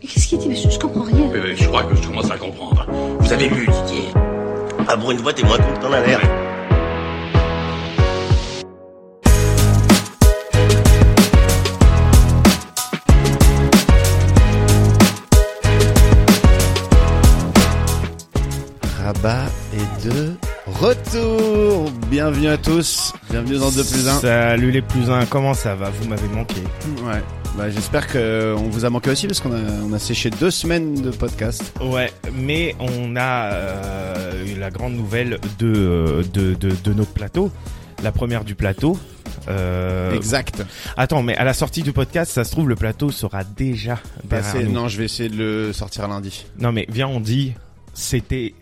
Qu'est-ce qu'il dit je, je comprends rien. Mais, mais je crois que je commence à comprendre. Vous avez lu, Didier Ah pour une fois, t'es moins con que t'en as l'air. Rabat et de retour. Bienvenue à tous. Bienvenue dans 2 plus 1. Salut les plus 1, comment ça va Vous m'avez manqué. Ouais. Bah, j'espère que on vous a manqué aussi parce qu'on a, on a séché deux semaines de podcast. Ouais, mais on a euh, eu la grande nouvelle de, euh, de, de, de nos plateaux. La première du plateau. Euh, Exact. Attends, mais à la sortie du podcast, ça se trouve, le plateau sera déjà derrière Passé- nous. non, je vais essayer de le sortir à lundi. Non, mais viens, on dit, c'était,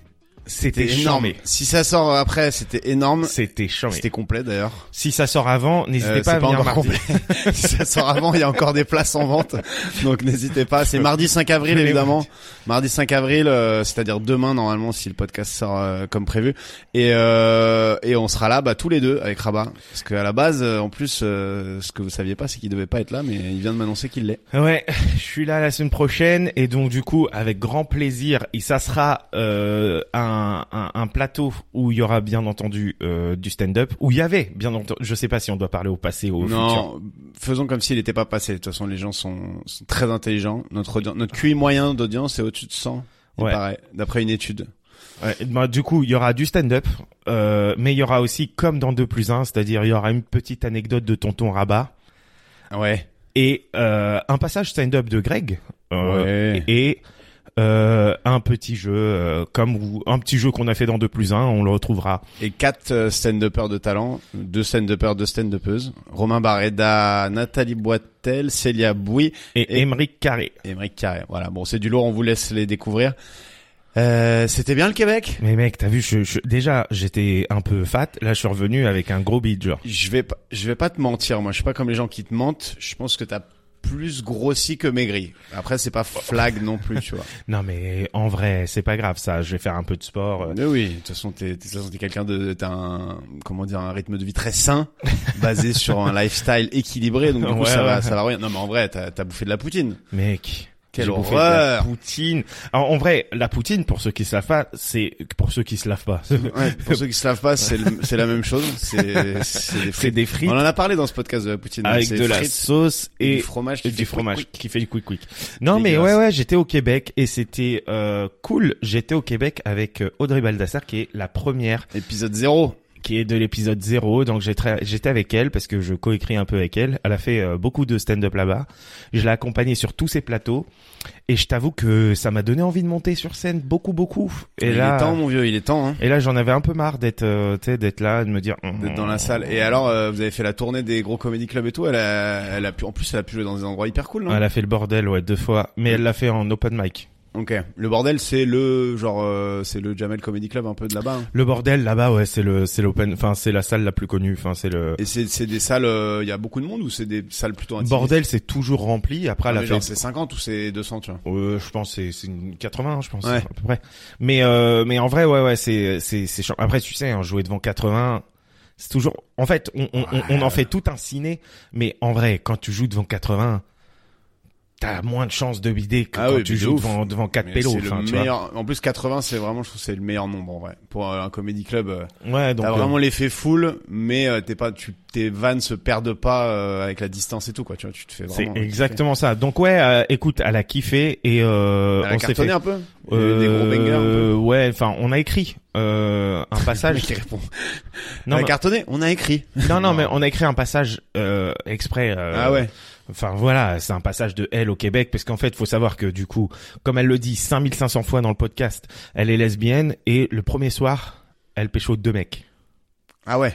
c'était charmé. Si ça sort après, c'était énorme. C'était charmé. C'était complet d'ailleurs. Si ça sort avant, n'hésitez Euh, pas c'est à venir encore mardi. complet. si ça sort avant, il y a encore des places en vente. Donc n'hésitez pas. C'est mardi 5 avril Mais évidemment. oui. Mardi 5 avril, euh, c'est-à-dire demain normalement si le podcast sort euh, comme prévu. Et euh, et on sera là bah tous les deux avec Rabat parce qu'à la base euh, en plus euh, ce que vous saviez pas c'est qu'il devait pas être là mais il vient de m'annoncer qu'il l'est. Ouais, je suis là la semaine prochaine et donc du coup avec grand plaisir, il ça sera euh, un, un, un plateau où il y aura bien entendu euh, du stand-up où il y avait bien entendu, je sais pas si on doit parler au passé ou au futur. non, faisons comme s'il n'était pas passé. De toute façon les gens sont, sont très intelligents. Notre audi- notre QI moyen d'audience est au-dessus de 100. il Ouais. paraît, D'après une étude. Ouais, bah, du coup, il y aura du stand-up euh, mais il y aura aussi comme dans 2 plus 1, c'est-à-dire il y aura une petite anecdote de tonton Rabat Ouais. et euh, un passage stand-up de Greg euh, Ouais. et euh, un petit jeu euh, comme vous- un petit jeu qu'on a fait dans 2 plus 1, on le retrouvera et quatre euh, stand-uppers de talent, deux stand-uppers, deux stand-uppeuses, Romain Barreda, Nathalie Boitel, Célia Bouy Et- et Émeric Carré. et Émeric Carré. Voilà, bon, c'est du lourd, on vous laisse les découvrir. Euh, c'était bien le Québec Mais mec, t'as vu, je, je- déjà j'étais un peu fat, là je suis revenu avec un gros bide, genre. Je vais pas, je vais pas te mentir, moi, je suis pas comme les gens qui te mentent, je pense que t'as plus grossi que maigri. Après, c'est pas flag non plus, tu vois. Non mais en vrai, c'est pas grave ça, je vais faire un peu de sport. euh. Mais oui, de toute façon, t'es, de toute façon, t'es quelqu'un de, t'as un, comment dire, un rythme de vie très sain, basé sur un lifestyle équilibré, donc du coup, Ouais, ça va, ouais. ça va rien. Non, mais en vrai, t'as, t'as bouffé de la poutine. Mec, Quelle j'ai bouffé de la horreur. poutine. Alors, en vrai, la poutine pour ceux qui se lavent pas, c'est pour ceux qui se lavent pas. Ouais, pour ceux qui se lavent pas, c'est le- c'est la même chose. C'est c'est des c'est frites. des frites On en a parlé dans ce podcast de la poutine. hein, avec C'est de la frites sauce et et du fromage. qui Et fait du fromage quick, quick. qui fait du quick quick. Non mais ouais Dégueulasse. ouais, j'étais au Québec et c'était euh, cool. J'étais au Québec avec euh, Audrey Baldassar qui est la première Épisode 0 qui est de l'épisode 0. Donc j'ai tra- j'étais avec elle parce que je coécris un peu avec elle. Elle a fait euh, beaucoup de stand-up là-bas. Je l'ai accompagnée sur tous ses plateaux et je t'avoue que ça m'a donné envie de monter sur scène beaucoup beaucoup. Et il là est temps, mon vieux, il est temps hein, et là j'en avais un peu marre d'être euh, tu sais d'être là de me dire Mmh. d'être dans la salle. Et alors, euh, vous avez fait la tournée des gros comédie clubs et tout. Elle a, elle a pu, en plus, elle a pu jouer dans des endroits hyper cool. Non Elle a fait le bordel ouais deux fois mais elle l'a fait en open mic. ok. Le bordel, c'est le genre, euh, c'est le Jamel Comedy Club un peu de là-bas. hein. Le bordel là-bas ouais, c'est le c'est l'open enfin c'est la salle la plus connue enfin c'est le Et c'est c'est des salles, euh, il y a beaucoup de monde ou c'est des salles plutôt intimes bordel c'est toujours rempli après Non, elle a mais genre, c'est fait 50 ou c'est 200, tu vois. Euh, je pense que c'est c'est une 80 je pense Ouais. à peu près. Mais euh, mais en vrai ouais ouais c'est c'est c'est chiant. après tu sais hein, jouer devant 80 c'est toujours en fait on on, on- on en fait tout un ciné mais en vrai quand tu joues devant 80 t'as moins de chances de bider que Ah quand oui, tu mais de joues ouf. devant devant 4 Mais pélos c'est le enfin, tu vois. meilleur. En plus, 80, c'est vraiment, je trouve, que c'est le meilleur nombre en vrai pour euh, un comédie club. euh, Ouais donc T'as euh, vraiment l'effet full, mais euh, t'es pas, tu, tes vannes se perdent pas euh, avec la distance et tout quoi. Tu vois, tu te fais c'est vraiment. exactement ça. Donc ouais, euh, écoute, elle a kiffé et euh, Elle a on s'est fait cartonné un peu. Il y a eu euh, des gros bangers. Un peu. Ouais, enfin, on a écrit euh, un Le passage. mec qui répond. non, Elle a mais- cartonné. On a écrit. Non, non, mais on a écrit un passage euh, exprès. euh, ah ouais. Enfin voilà, c'est un passage de elle au Québec, parce qu'en fait, faut savoir que du coup, comme elle le dit 5500 fois dans le podcast, elle est lesbienne et le premier soir, elle pécho deux mecs. Ah ouais.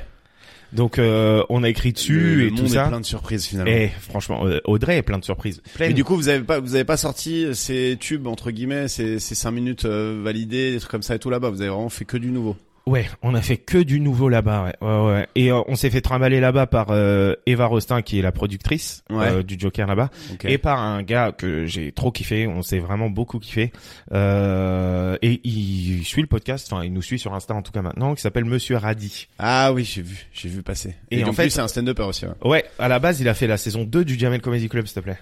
Donc euh, on a écrit dessus le, le et monde tout est ça. plein de surprises finalement. Et franchement, euh, Audrey est plein de surprises. Mais Pleine. du coup, vous avez pas, vous avez pas sorti ces tubes entre guillemets, ces, ces cinq minutes euh, validées, des trucs comme ça et tout là-bas. Vous avez vraiment fait que du nouveau. Ouais, on a fait que du nouveau là-bas, ouais, ouais, ouais. Et euh, on s'est fait trimballer là-bas par euh, Eva Rostin, qui est la productrice Ouais. euh, du Joker là-bas, Ok. et par un gars que j'ai trop kiffé. On s'est vraiment beaucoup kiffé. Euh, et il suit le podcast, enfin, il nous suit sur Insta en tout cas maintenant, qui s'appelle Monsieur Radi. Ah oui, j'ai vu, j'ai vu passer. Et en donc, fait- lui, c'est un stand-upper aussi. Ouais. Ouais, à la base, il a fait la saison 2 du Jamel Comedy Club, s'il te plaît.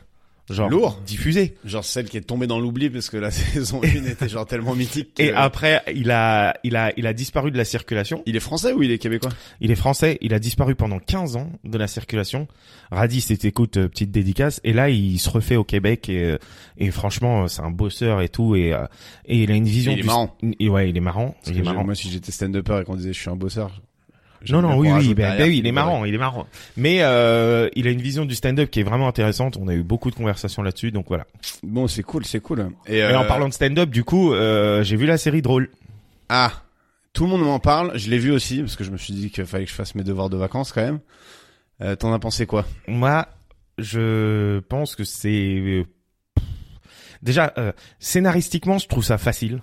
genre Lourd. diffusé. Genre celle qui est tombée dans l'oubli parce que la saison 1 était genre tellement mythique. que- Et après, il a, il a, il a disparu de la circulation. Il est français ou il est québécois Il est français. Il a disparu pendant 15 ans de la circulation. Radis, c'est écoute, euh, petite dédicace. Et là, il se refait au Québec et, euh, et franchement, euh, c'est un bosseur et tout. Et, euh, et il a une vision. Il est du- marrant. Et ouais, il est marrant. Parce Il que est j'ai- marrant. Moi, si j'étais stand-upper et qu'on disait je suis un bosseur. j'aime Non, bien non, qu'on oui, oui, rajoute bah, derrière. bah oui, il est marrant, il est marrant. Mais euh, il a une vision du stand-up qui est vraiment intéressante. On a eu beaucoup de conversations là-dessus, donc voilà. Bon, c'est cool, c'est cool. Et, Et en euh, parlant de stand-up, du coup, euh, j'ai vu la série Drôle. Ah, tout le monde m'en parle. Je l'ai vu aussi parce que je me suis dit qu'il fallait que je fasse mes devoirs de vacances quand même. Euh, T'en as pensé quoi Moi, je pense que c'est euh, déjà euh, scénaristiquement, je trouve ça facile.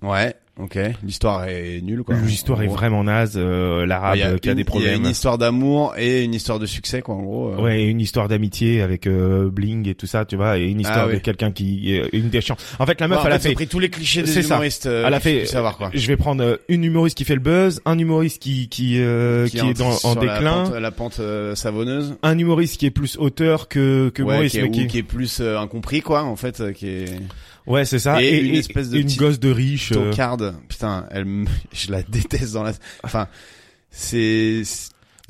Ouais, ok. L'histoire est nulle quoi. L'histoire est En gros. vraiment naze. Euh, Mmh. L'arabe Ouais, il y euh, qui a une- des Il y a problèmes. une histoire d'amour et une histoire de succès quoi en gros. Euh, Ouais, et une histoire d'amitié avec euh, Bling et tout ça, tu vois, et une histoire Ah ouais. de quelqu'un qui, euh, une des chiens. En fait, la meuf, Bon, en elle a ils ont fait. pris tous les clichés C'est des ça. humoristes. euh, Elle a que tu fait- peux savoir quoi. Je vais prendre euh, une humoriste qui fait le buzz, un humoriste qui qui euh, qui, est entre dans, en sur la déclin, pente- La pente, euh, savonneuse. un humoriste qui est plus auteur que que Ouais, humoriste, qui est, mais ou qui- qui est plus euh, incompris quoi en fait euh, qui est ouais c'est ça Et une espèce de une petite gosse de riche. euh, tocarde putain elle me- je la déteste dans la enfin c'est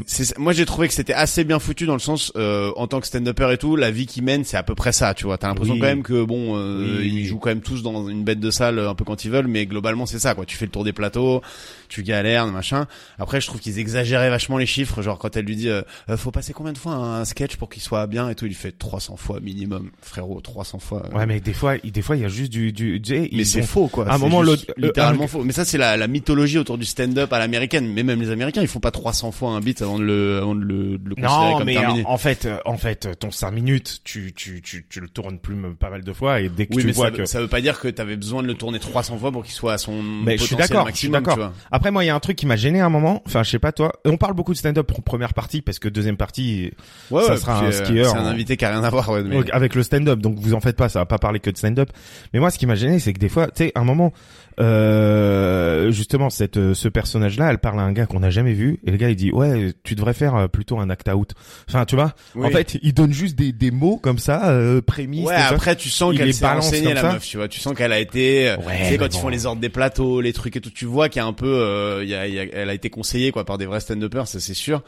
c'est moi j'ai trouvé que c'était assez bien foutu dans le sens euh, en tant que stand-upper et tout la vie qu'ils mènent c'est à peu près ça tu vois t'as l'impression Oui. quand même que bon euh, Oui, ils oui. jouent quand même tous dans une bête de salle euh, un peu quand ils veulent mais globalement c'est ça quoi tu fais le tour des plateaux tu galères machin après je trouve qu'ils exagéraient vachement les chiffres genre quand elle lui dit euh, Euh, faut passer combien de fois un sketch pour qu'il soit bien et tout il fait 300 fois minimum frérot 300 fois euh, Ouais, mais des fois, il- des fois, il y a juste du, du, du- ils mais c'est ont- faux quoi. à un C'est moment, juste l'autre- le- littéralement un- faux. Mais ça c'est la, la mythologie autour du stand-up à l'américaine. Mais même les Américains ils font pas 300 fois un beat avant de le, avant de le, de le considérer Non, comme mais terminé. euh, en fait, euh, en fait, euh, ton 5 minutes, tu, tu, tu, tu le tournes plus même pas mal de fois et dès que oui, tu mais vois ça, que. veut- ça veut pas dire que t'avais besoin de le tourner 300 fois pour qu'il soit à son Mais je suis potentiel d'accord, je suis maximum. d'accord. tu vois. Après, moi, il y a un truc qui m'a gêné à un moment. Enfin, je sais pas toi. On parle beaucoup de stand-up en première partie parce que deuxième partie Ouais, Ça ouais, sera puis, un euh, skieur, C'est un hein. invité qui a rien à voir. Ouais, mais... donc, avec le stand-up. Donc, vous en faites pas. Ça va pas parler que de stand-up. Mais moi, ce qui m'a gêné, c'est que des fois, tu sais, à un moment, euh, justement, cette, euh, ce personnage-là, elle parle à un gars qu'on n'a jamais vu et le gars, il dit, ouais, tu devrais faire euh, plutôt un act-out. Enfin, tu vois. En Oui. fait, il donne juste des, des mots comme ça, euh, prémices. Ouais, tout ça. après tu sens Il qu'elle les s'est balance renseignée comme la ça. meuf, tu vois, tu sens qu'elle a été euh, Ouais, tu sais quand mais ils bon. font les ordres des plateaux, les trucs et tout, tu vois qu'il y a un peu euh, il y a- il y a- elle a été conseillée quoi par des vrais stand-uppers, ça c'est sûr.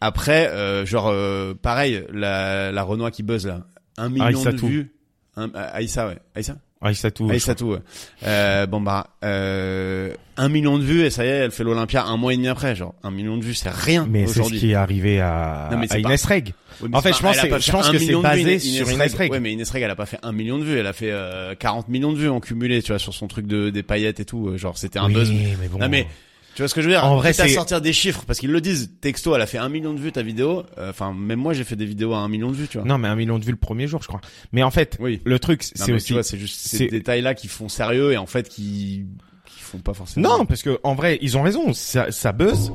Après euh, genre euh, pareil, la la Renoir qui buzz là, un million de Aïssatou. vues. Un, euh, Aïssa ouais, Aïssa Ah, il s'attoue. Aïssatou. ouais. Euh, bon bah euh, un million de vues et ça y est, elle fait l'Olympia un mois et demi après, genre un million de vues, c'est rien Mais c'est ce aujourd'hui. qui est arrivé à, Non, mais à c'est pas- Inès Reg. Ouais, mais En c'est fait, pas- je pense elle a que- pas je fait pense un que c'est million de basé vues, Ines- sur Ines Ines Reg. Reg. Ouais, mais Ines Reg, elle a pas fait un million de vues, elle a fait euh, 40 millions de vues en cumulé, tu vois, sur son truc de des paillettes et tout. euh, Genre, c'était un Oui, buzz. mais bon. Non mais tu vois ce que je veux dire En vrai, Quitte à c'est- sortir des chiffres parce qu'ils le disent. Texto, elle a fait un million de vues ta vidéo. Euh, Enfin, même moi, j'ai fait des vidéos à un million de vues, tu vois. Non, mais un million de vues le premier jour, je crois. Mais en fait, Oui. le truc, Non, c'est mais aussi. Tu vois, c'est juste ces c'est- détails-là qui font sérieux et en fait qui qui font pas forcément. Non, parce que en vrai, ils ont raison. Ça, ça buzz.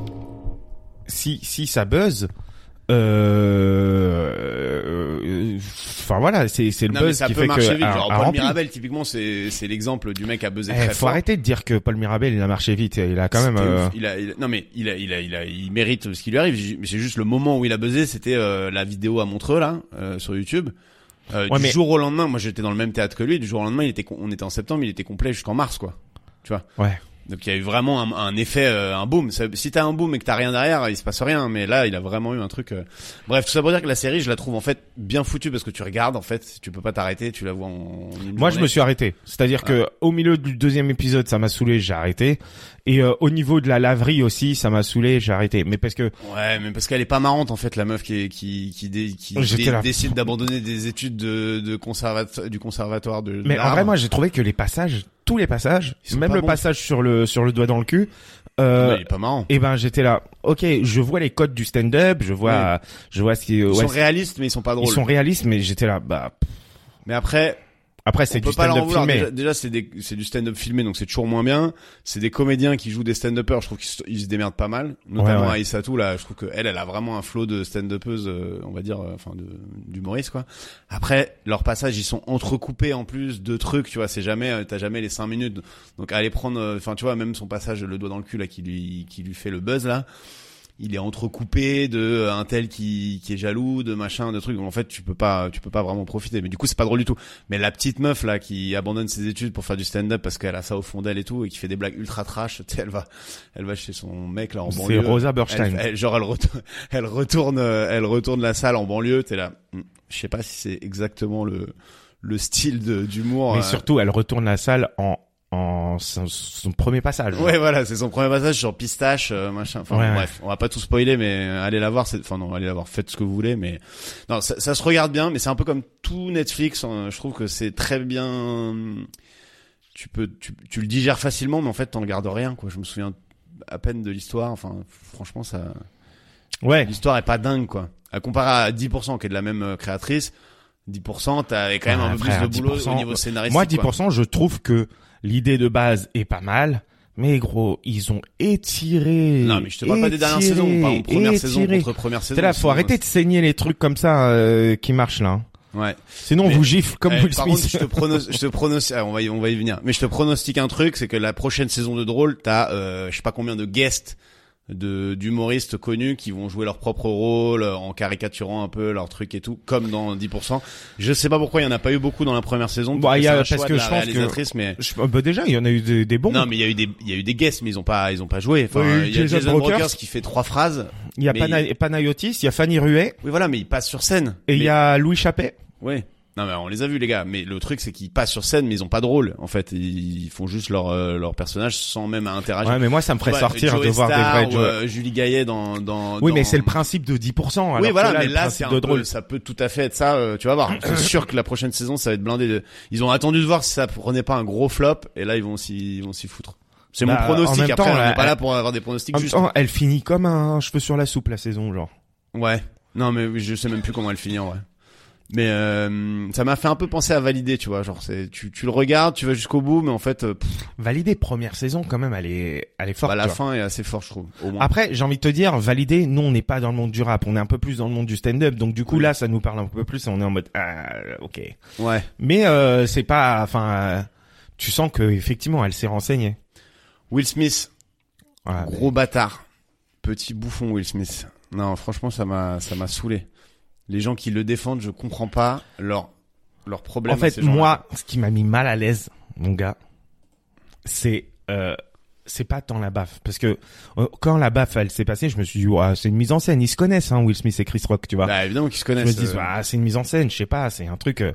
Si si ça buzz. euh, euh, Enfin voilà, c'est c'est le Non, mais buzz ça qui peut fait que. marcher vite. a- Genre, a Paul rempli. Mirabel, typiquement, c'est c'est l'exemple du mec à buzzer Eh, très faut fort. arrêter de dire que Paul Mirabel il a marché vite. Il a quand même. C'était euh, ouf. Il a, il a- non mais il a, il a, il a, il mérite ce qui lui arrive. J- C'est juste le moment où il a buzzé, c'était euh, la vidéo à Montreux là euh, sur YouTube. Euh, Ouais, du mais- jour au lendemain, moi j'étais dans le même théâtre que lui. Du jour au lendemain, il était, com- on était en septembre, il était complet jusqu'en mars quoi. Tu vois. Ouais. Donc il y a eu vraiment un, un effet, euh, un boom. Ça- Si t'as un boom et que t'as rien derrière, il se passe rien. Mais là, il a vraiment eu un truc. euh. Bref, tout ça pour dire que la série, je la trouve en fait bien foutue parce que tu regardes en fait, tu peux pas t'arrêter, tu la vois en. en une Moi, je journée. me suis arrêté. C'est-à-dire que au milieu du deuxième épisode, ça m'a saoulé, j'ai arrêté. Et euh, au niveau de la laverie aussi, ça m'a saoulé, j'ai arrêté. Mais parce que Ouais, mais parce qu'elle est pas marrante en fait, la meuf qui est- qui qui, dé- qui Oh, J'étais dé- là. décide d'abandonner des études de, de conservato- du conservatoire de. de Mais en l'art. vrai, moi, j'ai trouvé que les passages, tous les passages, Ils sont même pas le bons. passage sur le sur le doigt dans le cul, euh, Mais il est pas marrant. eh ben, j'étais là. Ok, je vois les codes du stand-up, je vois, je vois ce qui, Ils ouais, sont c'est- réalistes, mais ils sont pas drôles. ils sont réalistes, mais j'étais là. Bah, pff. Mais après, après, c'est on du peut pas leur en stand-up vouloir. filmé. Déjà, déjà, c'est des- c'est du stand-up filmé, donc c'est toujours moins bien. C'est des comédiens qui jouent des stand-uppers. Je trouve qu'ils se- ils se démerdent pas mal, notamment Ouais, ouais. Aïssa Tou, là. Je trouve que elle, elle a vraiment un flow de stand-upeuse, euh, on va dire, euh, enfin, de d'humoriste quoi. Après, leurs passages, ils sont entrecoupés en plus de trucs, tu vois. C'est jamais, euh, t'as jamais les cinq minutes. Donc aller prendre, euh, enfin, tu vois, même son passage le doigt dans le cul là, qui lui qui lui fait le buzz là. il est entrecoupé de euh, un tel qui, qui est jaloux, de machin, de trucs. En fait, tu peux pas, tu peux pas vraiment profiter. Mais du coup, c'est pas drôle du tout. Mais la petite meuf là qui abandonne ses études pour faire du stand-up parce qu'elle a ça au fond d'elle et tout et qui fait des blagues ultra trash, tu sais, elle va, elle va chez son mec là en C'est banlieue. Oh, Rosa Elle, Berstein. elle- genre elle retourne, elle retourne, euh, elle retourne la salle en banlieue. T'es là, Hmm, je sais pas si c'est exactement le le style de- d'humour. Mais euh, surtout, elle retourne la salle en, en son, son premier passage. Ouais, voilà, c'est son premier passage sur Pistache, euh, machin. Enfin, Ouais, bref, on va pas tout spoiler, mais euh, allez la voir. c'est- Enfin, non, allez la voir. Faites ce que vous voulez, mais non, ça, ça se regarde bien, mais c'est un peu comme tout Netflix. euh, Je trouve que c'est très bien. Tu peux, tu, tu le digères facilement, mais en fait, t'en gardes rien, quoi. Je me souviens à peine de l'histoire. Enfin, franchement, ça, Ouais. l'histoire est pas dingue, quoi. À comparer à 10% qui est de la même euh, créatrice, 10%, t'avais quand même Ouais, un peu frère, plus de boulot 10%, au niveau scénaristique. Moi, quoi. 10%, je trouve que l'idée de base est pas mal. Mais gros, ils ont étiré. Non, mais je te parle pas des dernières étiré, saisons, par première saison étiré. contre première saison. T'es là, faut sinon, euh, arrêter de saigner les trucs comme ça euh, qui marchent là. hein. Ouais. Sinon, on Mais- vous gifle comme Eh, Will par Smith. contre, je te pronostique, je te pronostique, on va y, on va y venir. Mais je te pronostique un truc, c'est que la prochaine saison de drôle, t'as, euh, je sais pas combien de guests de d'humoristes connus qui vont jouer leur propre rôle euh, en caricaturant un peu leur truc et tout, comme dans 10%. Je sais pas pourquoi il y en a pas eu beaucoup dans la première saison. Bah, il y a- c'est un parce choix que de la je pense que- réalisatrice, mais Je- bah, déjà, il y en a eu des, des bons. non, mais il y a eu des, il y a eu des guests, mais ils ont pas, ils ont pas joué. Enfin, Il y a eu euh, il y a Jason Jason Brokers. Brokers, qui fait trois phrases. il y a mais Pana- il- Panayotis, il y a Fanny Ruet Oui, voilà, mais il passe sur scène. et il Mais- y a Louis Chappet. Ouais. Non mais on les a vus les gars, mais le truc c'est qu'ils passent sur scène mais ils ont pas de rôle en fait, ils font juste leur euh, leur personnage sans même interagir. Ouais, mais moi, ça me ferait Ah, Ouais, sortir Joey de voir Star des vrais ou, Joe. euh, Julie Gaillet dans dans Oui, dans- mais c'est le principe de 10%. alors Oui que voilà, là, mais le là principe c'est un de peu- drôle. ça peut tout à fait être ça, euh, tu vas voir. C'est sûr que la prochaine saison ça va être blindé de ils ont attendu de voir si ça prenait pas un gros flop et là ils vont s'y ils vont s'y foutre. C'est Bah, mon pronostic en même après temps, on là, est pas elle- là pour avoir des pronostics En même juste. temps, elle finit comme un cheveu sur la soupe la saison, genre. Ouais. Non, mais je sais même plus comment elle finit en vrai. Mais euh, ça m'a fait un peu penser à valider, tu vois. Genre, c'est tu, tu le regardes, tu vas jusqu'au bout, mais en fait, euh, pff, Valider première saison, quand même, elle est, elle est forte. bah, la tu vois. fin est assez forte, je trouve. Au moins. Après, j'ai envie de te dire, valider, nous, on n'est pas dans le monde du rap, on est un peu plus dans le monde du stand-up, donc du coup, Oui. là, ça nous parle un peu plus, et on est en mode, ah, ok. Ouais. Mais euh, c'est pas, enfin, euh, tu sens que effectivement, elle s'est renseignée. Will Smith, Voilà. gros bâtard, petit bouffon Will Smith. Non, franchement, ça m'a ça m'a saoulé. Les gens qui le défendent, je comprends pas leur leur problème. En à fait, ces gens-là. moi, ce qui m'a mis mal à l'aise, mon gars, c'est euh, c'est pas tant la baffe, parce que euh, quand la baffe elle s'est passée, je me suis dit, Ouah, c'est une mise en scène, ils se connaissent, hein, Will Smith et Chris Rock, tu vois. bah, évidemment qu'ils se je me connaissent. dis, bah, euh, Ouah, c'est une mise en scène, je sais pas, c'est un truc. euh,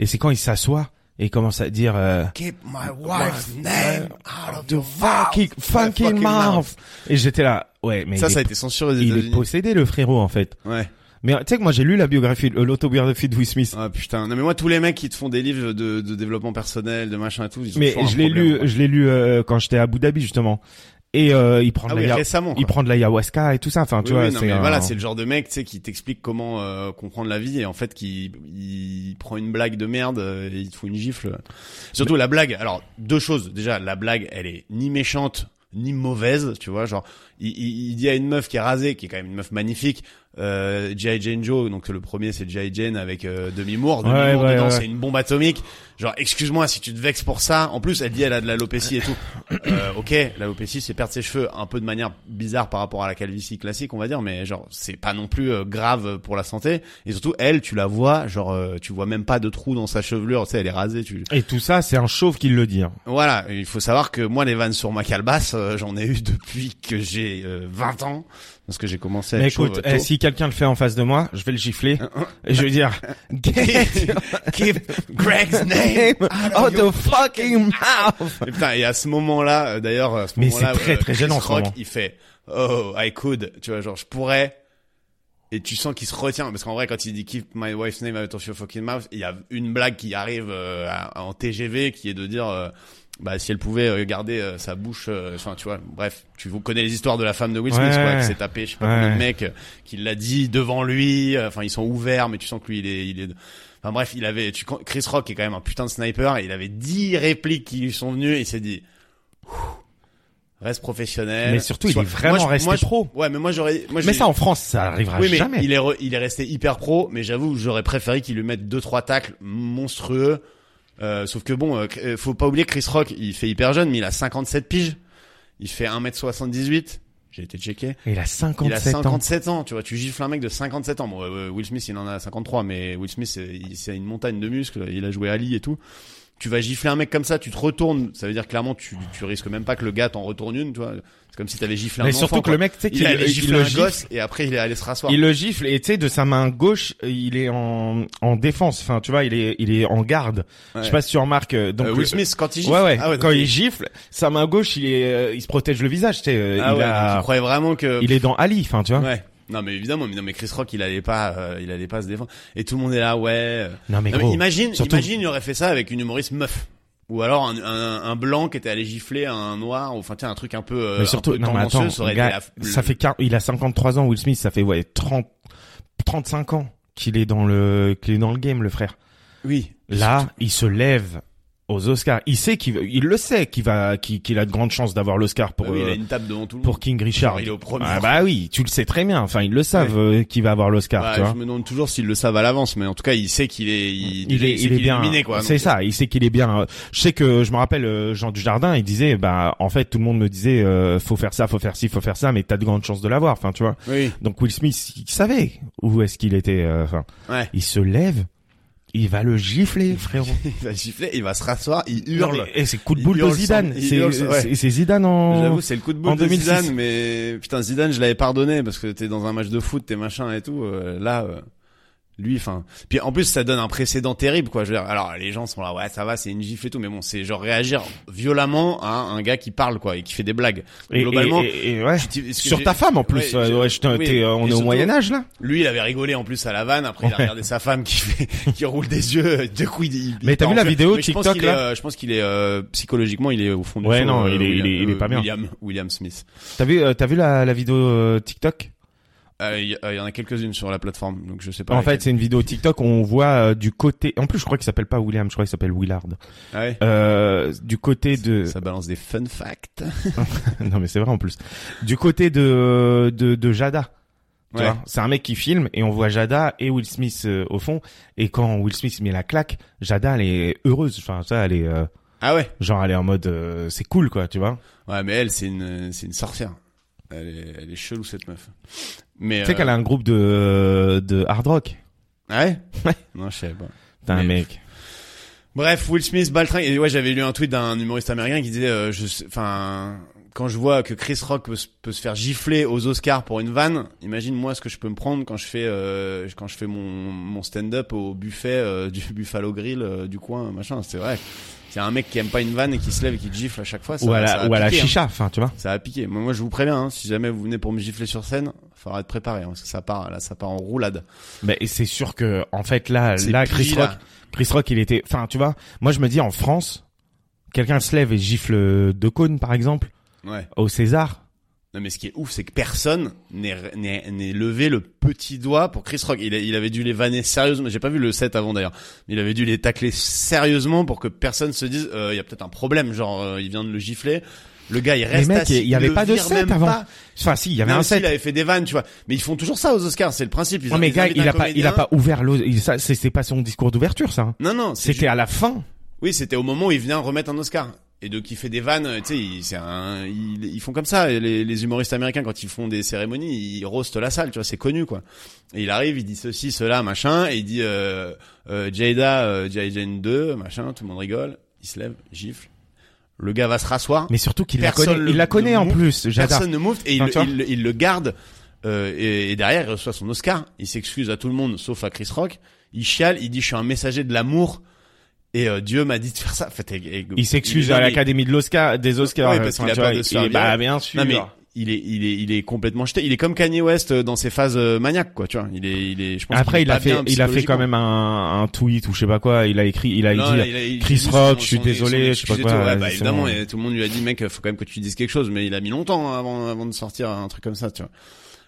Et c'est quand ils s'assoient et commencent à dire. euh, Keep my wife's name out of The your mouth. fucking, fucking fucking mouth. mouth. Et j'étais là, ouais, mais Ça, il, ça a est, été censuré aux il est États-Unis. possédé le frérot en fait. Ouais. Mais euh, tu sais que moi j'ai lu la biographie, euh, l'autobiographie de Will Smith. Ah putain, non mais moi tous les mecs qui te font des livres de, de développement personnel, de machin et tout, ils ont mais toujours je un l'ai problème, lu, quoi. je l'ai lu euh, quand j'étais à Abu Dhabi justement. Et euh, il prend de Ah la oui, ya- récemment. quoi. il prend de la ayahuasca et tout ça. Enfin, tu Oui, vois, oui, non, c'est mais un- voilà, c'est le genre de mec, tu sais, qui t'explique comment euh, comprendre la vie et en fait qui il prend une blague de merde euh, et il te fout une gifle. Surtout la blague. Alors deux choses. Déjà, la blague, elle est ni méchante ni mauvaise, tu vois, genre il, il, il dit à une meuf qui est rasée, qui est quand même une meuf magnifique, euh, G.I. Jane Joe, donc le premier c'est G.I. Jane avec euh, Demi Moore, Demi Ouais, Moore ouais, dedans ouais. c'est une bombe atomique, genre excuse-moi si tu te vexes pour ça, en plus elle dit elle a de l'alopécie et tout, euh, ok, l'alopécie, c'est perdre ses cheveux un peu de manière bizarre par rapport à la calvitie classique, on va dire, mais genre c'est pas non plus euh, grave pour la santé. Et surtout, elle, tu la vois, genre euh, tu vois même pas de trou dans sa chevelure, tu sais, elle est rasée. Tu... Et tout ça, c'est un chauve qui le dit. hein. Voilà, il faut savoir que moi les vannes sur ma calebasse, euh, j'en ai eu depuis que j'ai euh, 20 ans, parce que j'ai commencé à Mais être chauve écoute, tôt. eh, si quelqu'un le fait en face de moi, je vais le gifler et je vais dire, get Keep Greg's name. him out the fucking mouth. Et putain, et à ce moment-là, euh, d'ailleurs, à ce Mais moment-là, c'est très, euh, très Chris gênant, ce Rock, moment. il fait Oh, I could, tu vois, genre je pourrais. Et tu sens qu'il se retient parce qu'en vrai, quand il dit Keep my wife's name out of your fucking mouth, il y a une blague qui arrive euh, à- en TGV qui est de dire. euh, bah si elle pouvait euh, garder euh, sa bouche euh, enfin tu vois bref tu vous connais les histoires de la femme de Will Smith Ouais. quoi, qui s'est tapé je sais pas Ouais. combien de mecs euh, qui l'a dit devant lui euh, enfin ils sont ouverts mais tu sens que lui il est il est Enfin bref, il avait tu, Chris Rock est quand même un putain de sniper et il avait 10 répliques qui lui sont venues et il s'est dit Ouh, reste professionnel. Mais surtout, il Eh, Soit- est vraiment moi, je- resté moi, je- pro. Ouais, mais moi j'aurais moi Mais j'ai- ça, en France, ça arrivera Oui, mais jamais. il est re- il est resté hyper pro, mais j'avoue, j'aurais préféré qu'il lui mette deux trois tacles monstrueux. Euh, sauf que bon, euh, euh, faut pas oublier que Chris Rock, il fait hyper jeune, mais il a 57 piges. Il fait 1m78. J'ai été checké. Il a 57, Il a 57 ans. 57 ans. tu vois, tu gifles un mec de 57 ans. Bon, euh, Will Smith, il en a 53, mais Will Smith, c'est il- c'est une montagne de muscles, il a joué Ali et tout. Tu vas gifler un mec comme ça, tu te retournes, ça veut dire clairement, tu, tu risques même pas que le gars t'en retourne une, tu vois. C'est comme si t'avais giflé un Mais enfant, surtout que quoi. le mec, tu sais, il, qu'il est allé il gifler le un gifle, gosse et après il est allé se rasseoir. il le gifle et tu sais, de sa main gauche, il est en, en défense. Enfin, tu vois, il est, il est en garde. Je Ouais. sais pas si tu remarques. euh, Donc, Euh, le- Will Smith, quand il gifle. Ouais, ouais. Ah Quand donc il gifle, sa main gauche, il est, euh, il se protège le visage. Tu sais, euh, Ah il ouais, donc a- il croyait vraiment que. il est dans Ali. Enfin, tu vois. Ouais. Non mais évidemment, mais, non, mais Chris Rock, il allait pas, euh, il allait pas se défendre. Et tout le monde est là, ouais. euh. Non mais Non, mais gros. imagine, surtout- imagine, il aurait fait ça avec une humoriste meuf. Ou alors un, un, un blanc qui était allé gifler un noir, ou enfin tiens un truc un peu, euh, mais surtout, un peu non mais tendancieux, attends, ça aurait gars, été la- ça fait quar- il a 53 ans Will Smith, ça fait ouais 30 35 ans qu'il est dans le qu'il est dans le game le frère. Oui. Là, il se lève aux Oscars. Il sait qu'il il le sait qu'il va qu'il qu'il a de grandes chances d'avoir l'Oscar pour Bah oui, il euh, a une table devant tout le pour monde. King Richard. Genre, il est au premier. Ah bah oui, tu le sais très bien. Enfin, ils le savent euh, qu'il va avoir l'Oscar, Bah, tu vois. je me demande toujours s'ils le savent à l'avance, mais en tout cas, il sait qu'il est, il, il est, sait il qu'il est bien. nominé, quoi. C'est donc- ça. Il sait qu'il est bien. Euh, Je sais que je me rappelle euh, Jean Dujardin. Il disait, bah en fait tout le monde me disait, euh, faut faire ça, faut faire ci, faut faire ça, mais t'as de grandes chances de l'avoir. Enfin, tu vois. Oui. Donc Will Smith, il savait où est-ce qu'il était. euh, Enfin, Ouais. il se lève, il va le gifler, frérot. Il va gifler, il va se rasseoir, il hurle. Non, mais- Et c'est coup de Il boule de hurle sans- Zidane. il C'est hurle sans- ouais. c'est- c'est Zidane en. J'avoue, c'est le coup de en boule de 2006. Zidane, mais putain, Zidane, je l'avais pardonné parce que t'es dans un match de foot, t'es machin et tout. euh, là, euh, lui, enfin. Puis en plus, ça donne un précédent terrible, quoi. Je veux dire, alors les gens sont là, ouais, ça va, c'est une gifle et tout, mais bon, c'est genre réagir violemment à un gars qui parle, quoi, et qui fait des blagues. Et- et- Globalement. et- et ouais. je dis- ce que Sur j'ai- ta femme en plus. Ouais, Ouais, je- ouais, je t'en- oui, t'es, euh, et on est au surtout- Moyen Âge là. Lui, il avait rigolé en plus à la vanne. Après, il a Ouais. regardé sa femme qui fait, qui roule des yeux. euh, Du coup, il, il- Mais il t'as part vu en la feu. vidéo Mais je pense TikTok, qu'il est, là euh, Je pense qu'il est euh, psychologiquement, il est au fond du Ouais, seau, non, euh, il est- il est- il est euh, pas bien. William, William Smith. T'as vu, euh, t'as vu la, la vidéo euh, TikTok Euh, Il y, euh, il y en a quelques-unes sur la plateforme, donc je sais pas. En laquelle. fait, c'est une vidéo TikTok où on voit euh, du côté. En plus, je crois qu'il s'appelle pas William, je crois qu'il s'appelle Willard. Ah ouais. Euh, du côté de. Ça balance des fun facts. non mais c'est vrai en plus. Du côté de de, de Jada. Tu Ouais. vois, c'est un mec qui filme et on voit Jada et Will Smith euh, au fond. Et quand Will Smith met la claque, Jada elle est heureuse. Enfin ça, elle est euh, Ah ouais. genre elle est en mode euh, c'est cool quoi, tu vois. Ouais, mais elle, c'est une, euh, c'est une sorcière. Elle est, elle est chelou cette meuf. Mais Tu sais euh, qu'elle a un groupe de euh, de hard rock. ah ouais. Ouais. Non, je sais pas. T'as un Mais- mec. Bref, Will Smith, Baltrin. Et ouais, j'avais lu un tweet d'un humoriste américain qui disait, euh, je, sais- enfin, quand je vois que Chris Rock peut, se- peut se faire gifler aux Oscars pour une vanne, imagine moi ce que je peux me prendre quand je fais, euh, quand je fais mon, mon stand-up au buffet euh, du Buffalo Grill euh, du coin, machin. C'est vrai. C'est un mec qui aime pas une vanne et qui se lève et qui te gifle à chaque fois. Ça, ou à ça la va ou à la piquer, hein. chicha. Enfin tu vois. Ça va piquer. Moi, moi, je vous préviens, hein, si jamais vous venez pour me gifler sur scène, faudra être préparé hein, parce que ça part, là, ça part en roulade. Mais c'est sûr que en fait là C'est là pris, Chris là. Rock Chris Rock il était. Enfin tu vois. Moi je me dis en France, quelqu'un se lève et gifle euh, De Cône par exemple Ouais. au César. Non, mais ce qui est ouf, c'est que personne n'est n'est- n'est levé le petit doigt pour Chris Rock. Il, a- il avait dû les vanner sérieusement. J'ai pas vu le set avant d'ailleurs. Mais Il avait dû les tacler sérieusement pour que personne se dise, euh, il y a peut-être un problème. Genre, euh, il vient de le gifler. Le gars, il reste mec, assis, il y avait le pas de vire set même avant. pas. Enfin si, il y avait Même un s'il set. avait fait des vannes, tu vois. Mais ils font toujours ça aux Oscars, c'est le principe. Ils Non mais ils gars, invitent il un a pas, il comédien. a pas ouvert l'eau. il- Ça, c'est c'est pas son discours d'ouverture, ça. hein. Non, non, c'est C'était à la fin. Oui, c'était au moment où il vient remettre un Oscar. Et donc il fait des vannes, euh, tu sais, il- c'est un, ils, ils font comme ça. et Les, les humoristes américains quand ils font des cérémonies, ils roastent la salle, tu vois, c'est connu quoi. Et il arrive, il dit ceci, cela, machin, et il dit euh, euh, Jada, euh, G.I. Jane 2, machin, tout le monde rigole, il se lève, gifle. Le gars va se rasseoir, Mais surtout qu'il la Personne connaît. le- Il la connaît le en mou- plus, Jada. personne ne mouffe et il, Enfin, tu vois. il, il le garde. euh, et, et derrière, il reçoit son Oscar. Il s'excuse à tout le monde, sauf à Chris Rock. Il chiale, il dit je suis un messager de l'amour. Et euh, Dieu m'a dit de faire ça. En fait, et- et- Il s'excuse est à dingue. l'Académie de l'Oscar, des Oscars. Oui, parce Enfin, qu'il a tu peur vois, de se il- faire Bah virer. bien sûr. Non mais il est il est il est complètement jeté. Il est comme Kanye West euh, dans ses phases euh, maniaques quoi. Tu vois, il est il est. Je pense Après, qu'il est il a pas fait, bien il a fait quand psychologiquement. même un, un tweet ou je sais pas quoi. Il a écrit, il a Non, dit. là, il a- il Chris dit Rock, son- je suis son- son désolé, je sais pas excuse et quoi, tout. Ouais, euh, bah, c'est évidemment, bon. et tout le monde lui a dit, mec, faut quand même que tu dises quelque chose, mais il a mis longtemps hein, avant, avant de sortir un truc comme ça, tu vois.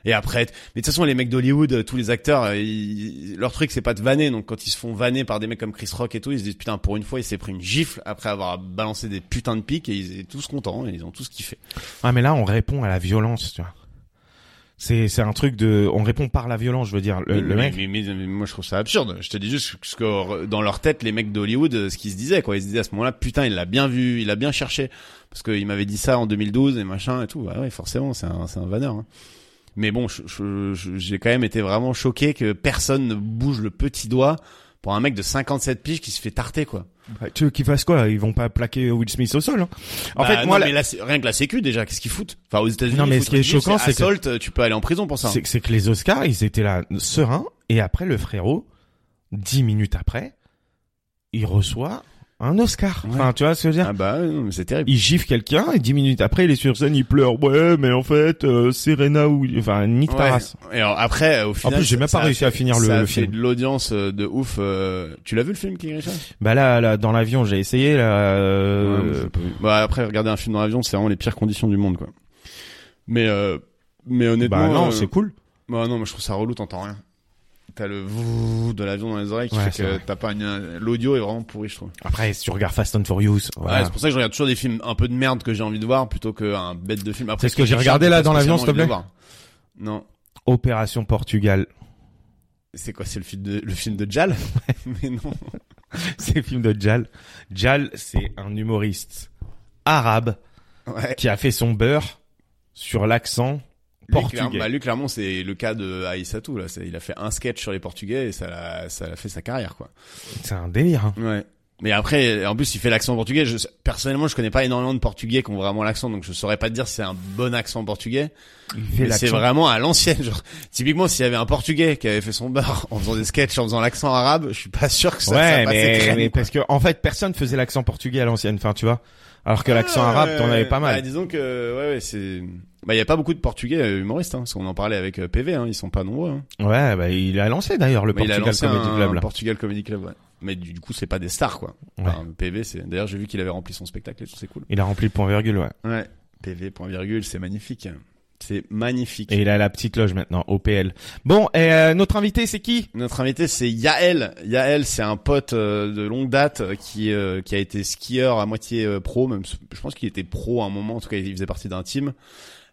Et après, t- mais de toute façon, les mecs d'Hollywood, euh, tous les acteurs, euh, ils- leur truc, c'est pas de vanner. Donc, quand ils se font vanner par des mecs comme Chris Rock et tout, ils se disent, putain, pour une fois, il s'est pris une gifle après avoir balancé des putains de pics et ils étaient tous contents et ils ont tous kiffé. Ah mais là, on répond à la violence, tu vois. C'est c'est un truc de on répond par la violence, je veux dire. Le, le Mais- mec. mais, mais- mais moi je trouve ça absurde. Je te dis juste ce que dans leur tête les mecs d'Hollywood euh, ce qu'ils se disaient quoi. Ils se disaient à ce moment-là putain il l'a bien vu, il a bien cherché parce qu'il m'avait dit ça en 2012 et machin et tout. Bah ouais forcément c'est un c'est un vanneur. hein. Mais bon je- je- je- j'ai quand même été vraiment choqué que personne ne bouge le petit doigt pour un mec de 57 piges qui se fait tarter quoi. Ouais, bah, Tu veux qu'ils fassent quoi Ils vont pas plaquer Will Smith au sol. hein. En Bah, fait, non, moi, la- mais la sé- rien que la Sécu déjà qu'est-ce qu'ils foutent Enfin aux États-Unis. Non, mais ils ce qui est foutent une choquant, c'est que- assault, euh, tu peux aller en prison pour ça. c'est que- c'est que les Oscars, ils étaient là sereins et après le frérot, dix minutes après, il reçoit un Oscar. Ouais. Enfin, tu vois ce que je veux dire Ah bah ouais, non, mais c'est terrible. Il gifle quelqu'un et dix minutes après, il est sur scène, il pleure. Ouais, mais en fait, euh, Serena ou enfin nique ta Ouais. race. Et alors, après, au En final. plus, j'ai même ça- pas réussi à finir le, ça a le fait film. de l'audience euh, de ouf. euh, Tu l'as vu le film, King Richard Bah là, là, dans l'avion, j'ai essayé là. euh, Ouais, mais j'ai pas vu. Bah après, regarder un film dans l'avion, c'est vraiment les pires conditions du monde, quoi. Mais euh, mais honnêtement, bah non, euh, c'est cool. bah non, moi je trouve ça relou, t'entends rien. T'as le vouh de l'avion dans les oreilles qui Ouais, fait c'est que vrai. t'as pas une l'audio est vraiment pourri, je trouve. Après, si tu regardes Fast and Furious, voilà. Ouais, c'est pour ça que je regarde toujours des films un peu de merde que j'ai envie de voir plutôt qu'un bête de film. Après, C'est ce que King j'ai Richard, regardé, là, j'ai pas dans l'avion, s'il te spécialement envie de le voir. Non, Opération Portugal. c'est quoi C'est le film de le film de Jal Mais non. c'est le film de Jal. Jal, c'est un humoriste arabe Ouais. qui a fait son beurre sur l'accent Lui, clairement- bah, portugais. lui, clairement, c'est le cas de Aïssatou, là. C'est- Il a fait un sketch sur les Portugais et ça l'a, ça l'a fait sa carrière, quoi. C'est un délire. hein. Ouais. Mais après, en plus, il fait l'accent portugais. Je, personnellement, je connais pas énormément de Portugais qui ont vraiment l'accent, donc je saurais pas te dire si c'est un bon accent portugais. Il fait Mais c'est l'accent. vraiment à l'ancienne. Genre, typiquement, s'il y avait un Portugais qui avait fait son bar en faisant des sketchs, en faisant l'accent arabe, je suis pas sûr que ça, ça ouais, passait mais, crème, mais quoi. parce que en fait, personne faisait l'accent portugais à l'ancienne. Enfin, tu vois. Alors que l'accent arabe, t'en avais pas Bah, mal. disons que, ouais, ouais, c'est. Bah, il y a pas beaucoup de Portugais euh, humoristes, hein, parce qu'on en parlait avec euh, PV, hein, ils sont pas nombreux. Hein. Ouais, bah, il a lancé d'ailleurs le Mais il a Portugal lancé Comedy un, Club. là. Portugal Comedy Club, ouais. Mais du, du coup, c'est pas des stars, quoi. Enfin, PV, c'est. D'ailleurs, j'ai vu qu'il avait rempli son spectacle et tout, c'est cool. Il a rempli le point virgule, ouais. Ouais. PV, point virgule, c'est magnifique. C'est magnifique. Et il a la petite loge maintenant, OPL. Bon, et euh, notre invité, c'est qui Notre invité, c'est Yael. Yael, c'est un pote euh, de longue date euh, qui euh, qui a été skieur à moitié euh, pro, même. Je pense qu'il était pro à un moment. En tout cas, il faisait partie d'un team.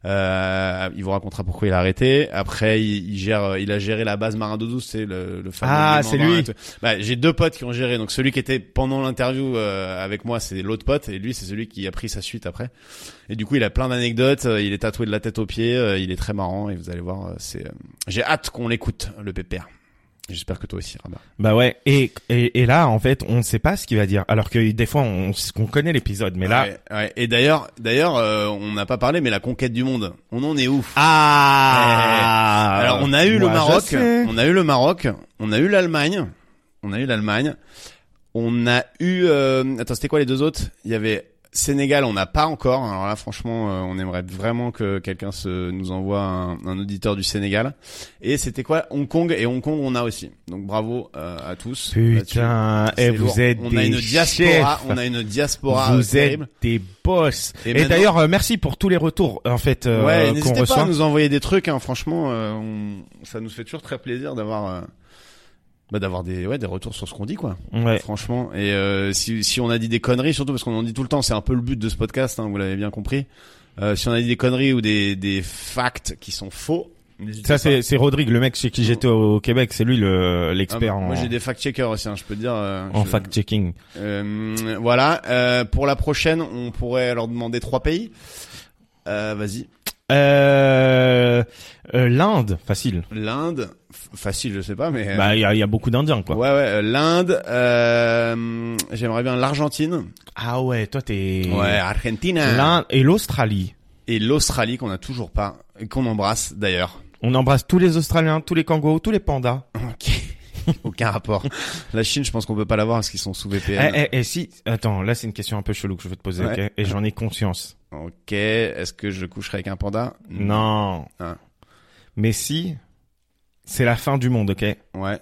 Euh, il vous racontera pourquoi il a arrêté. Après, il, il gère, euh, il a géré la base Marin d'Ouzou, c'est le, le fameux. Ah, Léman c'est Marin lui. et tout. Bah, j'ai deux potes qui ont géré. Donc celui qui était pendant l'interview euh, avec moi, c'est l'autre pote, et lui, c'est celui qui a pris sa suite après. Et du coup, il a plein d'anecdotes. euh, Il est tatoué de la tête aux pieds. euh, Il est très marrant. Et vous allez voir, euh, c'est. euh, J'ai hâte qu'on l'écoute, le pépère. J'espère que toi aussi, Rabat. Bah ouais, et, et, et là, en fait, on ne sait pas ce qu'il va dire. Alors que des fois, on, on connaît l'épisode, mais là... Ouais, ouais. Et d'ailleurs, d'ailleurs, euh, on n'a pas parlé, mais la conquête du monde. On en est ouf. Ah Alors on a eu le Moi, je Maroc, sais. on a eu le Maroc, on a eu l'Allemagne, on a eu l'Allemagne, on a eu euh, attends c'était quoi les deux autres Il y avait Sénégal, on n'a pas encore. Alors là franchement, euh, on aimerait vraiment que quelqu'un se nous envoie un, un auditeur du Sénégal. Et c'était quoi Hong Kong et Hong Kong on a aussi. Donc bravo euh, à tous. là-dessus. Putain, Bah, C'est et vous lourd. êtes on des a une diaspora, chefs. on a une diaspora euh, vous êtes terrible. des boss. Et Et, maintenant- d'ailleurs, euh, merci pour tous les retours en fait euh, ouais, qu'on n'hésitez pas à reçoit. nous envoyer des trucs. Hein. Franchement, euh, on- ça nous fait toujours très plaisir d'avoir, euh, bah, d'avoir des, ouais, des retours sur ce qu'on dit, quoi. Ouais. Franchement, et euh, si, si on a dit des conneries, surtout parce qu'on en dit tout le temps, c'est un peu le but de ce podcast. hein, vous l'avez bien compris. Euh, si on a dit des conneries ou des des facts qui sont faux, n'hésitez Ça pas. c'est c'est Rodrigue, le mec chez qui j'étais au, au Québec, c'est lui le Ah, l'expert en, Moi, j'ai des fact-checkers aussi. hein, je peux te dire. euh, hein. en je- fact-checking. euh, voilà. Euh, pour la prochaine, on pourrait leur demander trois pays. Euh, Vas-y. Euh, euh, L'Inde, facile. L'Inde, F- facile, je sais pas, mais. euh, Bah il y a, il y a beaucoup d'Indiens quoi. Ouais, ouais, euh, l'Inde, euh, j'aimerais bien l'Argentine. Ah ouais, toi t'es Argentina. l'Inde et l'Australie. Et l'Australie qu'on a toujours pas, et qu'on embrasse d'ailleurs. On embrasse tous les Australiens, tous les kangourous, tous les pandas. Aucun rapport. La Chine, je pense qu'on peut pas l'avoir parce qu'ils sont sous Eh, VPN. eh, eh, si, attends, là c'est une question un peu chelou que je vais te poser, Ouais. ok Et j'en ai conscience. Ok, est-ce que je coucherai avec un panda eh. Non. Ah. Mais si, c'est la fin du monde, ok Ouais.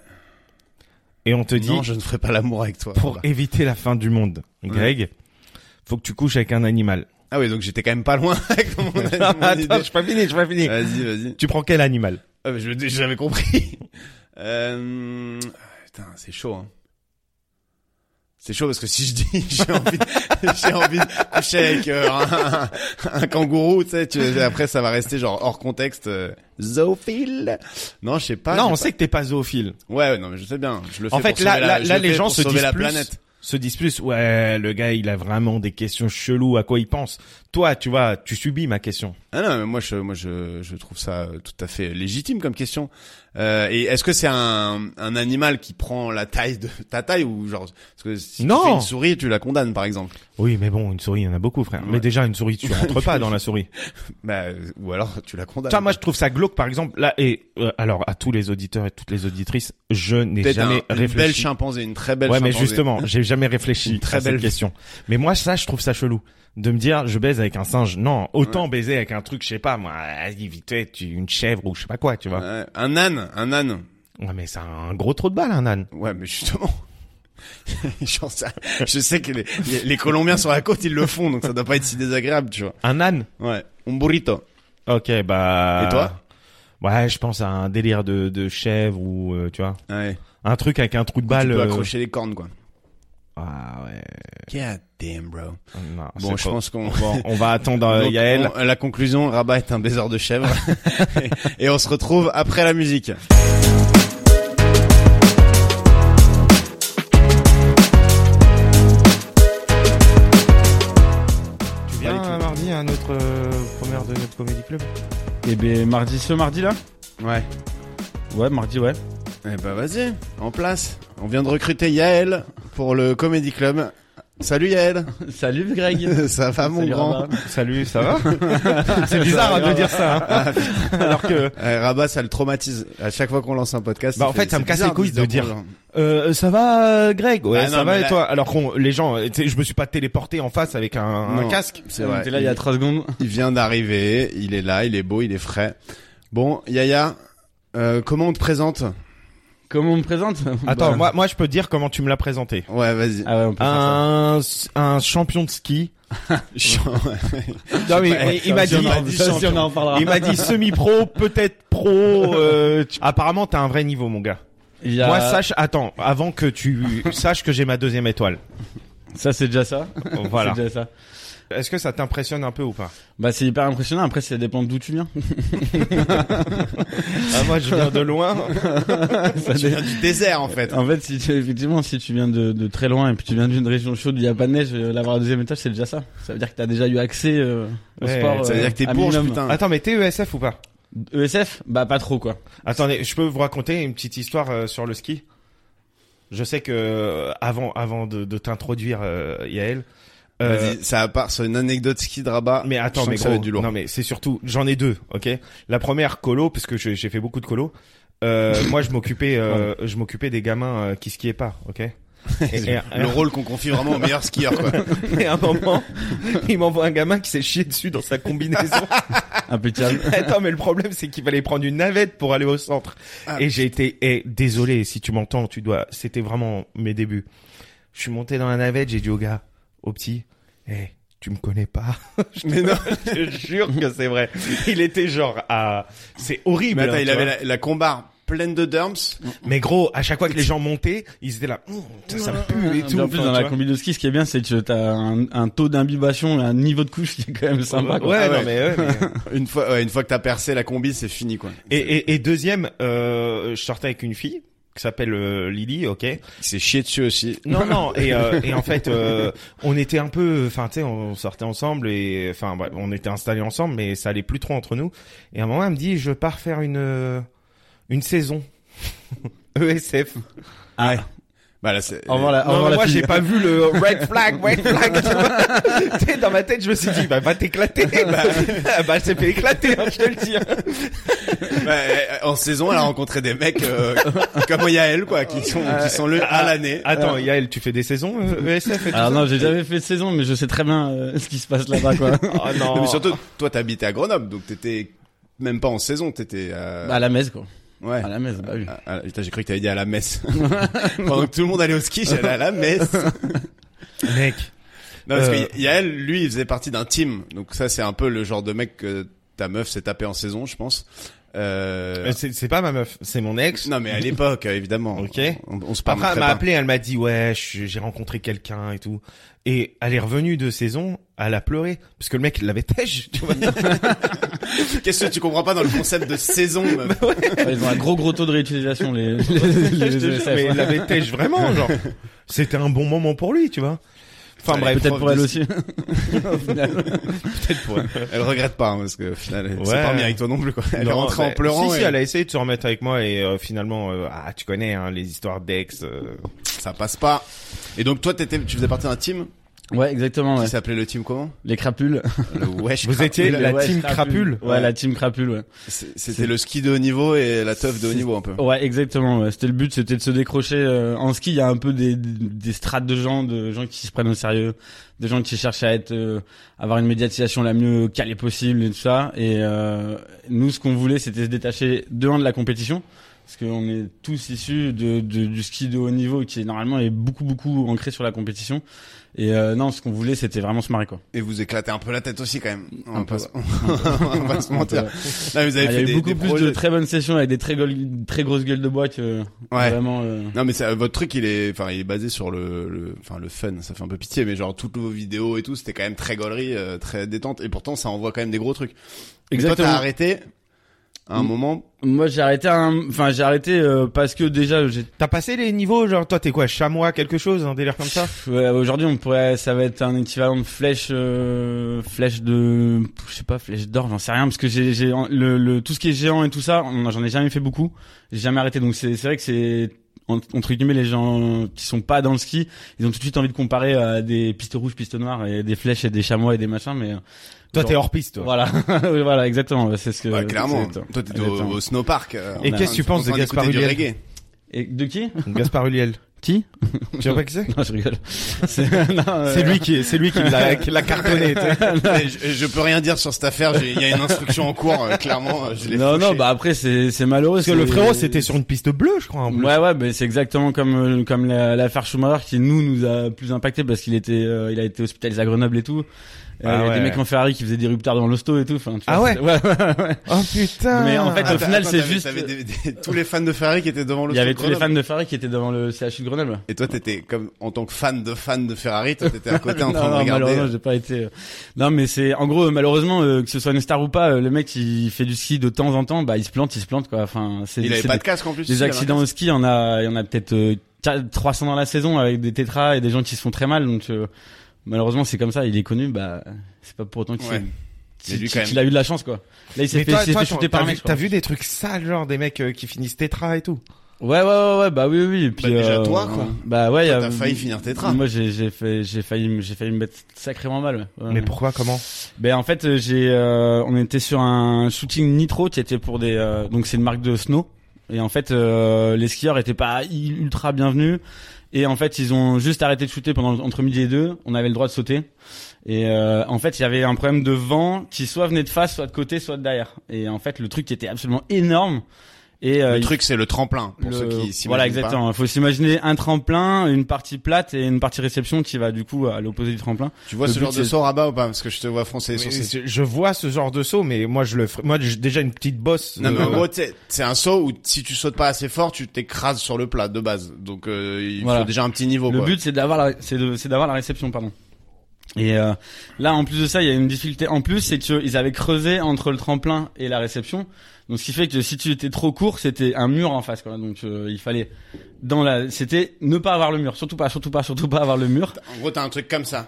Et on te dit, Non, je ne ferai pas l'amour avec toi. pour Voilà. éviter la fin du monde, Greg, faut que tu couches avec un animal. Ah oui, donc j'étais quand même pas loin avec mon, mon idée. attends, je pas fini, je pas fini. Vas-y, vas-y. Tu prends quel animal Ah, mais je- J'avais compris. euh... Putain, c'est chaud. Hein. C'est chaud parce que si je dis j'ai envie de- j'ai envie de coucher avec euh, un, un kangourou, tu sais, tu- après ça va rester genre hors contexte euh, zoophile. Non, je sais pas. non, on j'ai sait que t'es pas zoophile. pas- Ouais, ouais, non, mais je sais bien. Je le fais En fait, pour là, sauver la- là, je là, le les fais gens pour se sauver disent la plus, planète. se disent plus, ouais, le gars, il a vraiment des questions cheloues, à quoi il pense. Toi, tu vois, tu subis ma question. Ah non, mais moi je moi je je trouve ça euh, tout à fait légitime comme question. Euh, et est-ce que c'est un un animal qui prend la taille de ta taille ou genre parce que si Non. tu fais une souris, tu la condamnes par exemple. Oui, mais bon, une souris, il y en a beaucoup, frère. Ouais. Mais déjà, une souris, tu rentres pas dans la souris. Bah euh, ou alors tu la condamnes. Tu vois, moi, je trouve ça glauque, par exemple, là, et, euh, alors, à tous les auditeurs et toutes les auditrices, je n'ai Peut-être un- jamais une belle réfléchi. chimpanzée, une très belle ouais, mais chimpanzée. justement, j'ai jamais réfléchi Une très à cette belle- question. Mais moi, ça, je trouve ça chelou. De me dire, je baise avec un singe. Non, autant baiser avec un truc, je sais pas, moi, vas-y, vite fait, tu- une chèvre ou je sais pas quoi, tu vois. Ouais, un âne, un âne. Ouais, mais c'est un gros trou de balle, un âne. Ouais, mais justement. Genre ça- je sais que les, les- les Colombiens sur la côte, ils le font, donc ça doit pas être si désagréable, tu vois. Un âne? Ouais. Un burrito. Ok, bah. Et toi Ouais, je pense à un délire de, de chèvre ou, euh, tu vois. Ouais. Un truc avec un trou de balle. tu peux euh, accrocher les cornes, quoi. Ah ouais. God damn, bro. Non, Bon, Ah, c'est je trop. pense qu'on... Bon, on va attendre euh, Donc, Yael. on- la conclusion, Rabat est un baiser de chèvre. et, et on se retrouve après la musique. Tu viens euh, mardi à notre euh, première de notre comédie club Et ben mardi, ce mardi là Ouais. Ouais, mardi, ouais. Eh bah vas-y, en place. On vient de recruter Yael pour le Comedy Club. Salut Yael. Salut Greg. ça va mon Salut, grand Rabat. Salut, ça va C'est bizarre hein, de dire ça. Ah, hein. Alors que Eh, Rabat, ça le traumatise. À chaque fois qu'on lance un podcast. Bah, il en fait, ça c'est me casse bizarre les couilles de dire. bonjour. euh, ça va euh, Greg Ouais, Ah, non, ça va mais et là- toi Alors qu'on les gens, euh, tu sais, je me suis pas téléporté en face avec un, un Non, casque. C'est vrai. T'es là il y a 3 secondes. Il vient d'arriver. Il est là. Il est beau. Il est frais. Bon, Yaya, euh, comment on te présente Comment on me présente Attends, Bah, moi moi je peux te dire comment tu me l'as présenté. Ouais, vas-y. Ah ouais, on peut Un, un champion de ski. Non, mais, mais il m'a faire ça. dit, Ça, si on en- ça, si on en parlera. il m'a dit semi-pro, peut-être pro. euh, tu- Apparemment, t'as un vrai niveau, mon gars. Il y a- Moi, sache, attends, avant que tu saches que j'ai ma deuxième étoile. Ça, c'est déjà ça. Voilà. C'est déjà ça. Est-ce que ça t'impressionne un peu ou pas Bah, c'est hyper impressionnant. Après, ça dépend d'où tu viens. ah, Moi, je viens de loin. Ça Tu dé- viens du désert en fait. En fait, si tu, effectivement, si tu viens de, de très loin et puis tu viens d'une région chaude où il n'y a pas de neige, euh, l'avoir au deuxième étage, c'est déjà ça. Ça veut dire que t'as déjà eu accès euh, au Ouais, sport. Ça veut euh, dire que t'es à bourge, minimum. putain. Attends, mais t'es ESF ou pas ESF Bah, pas trop, quoi. Attendez, je peux vous raconter une petite histoire euh, sur le ski Je sais que euh, avant, avant de, de t'introduire, euh, Yael. euh, Vas-y, ça à part sur une anecdote ski de Rabat. Ah, Mais je attends, sens mais que ça va gros, être du lourd. non mais c'est surtout, j'en ai deux, ok. La première colo, parce que je- j'ai fait beaucoup de colo. Euh, moi, je m'occupais, euh, je m'occupais des gamins euh, qui skiaient pas, ok. Et, et- Le rôle qu'on confie vraiment au meilleur skieur quoi. et à un moment, il m'envoie un gamin qui s'est chié dessus dans sa combinaison. Impeccable. attends, mais le problème, c'est qu'il fallait prendre une navette pour aller au centre. Ah, et j'ai été, et désolé, si tu m'entends, tu dois. C'était vraiment mes débuts. Je suis monté dans la navette, j'ai dit au gars, au petit, Eh, tu me connais pas. mais non. Je te jure que c'est vrai. Il était genre à. C'est horrible. Mais attends, hein, il tu avait vois. la, la combarre pleine de derms. Mais gros, à chaque fois que les gens montaient, ils étaient là. Mmh, putain, ça pue et tout. en plus, enfin, dans tu la vois. combi de ski, ce qui est bien, c'est que t'as un, un taux d'imbibation et un niveau de couche qui est quand même sympa. quoi. Ouais, Ah non, ouais. mais, ouais, mais- Une fois, ouais, une fois que t'as percé la combi, c'est fini quoi. Et, et, et deuxième, euh, je sortais avec une fille qui s'appelle euh, Lily, ok. C'est chier dessus aussi. Non, non. Et, euh, et en fait, euh, on était un peu, enfin, tu sais, on sortait ensemble et, enfin, bref, on était installés ensemble, mais ça allait plus trop entre nous. Et à un moment, elle me dit, je pars faire une euh, une saison. ESF. Ah, Bah là, c'est. Au revoir la, au Non, revoir la moi fille. j'ai pas vu le red flag, red flag. tu vois. Tu sais, dans ma tête, je me suis dit, bah va t'éclater. Bah, bah elle s'est fait éclater, hein, je te le dis. Bah, euh, en saison, elle a rencontré des mecs euh, comme Yael, quoi, qui sont qui sont le à l'année. Ah, Attends, Yael, tu fais des saisons euh, ESF et tout Alors ça non, j'ai jamais fait de saison, mais je sais très bien euh, ce qui se passe là-bas, quoi. Oh, non. Ah, Non, mais surtout, toi, t'habitais à Grenoble, donc t'étais même pas en saison, t'étais. euh, Bah, à la messe, quoi. ouais. À la messe, bah oui. Ah, ah, putain, j'ai cru que t'avais dit à la messe. Pendant que tout le monde allait au ski, j'allais à la messe. mec. Non, parce Euh. que Yael, lui, il faisait partie d'un team. Donc ça, c'est un peu le genre de mec que ta meuf s'est tapé en saison, je pense. Euh, Euh, C'est c'est pas ma meuf, c'est mon ex. Non, mais à l'époque, euh, évidemment. Ok. On, on se parle Après, elle m'a appelé, elle m'a dit ouais, je- j'ai rencontré quelqu'un et tout. Et elle est revenue de saison, elle a pleuré parce que le mec il l'avait têche. Tu vois Qu'est-ce que tu comprends pas dans le concept de saison meuf Ouais, ils ont un gros gros taux de réutilisation les, les, les Je te jure, ESF. mais il l'avait têche vraiment, genre. C'était un bon moment pour lui, tu vois. Enfin bref, Peut-être pour elle aussi. Peut-être pour elle. Elle regrette pas, hein, parce que au final, elle s'est Ouais. pas remis avec toi non plus, quoi. Elle est Non, rentrée en mais- pleurant. Si, si, et elle a essayé de se remettre avec moi et euh, finalement, euh, ah, tu connais hein, les histoires d'ex. euh, Ça passe pas. Et donc, toi, t'étais, tu faisais partie d'un team Ouais, exactement. Ouais. qui s'appelait le team comment Les crapules. Le Wesh. Vous Crap. étiez Le- la ouais, team crapule. Ouais, la team crapule. Ouais, C'est- C'était le ski de haut niveau et la teuf de haut C'est- niveau un peu. ouais exactement. Ouais. C'était le but, c'était de se décrocher. euh, en ski, il y a un peu des, des des strates de gens, de gens qui se prennent au sérieux, de gens qui cherchent à être, euh, avoir une médiatisation la mieux calée possible et tout ça. Et euh, nous, ce qu'on voulait, c'était se détacher de un de la compétition. Parce qu'on est tous issus de, de- du ski de haut niveau qui est normalement est beaucoup beaucoup ancré sur la compétition. Et euh, non, ce qu'on voulait, c'était vraiment se marrer quoi. Et vous éclatez un peu la tête aussi quand même. On Un va pas peu, se- on va se mentir. Donc, euh, Là, vous avez Il y fait a eu des, beaucoup des plus projets. de très bonnes sessions avec des très, gueules- très grosses gueules de bois que Ouais. vraiment. euh, Non mais ça, votre truc il est enfin il est basé sur le le- enfin le fun ça fait un peu pitié mais genre toutes vos vidéos et tout c'était quand même très gaulerie euh, très détente et pourtant ça envoie quand même des gros trucs. Mais Exactement. Toi t'as arrêté à un Mm. moment Moi j'ai arrêté, un- enfin j'ai arrêté euh, parce que déjà j'ai. T'as passé les niveaux, genre toi t'es quoi, chamois, quelque chose, un délire comme ça Ouais, Aujourd'hui on pourrait, ça va être un équivalent de flèche, euh, flèche de, je sais pas, flèche d'or, j'en sais rien parce que j'ai, j'ai le, le tout ce qui est géant et tout ça, on- j'en ai jamais fait beaucoup, j'ai jamais arrêté donc c'est c'est vrai que c'est en- entre guillemets les gens qui sont pas dans le ski, ils ont tout de suite envie de comparer à des pistes rouges, pistes noires et des flèches et des chamois et des machins mais. euh, Toi genre- t'es hors piste. Toi. Voilà, voilà, exactement. C'est ce que. ouais, Bah, clairement Euh, c'est- toi t'étais au, Exactement. au snowpark. euh, Et on a- qu'est-ce que tu on est en penses de train d'écouter Gaspard du Ulliel reggae. Et de qui Gaspard Ulliel. Qui Tu vois pas qui c'est Non, je rigole. C'est non, euh, C'est lui qui, c'est lui qui l'a, qui l'a cartonné. tu sais. Mais je, je peux rien dire sur cette affaire j'ai- il y a une instruction en cours euh, clairement euh, je l'ai. Non, non, fauché. bah après c'est c'est malheureux Parce que le frérot c'était sur une piste bleue, je crois. En plus. Ouais, ouais, mais c'est exactement comme euh, comme la- l'affaire Schumacher qui nous nous a plus impacté parce qu'il était euh, il a été hospitalisé à Grenoble et tout. Euh, Il Ah y a ouais. des mecs en Ferrari qui faisaient des ruptures dans l'hosto et tout. Enfin, tu vois, Ah ouais c'est- ouais, ouais. Oh putain. Ah. Mais en fait, Attends, au final, attends, c'est t'avais- juste- t'avais des- des- tous les fans de Ferrari qui étaient devant le Il y avait stade tous les Grenoble. fans de Ferrari qui étaient devant le CHU de Grenoble. Et toi t'étais comme en tant que fan de fan de Ferrari toi t'étais à côté en non, train de non, regarder. malheureusement, j'ai pas été. euh, Non, mais c'est en gros euh, malheureusement euh, que ce soit une star ou pas, euh, le mec il fait du ski de temps en temps, bah il se plante, il se plante quoi. Enfin, c'est Il avait c'est pas des- de casque en plus. Des il avait un accidents au ski, il y en a, il y en a peut-être euh, quatre- 300 dans la saison avec des tétras et des gens qui se font très mal. Donc euh, malheureusement, c'est comme ça. Il est connu, bah c'est pas pour autant qu'il Ouais. qu'il- Mais lui, qu'il- quand même. qu'il a eu de la chance quoi. Là, il s'est Mais fait, toi, il s'est toi, fait t'as- shooter par t'as un vu- mec. je T'as crois. vu des trucs sales, genre des mecs euh, qui finissent tétra et tout. Ouais, ouais, ouais, ouais, bah oui, oui, oui. Et puis Bah, déjà, euh, toi, quoi. Bah ouais, il y a- T'as failli finir tétra. Moi, j'ai j'ai fait, j'ai failli, me- j'ai failli me mettre sacrément mal. ouais. Ouais. Mais pourquoi, comment Ben en fait euh, j'ai euh, on était sur un shooting nitro qui était pour des euh, donc c'est une marque de snow et en fait euh, les skieurs étaient pas i- ultra bienvenus et en fait ils ont juste arrêté de shooter pendant entre midi et deux on avait le droit de sauter et euh, en fait il y avait un problème de vent qui soit venait de face soit de côté soit de derrière et en fait le truc était absolument énorme et euh, Le il- truc, c'est le tremplin, pour le- ceux qui s'imaginent Voilà, pas. exactement. Il faut s'imaginer un tremplin, une partie plate et une partie réception qui va du coup à l'opposé du tremplin. Tu vois Le ce but, genre de c'est- sort à bas ou pas Parce que je te vois froncer les Mais sourcils. je- Je vois ce genre de saut, mais moi je le, ferais- moi j'ai déjà une petite bosse. Non, euh, mais en gros, t'sais, c'est un saut où si tu sautes pas assez fort, tu t'écrases sur le plat de base. Donc, euh, il Voilà. faut déjà un petit niveau. Le quoi. but c'est d'avoir la c'est de- c'est d'avoir la réception pardon. Et euh, là en plus de ça, il y a une difficulté en plus, c'est qu'ils avaient creusé entre le tremplin et la réception. Donc ce qui fait que si tu étais trop court, c'était un mur en face quoi. Donc euh, il fallait dans la c'était ne pas avoir le mur, surtout pas surtout pas surtout pas avoir le mur. En gros, t'as un truc comme ça.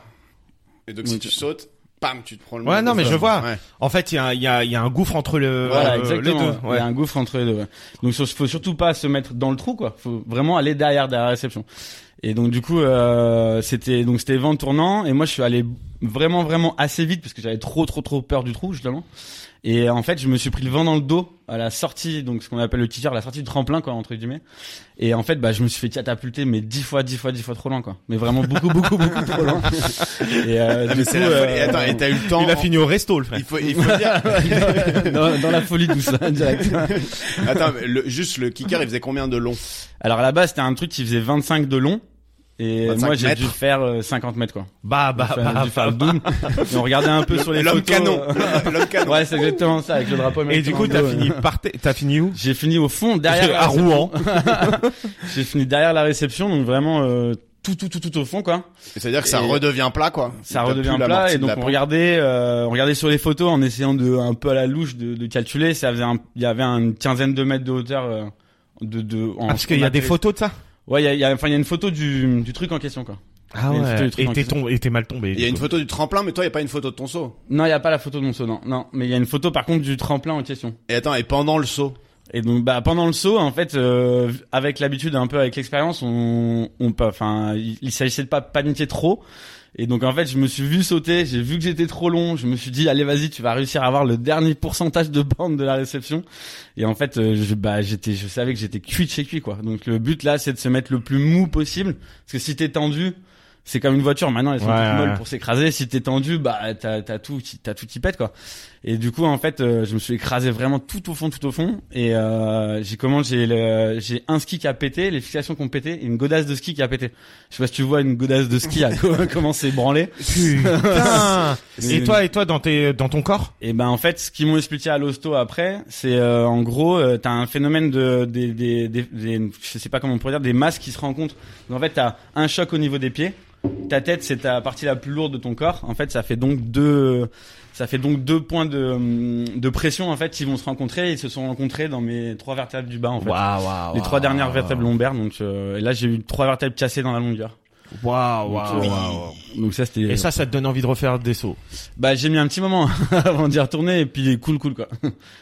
Et donc, si Donc- tu sautes, pam, tu te prends le Ouais, mur non, de mais je face. vois. Ouais. En fait, il y a, il y, a, il y a un gouffre entre le, Voilà, euh, exactement. les deux. Il y ouais. a un gouffre entre les deux. ouais. Donc sur- faut surtout pas se mettre dans le trou quoi. Faut vraiment aller derrière derrière la réception. Et donc du coup euh, c'était donc c'était vent tournant et moi je suis allé vraiment vraiment assez vite parce que j'avais trop trop trop peur du trou justement. Et en fait, je me suis pris le vent dans le dos à la sortie donc ce qu'on appelle le teaser, la sortie du tremplin quoi entre guillemets. Et en fait, bah je me suis fait catapulter mais dix fois dix fois dix fois trop loin quoi. Mais vraiment beaucoup beaucoup beaucoup trop loin. Et euh, Ah, du mais coup, c'est la folie. euh, Et attends, et t'as eu le temps. Il a en- fini au resto, le frère. Il faut, il faut dire. dans, dans la folie douce là, direct. Attends, mais le- juste le kicker, il faisait combien de long Alors à la base, c'était un truc qui faisait 25 de long. Et 25 moi, j'ai mètres. dû faire euh, 50 mètres, quoi. Bah, bah, J'ai bah, dû faire le double. Et on regardait un peu sur les L'homme photos. canon. euh, L'homme canon. Ouais, c'est exactement ça, avec le drapeau Et du américain coup, en t'as dos, fini euh. par, t- t'as fini où? J'ai fini au fond, derrière. euh, la à Rouen. J'ai fini derrière la réception, donc vraiment euh, tout, tout, tout, tout au fond, quoi. C'est-à-dire que ça Et- redevient plat, quoi. Ça T'as redevient plus la plat partie et de donc la on pente. regardait, euh, on regardait sur les photos en essayant de un peu à la louche de, de calculer. Ça faisait, un- il y avait une quinzaine de mètres de hauteur. euh, de, de, en- Ah, parce qu'il y a des photos de ça? Ouais, il y a, il y a- enfin il y a une photo du, du truc en question quoi. Ah Il y a une photo du truc Et en t'es question. tombé, et t'es mal tombé. Il du y a une coup. photo du tremplin, mais toi, il n'y a pas une photo de ton saut. Non, il y a pas la photo de mon saut, non, non. Mais il y a une photo par contre du tremplin en question. Et attends, et pendant le saut. Et donc bah pendant le saut en fait euh, avec l'habitude un peu avec l'expérience on on peut enfin il, il s'agissait de pas paniquer trop et donc en fait je me suis vu sauter, j'ai vu que j'étais trop long, je me suis dit allez vas-y tu vas réussir à avoir le dernier pourcentage de bornes de la réception et en fait euh, je bah j'étais je savais que j'étais cuit de chez cuit quoi. Donc le but là c'est de se mettre le plus mou possible parce que si t'es tendu c'est comme une voiture maintenant elles sont Ouais, toutes molles ouais. pour s'écraser si t'es tendu bah t'as t'as tout qui- t'as tout qui pète quoi et du coup, en fait, euh, je me suis écrasé vraiment tout au fond, tout au fond. Et euh, j'ai comment j'ai le- j'ai un ski qui a pété, les fixations qui ont pété, et une godasse de ski qui a pété. Je sais pas si tu vois une godasse de ski à co- comment c'est branlé. Putain! C'est- et toi, et toi, dans tes, dans ton corps? Et ben en fait, ce qu'ils m'ont expliqué à l'hosto après, c'est euh, en gros, euh, t'as un phénomène de des, des, des, des- je sais pas comment on pourrait dire des masses qui se rencontrent. Donc, en fait, t'as un choc au niveau des pieds. Ta tête, c'est ta partie la plus lourde de ton corps. En fait, ça fait donc deux ça fait donc deux points de, hum, de pression en fait qui vont se rencontrer. Ils se sont rencontrés dans mes trois vertèbres du bas en fait. Waouh, waouh, Les trois waouh, dernières waouh. vertèbres lombaires, donc euh, et là j'ai eu trois vertèbres cassées dans la longueur. Waouh, waouh, Oui. waouh. Donc ça c'était. Et ça, ça te donne envie de refaire des sauts. Bah j'ai mis un petit moment avant d'y retourner et puis cool cool quoi.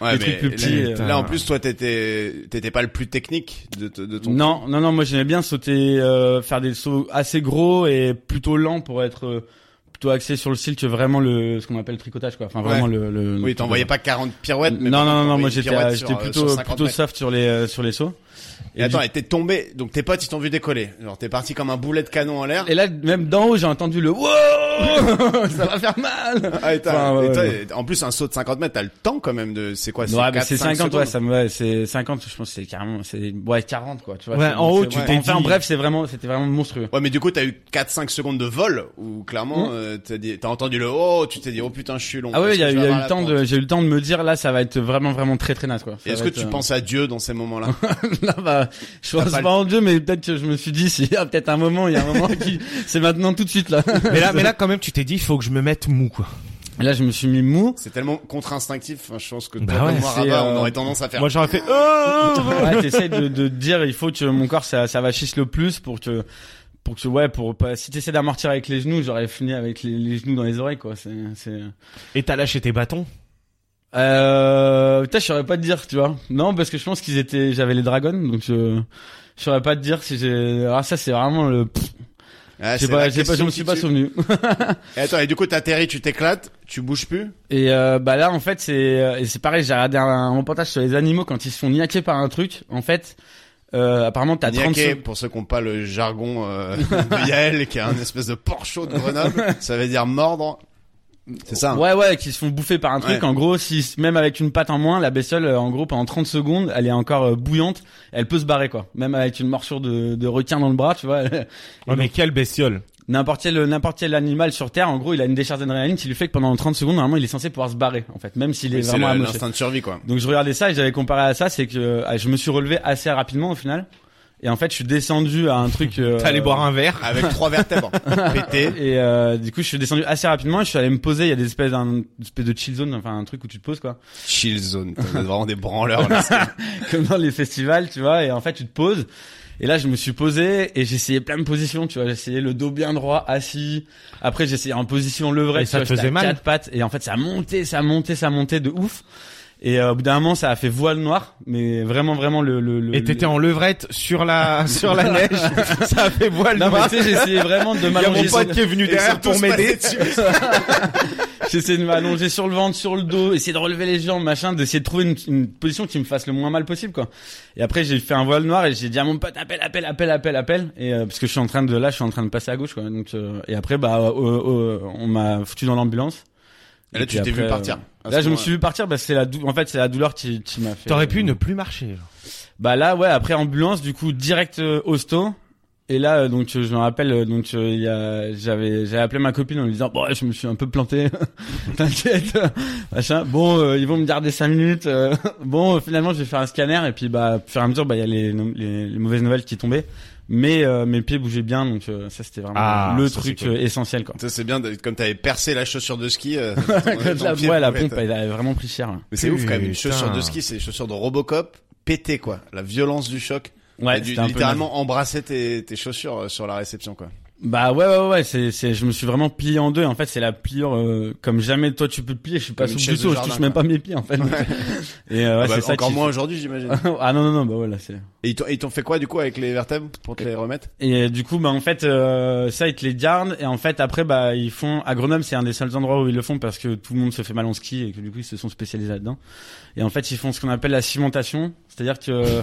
Ouais, Les trucs plus là- petits, Là, euh, en plus, toi, t'étais, t'étais pas le plus technique de, t- de ton. Non, non, non, moi j'aimais bien sauter, euh, faire des sauts assez gros et plutôt lents pour être euh, plutôt axé sur le style que vraiment le, ce qu'on appelle le tricotage quoi. Enfin vraiment le, le. Oui, t'envoyais pas 40 pirouettes. mais Non, par non, contre, non, non, moi t'envoyais une j'étais, pirouette euh, sur, j'étais euh, plutôt, sur 50 plutôt mètres. soft sur les, euh, sur les sauts. Et attends, du- et t'es tombé, donc tes potes, ils t'ont vu décoller. Genre, t'es parti comme un boulet de canon en l'air. et là même d'en haut j'ai entendu le wow, ça va faire mal. Ah, et t'as- Enfin, et ouais, toi, ouais. et- en plus, un saut de 50 mètres, t'as le temps quand même de, c'est quoi, ouais, mais quatre, c'est cinq 50, ouais, secondes ça me, ouais, c'est 50, je pense que c'est carrément, c'est, ouais, 40, quoi, tu vois. Ouais, c'est- en haut, c'est- tu ouais. t'es Enfin, dit- bref, c'est vraiment, c'était vraiment monstrueux. Ouais, mais du coup, t'as eu 4-5 secondes de vol, où clairement, euh, t'as dit- t'as entendu le oh, tu t'es dit, oh putain, je suis long. Hmm. Ah ouais, Est-ce il y a, que il je vais y a eu avoir le la temps pente de, j'ai eu le temps de me dire, là, ça va être vraiment, vraiment très, très naze, quoi. Et Ça Est-ce va que être, tu euh, penses à Dieu dans ces moments-là Non, bah, je T'as pense pas pas, le- en Dieu, mais peut-être que je me suis dit, s'il y a peut-être un moment, il y a un moment qui, c'est maintenant tout de suite, là. Mais là, mais là, quand même, tu t'es dit, il faut que je me mette mou, quoi. Et là, je me suis mis mou. C'est tellement contre-instinctif, enfin, je pense que Bah toi, comme ouais, moi, c'est, Rabat, on euh, aurait tendance à faire. Moi, j'aurais fait, oh, Ouais, t'essayes de, de te dire, il faut que mon corps, ça, ça vachisse le plus pour que, pour que, ouais, pour pas, si t'essaies d'amortir avec les genoux, j'aurais fini avec les, les genoux dans les oreilles, quoi. C'est, c'est, Et t'as lâché tes bâtons. Euh, putain, je saurais pas te dire, tu vois. Non, parce que je pense qu'ils étaient, j'avais les dragons, donc je, je saurais pas te dire si j'ai, ah, ça, c'est vraiment le, pff, Ah, je sais c'est pas, la je sais pas, je question me qui suis pas tue. souvenu. Et attends, et du coup, t'atterris, tu t'éclates, tu bouges plus. Et, euh, bah là, en fait, c'est, euh, et c'est pareil, j'ai regardé un, un reportage sur les animaux quand ils se font niaquer par un truc, en fait, euh, apparemment, t'as 30 Niaquer, secondes. pour ceux qui n'ont pas le jargon euh, de Yael, qui est un espèce de porcho de Grenoble, ça veut dire mordre. C'est ça. hein. Ouais, ouais, qui se font bouffer par un truc. Ouais. En gros, si, même avec une patte en moins, la bestiole, euh, en gros, pendant 30 secondes, elle est encore euh, bouillante, elle peut se barrer, quoi. Même avec une morsure de, de requin dans le bras, tu vois, elle- Oh, mais quelle bestiole. N'importe quel, euh, n'importe quel animal sur Terre, en gros, il a une décharge d'adrénaline qui lui fait que pendant 30 secondes, normalement, il est censé pouvoir se barrer, en fait, même s'il est Oui, C'est vraiment le- amoché. l'instinct de survie, quoi. Donc je regardais ça et j'avais comparé à ça, c'est que euh, je me suis relevé assez rapidement au final. Et en fait, je suis descendu à un truc. euh, T'allais boire un verre. Avec trois vertèbres pétées. Et euh, du coup, je suis descendu assez rapidement. et Je suis allé me poser. Il y a des espèces d'un une espèce de chill zone, enfin un truc où tu te poses quoi, Chill zone. Vous êtes vraiment des branleurs, là. comme dans les festivals, tu vois. Et en fait, tu te poses. Et là, je me suis posé et j'ai essayé plein de positions. Tu vois, j'ai essayé le dos bien droit, assis. Après, j'ai essayé en position levrée. Et tu ça vois, te faisait j'étais à mal Quatre pattes. Et en fait, ça montait, ça montait, ça montait de ouf. Et euh, au bout d'un moment, ça a fait voile noire, mais vraiment, vraiment le. le, le Et t'étais en levrette sur la, sur la neige. Ça a fait voile Non mais noire. tu sais, j'essayais vraiment de Il y a mon m'allonger. Sur... pote qui est Et venu ça derrière tous pour m'aider. passés dessus. J'essayais de m'allonger sur le ventre, sur le dos, essayer de relever les jambes, machin, d'essayer de trouver une, une position qui me fasse le moins mal possible, quoi. Et après, j'ai fait un voile noir et j'ai dit à mon pote appel, appel, appel, appel, appel, et euh, parce que je suis en train de là, je suis en train de passer à gauche, quoi. Donc euh, et après, bah, euh, euh, on m'a foutu dans l'ambulance. Et là, Et tu puis t'es vu après, partir. Ah, euh, À Là, ce je me moment-là. suis vu partir parce que c'est la dou- en fait, c'est la douleur qui, qui m'a fait. euh, T'aurais pu ne plus marcher. Bah là, ouais, après ambulance, du coup, direct euh, hosto. Et là, euh, donc, euh, je me rappelle, euh, donc, euh, il y a- j'avais, j'avais appelé ma copine en lui disant, bon, je me suis un peu planté, t'inquiète, machin. Bon, euh, ils vont me garder cinq minutes. euh, bon, euh, finalement, je vais faire un scanner et puis, bah, au fur et à mesure, bah, il y a les, nom- les, les mauvaises nouvelles qui tombaient, mais euh, mes pieds bougeaient bien, donc euh, ça, c'était vraiment Ah, le ça, truc c'est cool. euh, essentiel, quoi. Ça c'est bien, de- comme t'avais percé la chaussure de ski. euh, ton la, pied ouais, la pouvait être- pompe, elle avait vraiment pris cher. là. Mais c'est ouf quand même, une Putain. chaussure de ski, c'est une chaussure de Robocop, pété quoi. La violence du choc. T'as Ouais, dû c'était un peu naze. littéralement embrasser tes, tes chaussures euh, sur la réception quoi. Bah ouais ouais ouais, c'est c'est je me suis vraiment plié en deux en fait, c'est la pliure euh, comme jamais toi tu peux te plier, je suis pas Comme une souple chaise du de tout, je jardin, touche même quoi. pas mes pieds en fait. Et euh, ouais, Ah bah, c'est ça encore qui- moins aujourd'hui j'imagine. ah non non non, bah voilà, c'est Et ils t'ont- ils t'ont fait quoi du coup avec les vertèbres pour te les remettre Et euh, du coup, bah en fait, euh, ça ils te les gardent et en fait après bah ils font à Grenoble, c'est un des seuls endroits où ils le font parce que tout le monde se fait mal en ski et que du coup ils se sont spécialisés là-dedans. Et en fait, ils font ce qu'on appelle la cimentation, c'est-à-dire que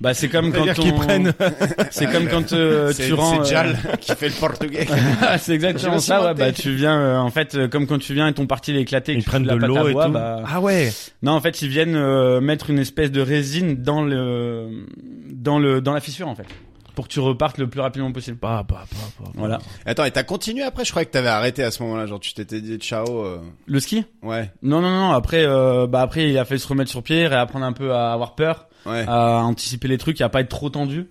bah c'est comme quand C'est-à-dire qu'ils on- prennent- c'est comme quand euh, C'est- tu rends euh, C'est Jal qui fait le portugais. Ah, c'est exactement Je me suis ça. Ouais, menté. bah tu viens euh, en fait euh, comme quand tu viens et ton parti il est éclaté, et que Ils tu prennent fous de la pâte à l'eau et voix, tout. bah, Ah ouais. Non, en fait, ils viennent euh, mettre une espèce de résine dans le dans le dans la fissure en fait, pour que tu repartes le plus rapidement possible. Bah, bah, bah, bah, bah. Voilà. Attends, et t'as continué après Je croyais que t'avais arrêté à ce moment-là, genre tu t'étais dit ciao. euh, Le ski Ouais, Non, non, non. Après, euh, bah après, il a fallu se remettre sur pied, réapprendre un peu à avoir peur, ouais. à anticiper les trucs, et à pas être trop tendu.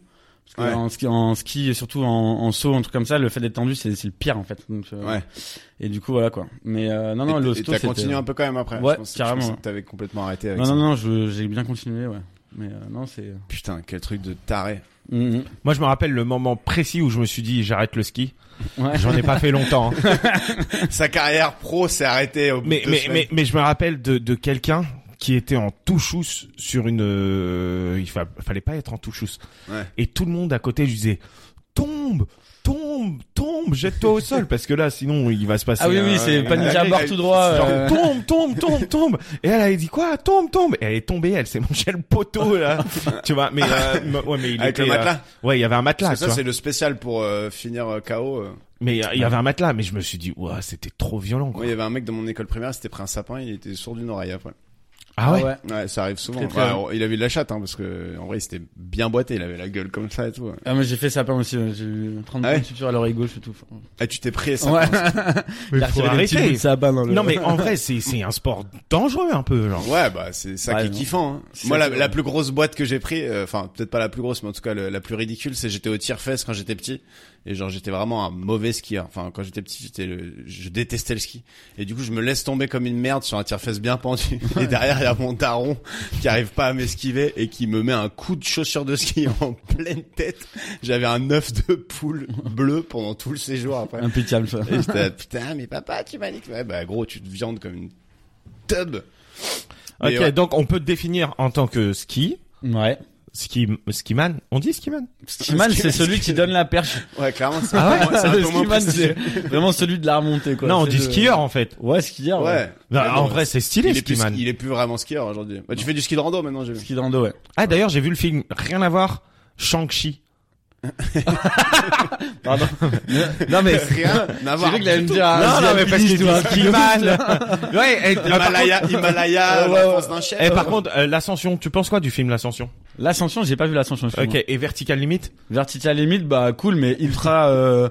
Parce que Ouais. en, ski, en ski, et surtout en, en saut, un truc comme ça, le fait d'être tendu, c'est c'est le pire en fait. Donc, euh, Ouais. Et du coup, voilà quoi. Mais euh, non, non, Et le t- et sto, t'as c'était- continué un peu quand même après. Ouais, je pensais, je carrément, pensais ouais. que t'avais complètement arrêté avec Non, ça. non, non, je- j'ai bien continué, ouais. Mais euh, non, c'est. Putain, quel truc de taré. Mm, mm. Moi, je me rappelle le moment précis où je me suis dit, j'arrête le ski. Ouais. J'en ai pas fait longtemps. hein. Sa carrière pro s'est arrêtée au bout mais, de deux mais, semaines. mais, mais je me rappelle de, de quelqu'un qui était en touchous sur une, euh, il fa- fallait pas être en touchous. Ouais. Et tout le monde à côté lui disait, tombe, tombe, tombe, jette-toi au sol parce que là, sinon, il va se passer. Ah oui, un- oui, c'est un- panique à un- bord un- tout droit. Genre, euh, tombe, tombe, tombe, tombe. Et elle, elle dit quoi Tombe, tombe. Et elle est tombée, elle s'est mangée le poteau là. tu vois, mais euh, m- ouais, mais il Avec était, le matelas. euh, ouais, il y avait un matelas. Parce que tu ça vois. c'est le spécial pour euh, finir euh, KO. euh. Mais euh, il y avait un matelas, mais je me suis dit, ouah, c'était trop violent. Quoi. Moi, il y avait un mec de mon école primaire, il s'était pris un sapin, il était sourd d'une oreille après. Ah ouais. Ouais, ça arrive souvent. Très, très Ouais, bien. on- il avait de la chatte, hein, parce que en vrai, il s'était bien boité, il avait la gueule comme ça et tout. Ah, moi j'ai fait sapin aussi, euh, j'ai eu 30 Ah ouais points de suture à l'oreille gauche et tout. Enfin, Et tu t'es pris ça. Ouais, Mais il a retiré des petits bouts de sapin dans le. Non mais en vrai, c'est c'est un sport dangereux un peu genre. Ouais, bah c'est ça Ouais, qui est non. kiffant. hein. C'est- Moi, la, ouais. la plus grosse boîte que j'ai pris, euh, enfin peut-être pas la plus grosse, mais en tout cas le- la plus ridicule, c'est j'étais au tir fesse quand j'étais petit. Et genre j'étais vraiment un mauvais skieur. Enfin quand j'étais petit, j'étais le- je détestais le ski. Et du coup je me laisse tomber comme une merde sur un tir fesse bien pendu. Et derrière il y a mon daron qui arrive pas à m'esquiver et qui me met un coup de chaussure de ski en pleine tête. J'avais un œuf de poule bleu pendant tout le séjour après. Impeccable ça. Et j'étais là, putain mais papa tu m'as dit que- ouais bah gros tu te viandes comme une tub. Ok, Mais ouais. donc on peut te définir en tant que ski, Ouais. ski skiman. On dit skiman. Skiman, c'est celui qui donne la perche. Ouais, clairement, c'est Ah un ouais peu moins- c'est un peu Le moins skiman, c'est prestigieux. vraiment celui de la remontée quoi. non, on C'est dit le- skieur en fait. Ouais, skieur. Ouais. Ouais. Non, Mais en bon, vrai, c'est il stylé est, plus, skiman. il est plus vraiment skieur aujourd'hui. Bah, tu fais du ski de rando maintenant, j'ai vu. Ski de rando, ouais. Ah d'ailleurs, j'ai vu le film rien à voir Shang-Chi. Pardon. non mais. Rien à J'ai voir. cru qu'il allait me dire. non, non, mais parce qu'il hein. dit skiman. ouais, et, ah, par contre, Himalaya, Himalaya, Ouais, ouais, l'enfance ouais. d'un chef. eh, par contre, euh, l'ascension, tu penses quoi du film l'ascension L'ascension, j'ai pas vu l'ascension. excuse-moi. OK, et vertical limite Vertical limite, bah cool, mais ultra, euh,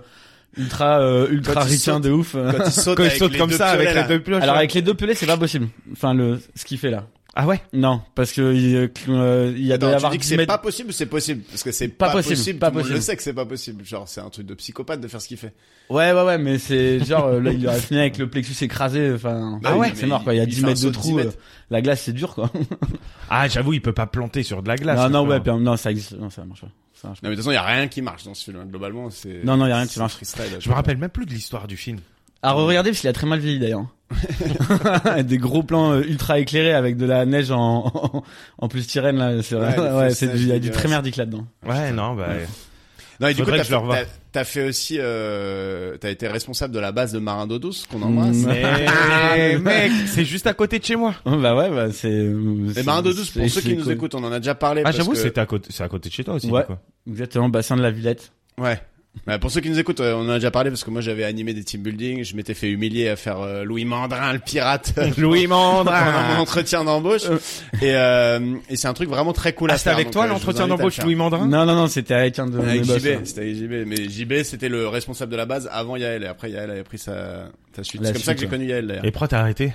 ultra, euh, ultra Quand il ricain saute. de ouf. Quand il saute, Quand il avec saute les comme deux ça avec piolets, là. la deux pioches, Alors ouais. avec les deux pelés, c'est pas possible. Enfin le ce qu'il fait là. Ah ouais. Non, parce que euh, cl- euh, il y a Attends, doit y tu avoir dis que 10 c'est mètres- pas possible ou c'est possible Parce que c'est Pas pas, possible, pas tout le monde possible. le sait que c'est pas possible. Genre, c'est un truc de psychopathe de faire ce qu'il fait. Ouais ouais ouais, mais c'est genre euh, là il aurait fini avec le plexus écrasé. Enfin Ah ouais. c'est mort quoi. Il y a Il 10 fait un mètres saut de de 10 trou. euh, mètres. la glace c'est dur quoi. Ah, j'avoue, il peut pas planter sur de la glace. non non le ouais, plan. puis, euh, non ça existe, non ça marche pas. Ça marche pas. Non, mais de toute façon, il y a rien qui marche dans ce film. hein. Globalement, c'est. Non, non, y a rien qui c'est marche. freestyle, Je me rappelle même plus de l'histoire du film. À re-regarder parce qu'il a très mal vieilli d'ailleurs. Des gros plans euh, ultra éclairés avec de la neige en en, plus tyrène là. C'est vrai. Ouais, les Ouais, fausses c'est du- neiges il y a du dégueulasses. très merdique là dedans. Ouais, non, bah. Non, et du coup, Faudrait t'as que je fait, le revoie. t'as- t'as fait aussi, euh, t'as été responsable de la base de Marin d'eau douce qu'on embrasse. Mm. Mais Ah, mec, c'est juste à côté de chez moi. Oh, bah ouais bah c'est. Et Marin d'eau douce, pour ceux qui nous écoutent, on en a déjà parlé. Ah, parce j'avoue, que- c'était à côté, c'est à côté de chez toi aussi. Ouais. Quoi. Exactement bassin de la Villette. Ouais. Bah, pour ceux qui nous écoutent, euh, on en a déjà parlé parce que moi j'avais animé des team building, je m'étais fait humilier à faire euh, Louis Mandrin le pirate Louis pendant mon Mandrin. Ah, entretien d'embauche et, euh, et c'est un truc vraiment très cool à Ah, faire. c'était avec donc, toi euh, je vous l'entretien invite à le d'embauche faire. Louis bah, Mandrin Non, non, non, c'était avec un de mes Hein Avec boss. JB, c'était avec JB, mais JB c'était le responsable de la base avant Yael et après Yael avait pris sa, sa suite. La C'est comme ça que suite, j'ai connu Yael d'ailleurs. Et pourquoi t'as arrêté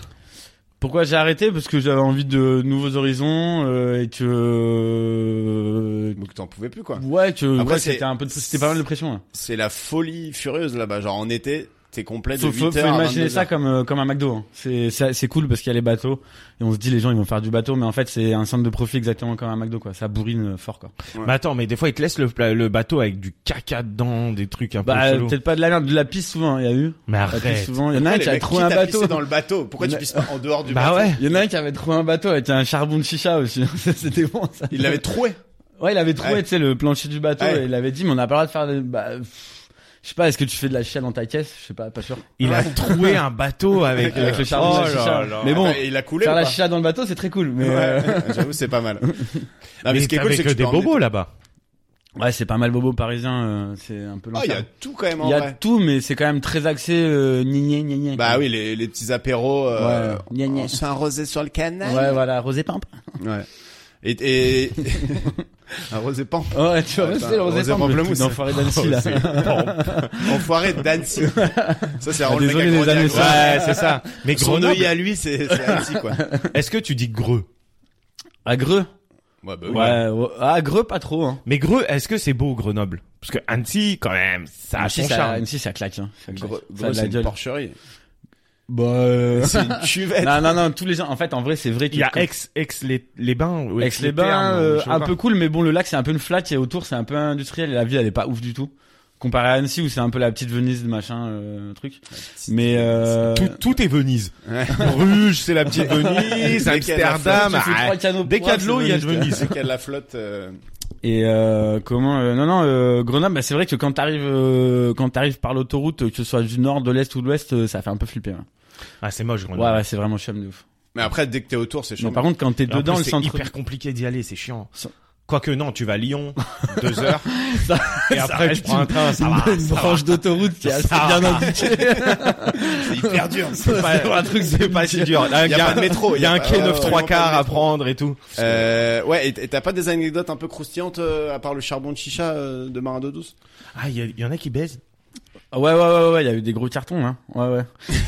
Pourquoi j'ai arrêté Parce que j'avais envie de nouveaux horizons euh, et que Donc t'en pouvais plus quoi. ouais que Après, ouais, c'est- c'était un peu de- c'était pas mal de pression. Hein. C'est la folie furieuse là-bas. Genre en été, t'es complet de Faut, 8 faut, h faut imaginer ça comme euh, comme un McDo. hein. C'est ça- c'est cool parce qu'il y a les bateaux et on se dit les gens ils vont faire du bateau, mais en fait c'est un centre de profit exactement comme un McDo quoi. Ça bourrine euh, fort quoi. Ouais. Mais attends, mais des fois ils te laissent le, pla- le bateau avec du caca dedans, des trucs un peu Bah chelous. peut-être pas de la merde, de la pisse souvent. Il y a eu. Mais De La pisse arrête. souvent. Il y en a un qui a trouvé un bateau. dans le bateau. Pourquoi tu pisses pas en dehors du Bah bateau ouais. Il y en a un qui avait trouvé un bateau avec un charbon de chicha aussi. hein. C'était bon ça. Il l'avait troué. Ouais, il avait trouvé, Ouais. tu sais, le plancher du bateau Ouais. et il avait dit, mais on n'a pas le droit de faire des... Bah, pff, je sais pas, est-ce que tu fais de la chicha dans ta caisse Je sais pas, pas sûr. Il a troué un bateau avec, Avec le charbon de la Oh là chicha. Ah, là. Mais bon, Attends, et il a coulé. faire ou la pas chicha dans le bateau, c'est très cool. Mais Ouais, euh, J'avoue, c'est pas mal. Non, mais, mais ce qui est cool, avec c'est que tu des peux emmener- bobos là-bas. ouais, c'est pas mal bobo parisien, euh, c'est un peu Ah, il y a l'enfer. tout quand même Il en y a vrai. tout, mais c'est quand même très axé euh, gna gna gna. Bah oui, les, les petits apéros. Euh, Ouais. Gna gna. on se fait un rosé sur le canal. Ouais, voilà, rosé pimp. Ouais. Et, et... un rosé pan. Ouais, tu vois, Attends, c'est le rosé rosé pimp, le pamplemousse. truc d'enfoiré d'Annecy, là. Enfoiré d'Annecy. Ça, c'est vraiment le mec Ah, à désolé, les Grenoble. amis, Ouais, ça. Ouais, c'est ça. Mais Son œil Grenoble, à lui, c'est c'est Annecy, quoi. est-ce que tu dis Greux À Greux Ouais, bah oui. Ouais, ouais. à Greux, pas trop, hein. Mais Greux, est-ce que c'est beau Grenoble Parce que Annecy, quand même, ça a Annecy, son ça, charme. Annecy, ça claque, hein. Ça claque. Gros, Ça a de la c'est une gueule. porcherie. Bah, euh, C'est une cuvette. non, non, non, tous les gens, en fait, en vrai, c'est vrai Il y a que- ex, ex les, les bains. ou Avec les Termes, bains, ou euh, je sais un pas. peu cool, mais bon, le lac c'est un peu une flatte et autour c'est un peu industriel et la ville elle est pas ouf du tout. Comparé à Annecy où c'est un peu la petite Venise de machin euh, truc. Mais euh, Tout, Ah, tout est Venise. Ouais. Bruges, c'est la petite Venise. Dès qu'il y a de la Amsterdam. flotte, tu fais ah, trois canaux Dès pour qu'il y a de voir, l'eau, c'est il y a de Venise, Venise. C'est qu'il y a de la flotte. euh, et euh, comment euh, non non euh, Grenoble bah, c'est vrai que quand t'arrives euh, quand t'arrives par l'autoroute euh, que ce soit du nord de l'est ou de l'ouest euh, ça fait un peu flipper. hein. Ah, c'est moche Grenoble. Ouais ouais, c'est vraiment chum de ouf. Mais après, dès que t'es autour, c'est Mais chiant. par contre quand t'es Et en dedans plus, le c'est centre hyper compliqué d'y aller, c'est chiant. Ça- Quoique non, tu vas à Lyon, deux heures, et après tu reste prends un train, ça va. une branche d'autoroute qui est assez Ça bien va. indiquée. C'est hyper dur. C'est pas un truc, Ah, c'est pas si dur. Là, Il y a pas de métro. Il y a un pas- quai euh, 9 vraiment trois pas de quarts à métro. prendre et tout. Euh, ouais, et t- et t'as pas des anecdotes un peu croustillantes euh, à part le charbon de chicha euh, de Marin d'eau douce Ah, il y, a- il y en a qui baisent Ouais ouais ouais ouais, il y a eu des gros cartons hein. Ouais ouais.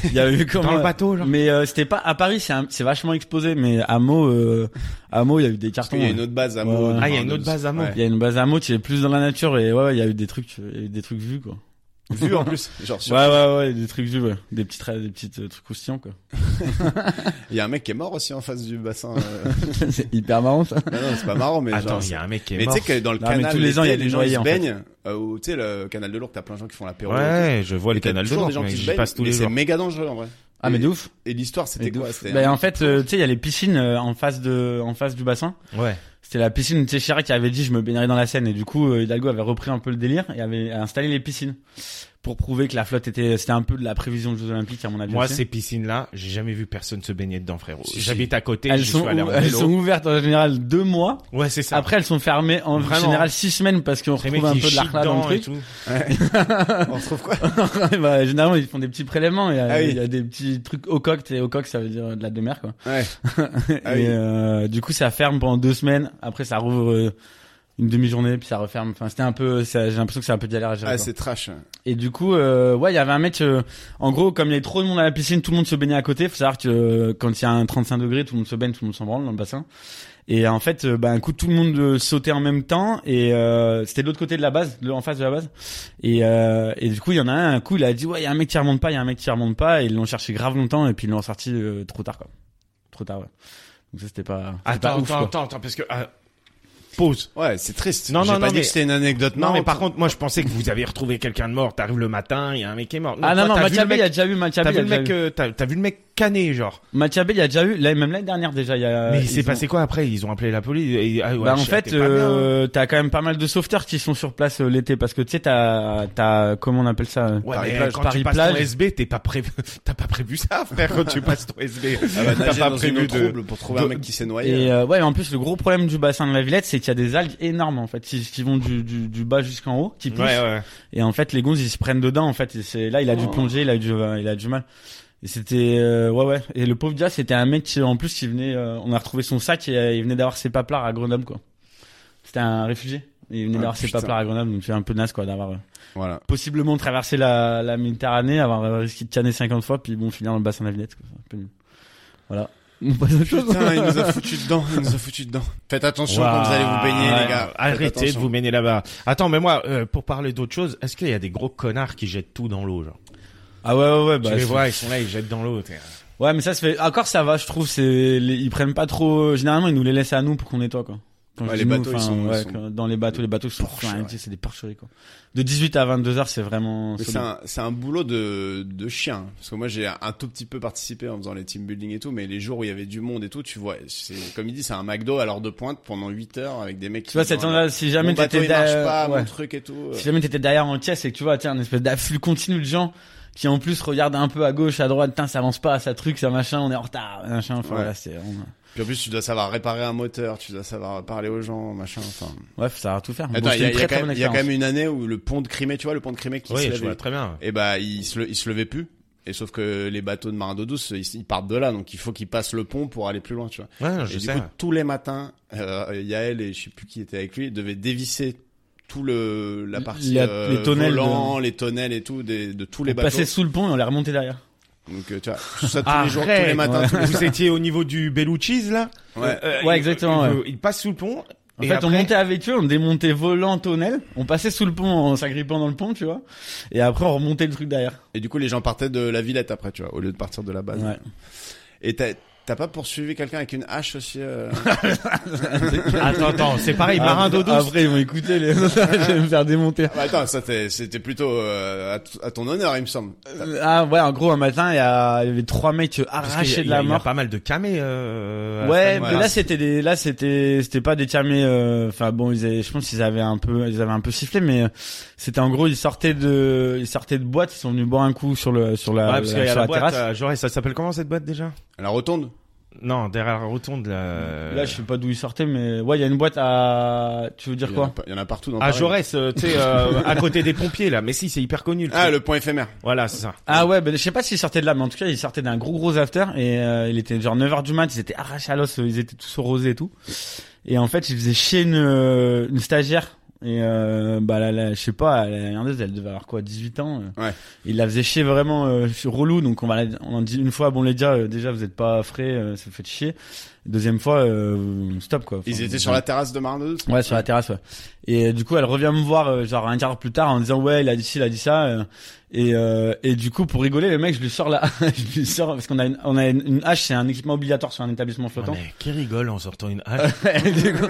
Il y a eu comment dans le bateau, genre. Mais euh, c'était pas à Paris, c'est un- c'est vachement exposé. Mais à Meaux, euh, à Meaux, il y a eu des Parce cartons. qu'il y a ouais. une autre base à Ouais, Meaux, ouais. de Ah, il y Marin a une d'eau autre douce. base à Meaux. Ouais. Il y a une base à Meaux, tu es plus dans la nature et ouais, ouais, il y a eu des trucs, il y a eu des trucs vus quoi. Vu en plus. Genre, Ouais sur- ouais ouais, des trucs vus, ouais. des petites ra- des petites euh, trucs croustillants quoi. il y a un mec qui est mort aussi en face du bassin. euh. c'est hyper marrant ça. Non, non, c'est pas marrant, mais Attends, genre. il y a un mec qui est Mais tu mort. sais que dans le Non, mais canal, tous les ans, il y a l'été, des les gens ils noyés, se en fait. baignent. euh, ou, tu sais, le canal de l'Ourcq, t'as plein de gens qui font l'apéro. et tout. Ouais, je vois le Et t'as canal de toujours l'Or, des gens mais qui se j'y baignent, passe tous mais les c'est jours. méga dangereux en vrai. Ah mais Et- de ouf. Et l'histoire, c'était de quoi ouf. C'était Bah, un- en fait, euh, tu sais, il y a les piscines euh, en face de en face du bassin. Ouais. C'était la piscine, tu sais, Chirac qui avait dit je me baignerai dans la Seine et du coup euh, Hidalgo avait repris un peu le délire et avait installé les piscines pour prouver que la flotte était c'était un peu de la prévision des Jeux Olympiques à mon avis. Moi, aussi. ces piscines-là, j'ai jamais vu personne se baigner dedans, frérot. Si, si. J'habite à côté, elles je suis sont, allé en ou- elles sont vélo. ouvertes en général deux mois. Ouais, c'est ça. Après, elles sont fermées en Vraiment. général six semaines parce qu'on les retrouve mecs un qui peu de chient l'argent dans le dedans et truc. tout. On retrouve quoi Bah, généralement, ils font des petits prélèvements. Il y a, Ah oui. il y a des petits trucs au coq. Et au coq, ça veut dire euh, de la de mer, quoi. Ouais. Ah et oui. euh, du coup, ça ferme pendant deux semaines. Après, ça rouvre euh, une demi-journée, puis ça referme. Enfin, c'était un peu. ça- J'ai l'impression que c'est un peu galère à gérer. Ah, quoi. c'est trash. Et du coup, euh, ouais, il y avait un mec. euh, en gros, comme il y avait trop de monde à la piscine, tout le monde se baignait à côté. Faut savoir que euh, quand il y a un 35 degrés, tout le monde se baigne, tout le monde s'en branle dans le bassin. Et en fait, euh, bah, un coup, tout le monde euh, sautait en même temps. Et euh, c'était de l'autre côté de la base, de, en face de la base. Et, euh, et du coup, il y en a un. Un coup, il a dit ouais, il y a un mec qui remonte pas, il y a un mec qui remonte pas. Et ils l'ont cherché grave longtemps. Et puis ils l'ont sorti euh, trop tard, quoi. Trop tard, ouais. Donc ça, c'était pas. c'était Attends, pas ouf, attends, quoi. attends, attends, parce que, ah, pause. Ouais, c'est triste. Non, J'ai non, pas non, dit mais- que c'était une anecdote Non, mais marrante. par contre, moi, je pensais que vous avez retrouvé quelqu'un de mort. T'arrives le matin, il y a un mec qui est mort. Ah non, toi, non, t'as vu le Maccabé, il y a mec- déjà eu Maccabé. T'as il y vu a le déjà mec, eu- euh, t'as t'as vu le mec cané, genre. Maccabé, il y a déjà eu, là, même l'année dernière déjà, il y a. Mais il s'est Euh, ils ont- passé quoi après Ils ont appelé la police. et- ah ouais, bah en je- fait, t'es pas bien. euh, t'as quand même pas mal de sauveteurs qui sont sur place euh, l'été parce que tu sais t'as t'as comment on appelle ça euh, Ouais, Paris mais plage, quand Paris tu passes plage. ton SB, t'es pas prévu, t'as pas prévu ça, frère, quand tu passes ton SB. Ah bah, t'as nager pas dans une prévu eau de... trouble pour trouver un mec qui s'est noyé. euh, euh, Et euh, ouais, en plus le gros problème du bassin de la Villette, c'est qu'il il y a des algues énormes en fait qui, qui vont du, du, du bas jusqu'en haut, qui poussent. Ouais, Oh. ouais. Et en fait, les gonzes, ils se prennent dedans, en fait. Et c'est, là, il a dû plonger, il a dû, il a du mal. Et c'était, euh, ouais, ouais. Et le pauvre gars, c'était un mec qui, en plus, qui venait, euh, on a retrouvé son sac et euh, il venait d'avoir ses paplards à Grenoble, quoi. C'était un réfugié. Et il venait Ah, d'avoir ses putain. paplards à Grenoble, donc c'est un peu naze, quoi, d'avoir euh, Voilà. possiblement traversé la, la Méditerranée, avoir euh, risqué de canner 50 fois, puis bon, finir dans le bassin de la Villette, quoi. C'est un peu nul. Voilà. On passe à autre chose. Putain, il nous a foutu dedans, il nous a foutu dedans. Faites attention Ouah, quand vous allez vous baigner, les gars. ouais, Faites Arrêtez de attention. vous baigner là-bas. Attends, mais moi, euh, pour parler d'autre chose, est-ce qu'il y a des gros connards qui jettent tout dans l'eau, genre Ah ouais, ouais, ouais, bah. Tu les c'est- vois, ils sont là, ils jettent dans l'eau. t'es- euh, Ouais, mais ça se fait. Encore, ça va, je trouve. C'est, les- ils prennent pas trop. Généralement, ils nous les laissent à nous pour qu'on nettoie, quoi. Quand Ouais, les je dis nous, bateaux, ils enfin, sont- ouais, ils sont- quand- dans les bateaux, les bateaux sont. Porcheries, enfin, ouais. C'est des porcheries, quoi. De 18 à 22 heures, c'est vraiment. Mais solide. C'est un, c'est un boulot de, de chien. Parce que moi, j'ai un tout petit peu participé en faisant les team building et tout, mais les jours où il y avait du monde et tout, tu vois, c'est, comme il dit, c'est un McDo à l'heure de pointe pendant 8 heures avec des mecs qui Tu vois, disent, cette là si jamais mon bateau, t'étais il marche derrière- pas, ouais. mon truc et tout. si jamais t'étais derrière en caisse et que tu vois, tiens, un espèce d'afflux continu de gens qui en plus regardent un peu à gauche, à droite, tiens, ça avance pas, ça truc, ça machin, on est en retard, machin. Enfin, Ouais. voilà, c'est. vraiment- Puis en plus, tu dois savoir réparer un moteur, tu dois savoir parler aux gens, machin, enfin. Ouais, faut savoir tout faire. Attends, Bon, il y, a- c'était une il y a très, quand très même- bonne il y a quand expérience. même une année où le pont de Crimée, tu vois, le pont de Crimée qui Oui, se je vois lève. très bien. Et bah, il se, le, il se levait plus. Et sauf que les bateaux de Marado Douce, ils, ils partent de là, donc il faut qu'ils passent le pont pour aller plus loin, tu vois. Ah, Ouais, Et je du sais. coup, tous les matins, euh, Yael et je sais plus qui était avec lui, devaient dévisser tout le la partie La- euh, les tonnelles volant, les tonnelles et tout des, de tous les bateaux. Passer sous le pont et on les remonter derrière. Donc euh, tu vois, tout ça tous les jours, tous Arrête, les matins. ouais. tous Vous étiez au niveau du Bellucci's là les- Ouais. Euh, Ouais, il- exactement, Il, ouais. il passe sous le pont. En et fait, on après- montait avec eux, on démontait volant, tonnel, on passait sous le pont en s'agrippant dans le pont, tu vois, et après on remontait le truc derrière. Et du coup, les gens partaient de la Villette après, tu vois, au lieu de partir de la base. Ouais. Et t'as t'as pas poursuivi quelqu'un avec une hache aussi euh, Attends, attends, c'est Ah, pareil, marin d'eau Après- douce. Après, ils m'ont écouté, les... je vais me faire démonter. Ah bah attends, ça t'es- c'était plutôt euh, à, t- à ton honneur, il me semble. Ah ouais, en gros, un matin, il y, a... il y avait trois mecs Parce arrachés qu'il y a- de il y a- la il y a mort. Pas mal de camés. euh, à la Ouais, fin, mais voilà. là c'était des, là c'était, c'était pas des camés. euh, Enfin bon, ils avaient, je pense qu'ils avaient un peu, ils avaient un peu sifflé, mais euh, c'était en gros ils sortaient de, ils sortaient de boîte, ils sont venus boire un coup sur le, sur la, Ouais, parce la- qu'il y a sur la la boîte, terrasse. euh, genre, ça s'appelle comment cette boîte déjà À la rotonde Non, derrière la rotonde, là. Là, je sais pas d'où ils sortaient, mais ouais, il y a une boîte à, tu veux dire il y, en a, quoi Ah, pas- il y en a partout dans À Paris. Jaurès, euh, tu sais, euh, à côté des pompiers, là. Mais si, c'est hyper connu. le Ah, truc. le point éphémère. Voilà, c'est ça. Ah ouais, ben, je sais pas s'ils sortaient de là, mais en tout cas, ils sortaient d'un gros gros after et euh, il était genre 9h du mat, ils étaient arrachés à l'os, euh, ils étaient tous rosés et tout. Et en fait, ils faisaient chier une, euh, une stagiaire. Et euh, bah là, là, je sais pas, la herlandaise, elle devait avoir quoi, 18 ans. euh. Ouais. Il la faisait chier vraiment euh, relou, donc on va, la- on en dit une fois, bon les gars, euh, déjà vous êtes pas frais, euh, ça vous fait chier. Deuxième fois, euh, stop quoi. Ils Enfin, étaient sur la terrasse de Marne Ouais, sur la terrasse, ouais. Et euh, du coup, elle revient me voir euh, genre un quart d'heure plus tard en disant ouais, il a dit ci, il a dit ça. euh, et euh, et du coup, pour rigoler, le mec, je lui sors la, je lui sors parce qu'on a une, on a une, une hache, c'est un équipement obligatoire sur un établissement Ah, flottant. Mais qui rigole en sortant une hache Et du coup,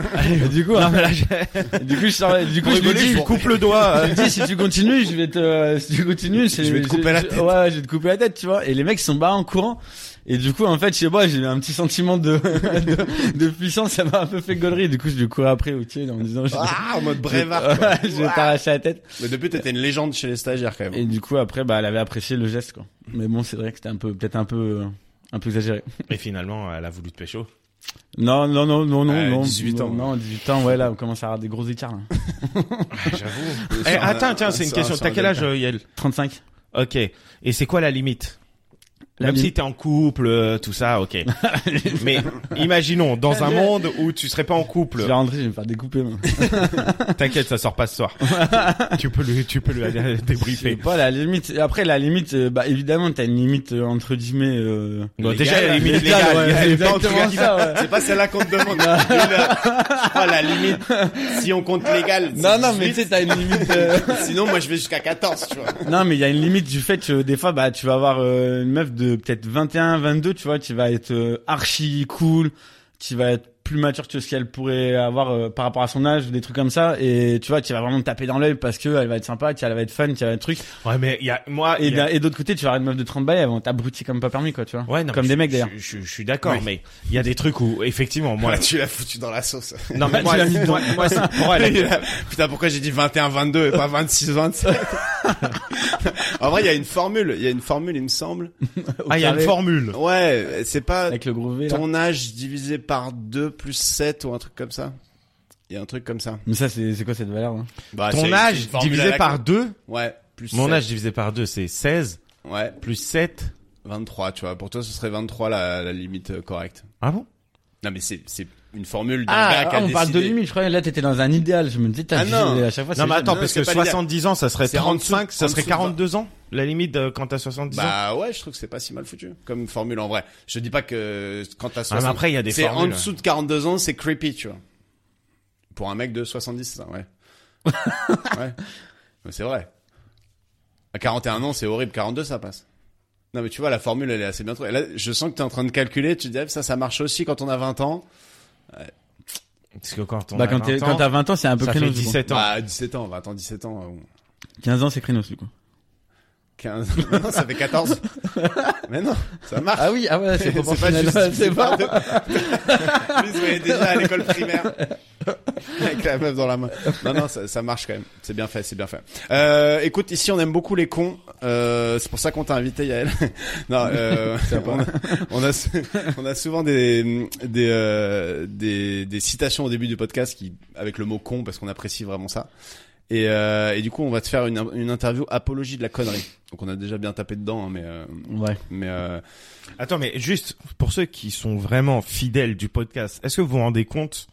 du coup, du coup, je sors, du coup, je lui dis, coupe le doigt. elle me dit si tu continues, je vais te euh, si tu continues, c'est- euh. Je vais te couper la je- tête. Ouais, je vais te couper la tête, tu vois. Et les mecs ils sont bas en courant. Et du coup, en fait, je sais pas, j'ai eu un petit sentiment de, de, de puissance, ça m'a un peu fait gaulerie. Du coup, je lui cours après au pied en me disant, je- Ah, en mode Brevard. quoi. je vais t'arracher la tête. Mais depuis, t'étais une légende chez les stagiaires quand même. Et du coup, après, bah, elle avait apprécié le geste, quoi. Mais bon, c'est vrai que c'était un peu, peut-être un peu, euh, un peu exagéré. Et finalement, elle a voulu te pécho. Non, non, non, non, non, Euh, non. 18 ans. Non, 18 ans, ouais, là, on commence à avoir des gros écarts, là. J'avoue. Sur Eh, un- attends, tiens, c'est une sur un- question. sur T'as un quel âge, delta. euh, Yael 35. Ok. Et c'est quoi la limite La Même lim- si t'es en couple, euh, tout ça, ok. Mais imaginons, dans un monde où tu serais pas en Je couple, vais rentrer, je vais me faire découper, moi. t'inquiète, ça sort pas ce soir. tu peux le, tu peux le euh, C'est débriefer. pas la limite. Après, la limite, euh, bah, évidemment, t'as une limite, euh, entre guillemets, euh... Bon, Légal, déjà, la limite légale, légale. ouais, il y a- c'est il y a pas en tout exactement cas- ça, ouais. C'est pas celle-là qu'on te demande. Et là, je crois, la limite, si on compte légal. c'est Non, non, mais tu 18. sais, t'as une limite, euh, Sinon, moi, je vais jusqu'à 14, tu vois. Non, mais il y a une limite du fait que des fois, bah, tu vas avoir euh, une meuf de peut-être 21, 22, tu vois, qui va être euh, archi cool, qui va être plus mature que ce qu'elle pourrait avoir euh, par rapport à son âge, ou des trucs comme ça, et tu vois, qui va vraiment te taper dans l'œil parce que elle va être sympa, qu'elle va être fun, qu'elle va être truc. Ouais, mais il y a, moi, Ah, il Et, y a- d'un- et d'autre côté, tu vas avoir une meuf de 30 balles, elles vont t'abrutir comme pas permis, quoi, tu vois. Ouais, non, comme mais des je- mecs je- d'ailleurs. Je, je suis d'accord, mais il y a des trucs où, effectivement, moi, Voilà, tu l'as foutu dans la sauce. non, mais Tu moi, l'as mis moi, moi, c'est- pour elle, Il a- Putain, pourquoi j'ai dit 21-22 et pas 26-27 En vrai, il y a une formule. Il y a une formule, il me semble. ah, il y a une carré. formule. Ouais, c'est pas Avec le gros V, là. ton âge divisé par 2 plus 7 ou un truc comme ça Il y a un truc comme ça. Mais ça, c'est c'est quoi cette valeur hein là Bah, c'est- Ton c'est une âge formule à divisé la par con. 2 Ouais, plus Mon sept. âge divisé par 2, c'est 16 Ouais, plus 7. 23, tu vois. Pour toi, ce serait 23 la, la limite euh, correcte. Ah bon Non, mais c'est c'est une formule d'un Ah, gars qui a on parle de décidé. limite, je croyais. Là, t'étais dans un idéal. Je me disais, t'as Ah, non. visé à chaque fois. Non c'est mais attends, non, parce c'est que pas l'idéal. 70 ans, ça serait C'est en dessous- 35, ça en serait dessous de 42 ans, la limite euh, quand t'as 70 ans. Bah ouais, je trouve que c'est pas si mal foutu comme formule en vrai. Je dis pas que quand t'as Ah, mais 60 après, il y a des c'est en formules. dessous de 42 ans, c'est creepy, tu vois. Pour un mec de 70, ça, ouais. ouais. Mais c'est vrai. À 41 ans, c'est horrible, 42 ça passe. Non mais tu vois la formule elle est assez bien trouvée. Là, je sens que t'es en train de calculer, tu te dis ah, ça ça marche aussi quand on a 20 ans. Parce que quand on Bah, a quand 20 t'es- ans, quand t'as 20 ans, c'est un peu ça fait créneau. du coup. 17 ans. Bah 17 ans, 20 ans, 17 ans. euh, 15 ans, c'est créneau, du coup. 15. non, ça fait 14. mais non, ça marche. Ah oui, ah ouais, c'est proportionnel. C'est pas. Plus vous êtes déjà à l'école primaire. Avec la meuf dans la main. Non, non, ça, ça marche quand même. C'est bien fait, c'est bien fait. Euh, écoute, ici, on aime beaucoup les cons. Euh, c'est pour ça qu'on t'a invité, Yael. non, euh, on, a, on, a, sou- on a souvent des, des, euh, des, des citations au début du podcast qui, avec le mot con, parce qu'on apprécie vraiment ça. Et, euh, et du coup, on va te faire une, une interview apologie de la connerie. Donc, on a déjà bien tapé dedans, hein, mais, euh, Ouais. mais euh, Attends, mais juste pour ceux qui sont vraiment fidèles du podcast, est-ce que vous vous rendez compte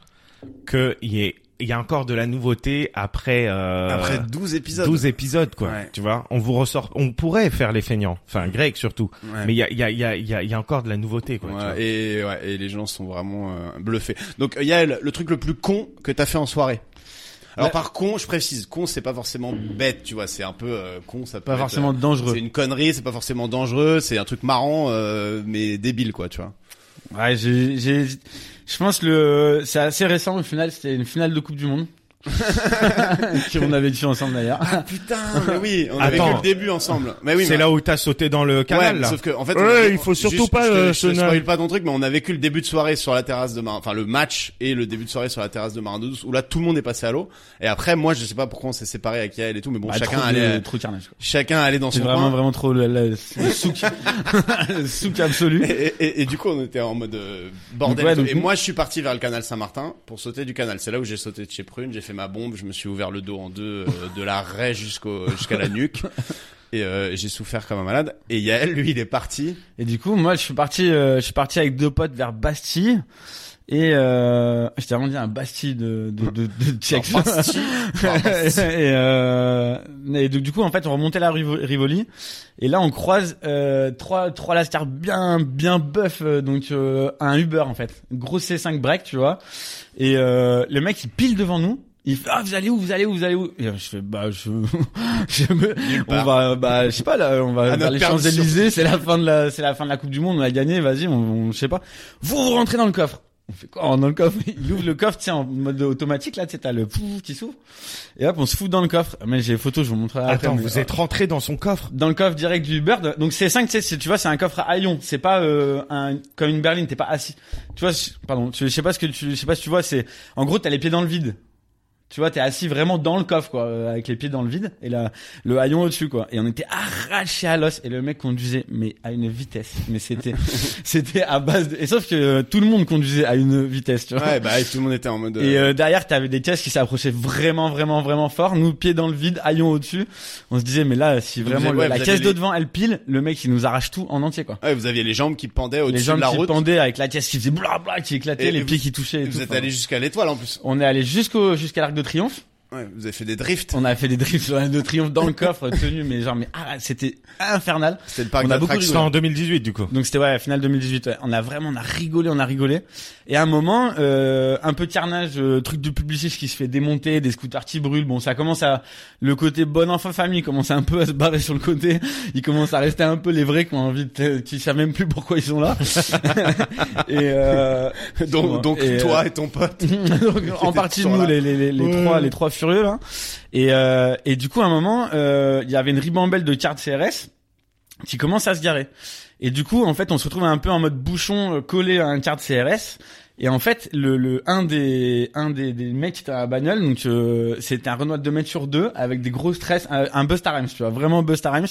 qu'il y, ait- il y a encore de la nouveauté après, euh, après 12 épisodes. 12 épisodes, quoi. Ouais. Tu vois, on vous ressort, on pourrait faire les feignants, enfin Greg surtout, Ouais. mais il y a, il y, a, il y, a, il y, a, il y a encore de la nouveauté, quoi. tu Ouais, vois. et, ouais, et les gens sont vraiment euh, bluffés. Donc euh, Yael, le truc le plus con que t'as fait en soirée. Alors Bah- Ouais. par con, je précise, con c'est pas forcément bête, tu vois, c'est un peu euh, con, ça peut Pas être, forcément euh, dangereux. c'est une connerie, c'est pas forcément dangereux, c'est un truc marrant euh, mais débile quoi, tu vois. Ouais, j'ai, j'ai, je pense le, c'est assez récent. Au final, c'était une finale de Coupe du Monde. qu'on avait vécu ensemble d'ailleurs. Putain, mais oui, on a Attends. vécu le début ensemble. Mais oui, c'est mais- là où t'as sauté dans le Ouais, canal. mais là. sauf que en fait, Ouais, on a- il faut surtout juste, pas, Je, te- euh, je te se spoil na- pas ton truc, mais on a vécu le début de soirée sur la terrasse de Marin, enfin le match et le début de soirée sur la terrasse de Marin de Douce, où là tout le monde est passé à l'eau. Et après, moi, je sais pas pourquoi on s'est séparés avec Yael et tout, mais bon, Bah, chacun trop de- allait, trop de carnage. quoi. chacun allait dans C'est son vraiment, coin. vraiment trop le, le- le souk, le souk absolu. Et, et- et du coup, on était en mode euh, bordel. Donc, ouais, et tout. donc, et nous- moi, je suis parti vers le canal Saint-Martin pour sauter du canal. C'est là où j'ai sauté de chez Prune, j'ai fait ma bombe, je me suis ouvert le dos en deux, euh, de la raie jusqu'au jusqu'à la nuque. Et euh, j'ai souffert comme un malade. Et Yael, lui, il est parti. Et du coup, moi, je suis parti, euh, je suis parti avec deux potes vers Bastille. Et euh, je t'ai vraiment dit un Bastille de de de, de Tchèque. Bah, et, euh, et donc, du coup, en fait, on remontait la Rivo- Rivoli, et là, on croise euh, trois trois lascars bien bien bœuf, euh, donc euh, un Uber en fait, gros C5 break, tu vois. Et euh, le mec, il pile devant nous. Il fait ah vous allez où vous allez où vous allez où et euh, je fais bah je, je me- part. on va bah je sais pas là on va À vers notre les Champs perdition. Élysées c'est la fin de la c'est la fin de la Coupe du Monde on a gagné vas-y on, on- je sais pas vous vous rentrez dans le coffre on fait quoi on rentre Oh, dans le coffre il ouvre le coffre tiens en mode automatique là tu sais t'as le pouf qui s'ouvre et hop on se fout dans le coffre mais j'ai les photos je vous Ah, montrerai après Attends, mais- vous êtes rentré dans son coffre. dans le coffre direct du bird donc c'est 5 tu sais, tu vois c'est un coffre à haillons c'est pas euh, un comme une berline t'es pas assis tu vois je- pardon tu, je sais pas ce que tu je sais pas si tu vois c'est en gros t'as les pieds dans le vide tu vois t'es assis vraiment dans le coffre quoi euh, avec les pieds dans le vide et là le haillon au dessus quoi et on était arraché à l'os et le mec conduisait mais à une vitesse mais c'était c'était à base de... et sauf que euh, tout le monde conduisait à une vitesse tu vois Ouais, bah, et tout le monde était en mode. et euh, euh, derrière, t'avais des caisses qui s'approchaient vraiment, vraiment, vraiment fort. Nous, pieds dans le vide, haillons au-dessus. On se disait, mais là, si Vous vraiment avez- le- ouais, la vous caisse avez de les- devant, elle pile, le mec, il nous arrache tout en entier, quoi. Ouais, vous aviez les jambes qui pendaient Les au-dessus jambes de la qui route. pendaient avec la caisse qui faisait bla bla, qui éclatait, Et les vous- pieds qui touchaient. et vous tout. êtes Enfin, allé jusqu'à l'étoile en plus. On est allé jusqu'au jusqu'à l'arc de triomphe. Ouais, vous avez fait des drifts. On a fait des drifts sur l'arc de triomphe dans le coffre, tenu, mais genre, mais ah, c'était infernal. C'était le parc On a beaucoup C'était d'attractions. en 2018 du coup. Donc c'était ouais, la finale 2018. ouais. On a vraiment, on a rigolé, on a rigolé. Et à un moment, euh, un peu de carnage, euh, truc de publiciste qui se fait démonter, des scooters qui brûlent. Bon, ça commence à le côté bon enfant famille commence un peu à se barrer sur le côté. Il commence à rester un peu les vrais qui ont envie, de, qui savent même plus pourquoi ils sont là. et euh, Donc, donc et, euh, toi et ton pote. donc, en partie de nous les, les, les, les Ouais. trois les trois furieux là et euh, et du coup à un moment euh, il y avait une ribambelle de cartes CRS qui commence à se garer et du coup en fait on se retrouve un peu en mode bouchon euh, collé à un carte CRS et en fait le, le un des un des, des mecs qui était à la bagnole donc euh, c'était un Renault de mètres sur deux avec des gros stress un, un Busta Rhymes tu vois vraiment Busta Rhymes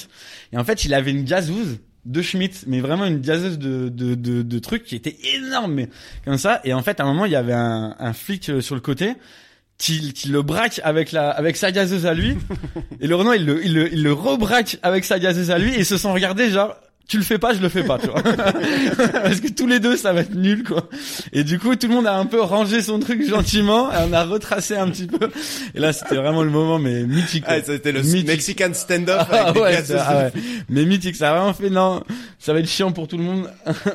et en fait il avait une gazouse de Schmitt mais vraiment une gazeuse de de de, de trucs qui était énorme mais comme ça. Et en fait, à un moment, il y avait un, un flic euh, sur le côté qu'il qu'il le braque avec la avec sa gazeuse à lui et le Renault il le il le il le rebraque avec sa gazeuse à lui et ils se sont regardés genre tu le fais pas, je le fais pas, tu vois. Parce que tous les deux, ça va être nul, quoi. Et du coup, tout le monde a un peu rangé son truc gentiment, et on a retracé un petit peu. Et là, c'était vraiment le moment, mais mythique. quoi. Ah, c'était le Mythique. Mexican stand-up Ah avec des ouais, gazeuses. ça- ah ouais. Mais mythique, ça a vraiment fait non, ça va être chiant pour tout le monde.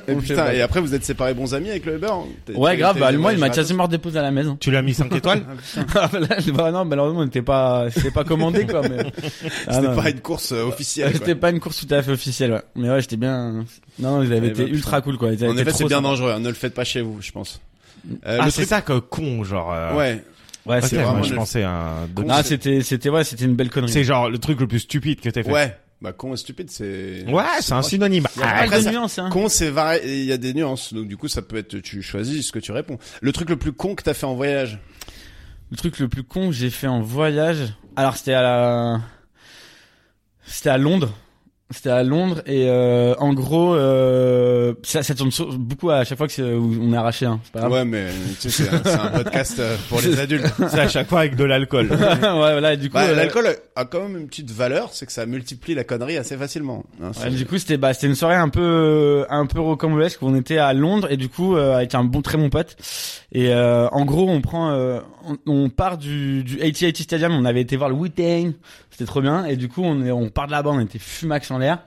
Et On le fait putain, pas. et après vous êtes séparés bons amis avec le Uber hein T'es- ouais, t'es- grave. t'es- Bah, moi, ouais, il m'a je raconte. quasiment redéposé à la maison. Tu l'as mis 5 étoiles Euh, Ah, bah, là, bah, non, malheureusement, on n'était pas, c'était pas commandé quoi. Mais... Ah, C'était non. pas une course euh, officielle. quoi. C'était pas une course tout à fait officielle. Ouais. Mais ouais, j'étais bien. Non, ils Eh avaient été bah, putain. ultra cool quoi. Ils avaient En été effet, trop c'est bien sympas. dangereux. hein. Ne le faites pas chez vous, je pense. Euh, Ah, le c'est truc- ça que con, genre. euh, Ouais. Ouais, ok, c'est moi, vraiment. vraiment je le- pensais à un. de- Ah, c'était, c'était ouais, c'était une belle connerie. C'est genre le truc le plus stupide que t'aies fait. Ouais. Bah con et stupide, c'est. Ouais, c'est un proche. synonyme. Il y a Ah, pas mal après, de ça- nuances, hein. Con, c'est vari... Il y a des nuances, donc du coup, ça peut être. Tu choisis ce que tu réponds. Le truc le plus con que t'as fait en voyage. Le truc le plus con que j'ai fait en voyage. Alors c'était à la, c'était à Londres. C'était à Londres et euh, en gros, euh, ça, ça tourne sur- beaucoup à chaque fois que c'est- où on est arraché. Hein, c'est pas grave. Ouais, mais euh, tu sais, c'est un, c'est un podcast euh, pour les adultes. c'est à chaque fois avec de l'alcool. ouais, voilà. Et du coup, Bah, euh, L'alcool a quand même une petite valeur, c'est que ça multiplie la connerie assez facilement. hein, c'est- Ouais, du coup, c'était bah, c'était une soirée un peu un peu rocambolesque. On était à Londres et du coup euh, avec un bon très bon pote. Et euh, en gros, on prend, euh, on, on part du du AT&T Stadium. On avait été voir le wu c'était trop bien. Et du coup, on est, on part de là-bas, on était fumax en l'air.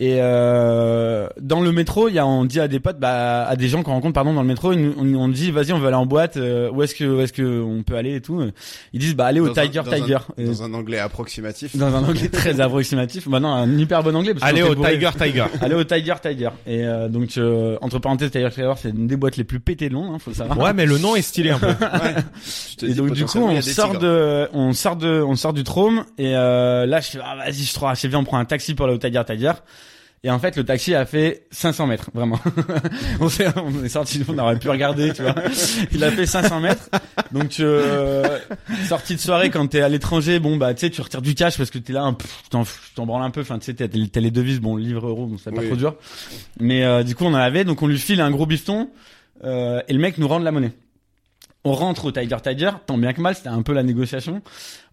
Et euh, dans le métro, il y a, on dit à des potes, bah, à des gens qu'on rencontre, pardon, dans le métro, ils nous- on, on dit, vas-y, on veut aller en boîte. euh, où est-ce que, où est-ce que on peut aller et tout. Ils disent, bah, allez au Dans un- Tiger dans un- Tiger. Et Dans un anglais approximatif. Dans un anglais très approximatif, maintenant un hyper bon anglais. parce qu'on Allez était au bourrés. Tiger Tiger. Allez au Tiger Tiger. Et euh, donc euh, entre parenthèses, Tiger Tiger, c'est une des boîtes les plus pétées de Londres, hein, faut le savoir. Ouais, mais le nom est stylé un peu. Je te Et dis, donc du coup, potentiellement, il y on a des hein. sort tigres. de, on sort de, on sort du trôme et euh, là, je fais ah vas-y, je crois, c'est bien, on prend un taxi pour aller au Tiger Tiger. Et en fait, le taxi a fait 500 mètres, vraiment. on, s'est- on est sorti, on aurait pu regarder, tu vois. Il a fait 500 mètres. Donc, euh, sortie de soirée, quand t'es à l'étranger, bon, bah, tu sais, tu retires du cash parce que t'es là, un, pff, t'en, t'en branles un peu. Enfin, tu sais, t'as, t'as les devises, bon, livre euro, donc c'est pas Oui. trop dur. Mais euh, du coup, on en avait, donc on lui file un gros bifton euh, et le mec nous rend de la monnaie. On rentre au Tiger Tiger, tant bien que mal, c'était un peu la négociation.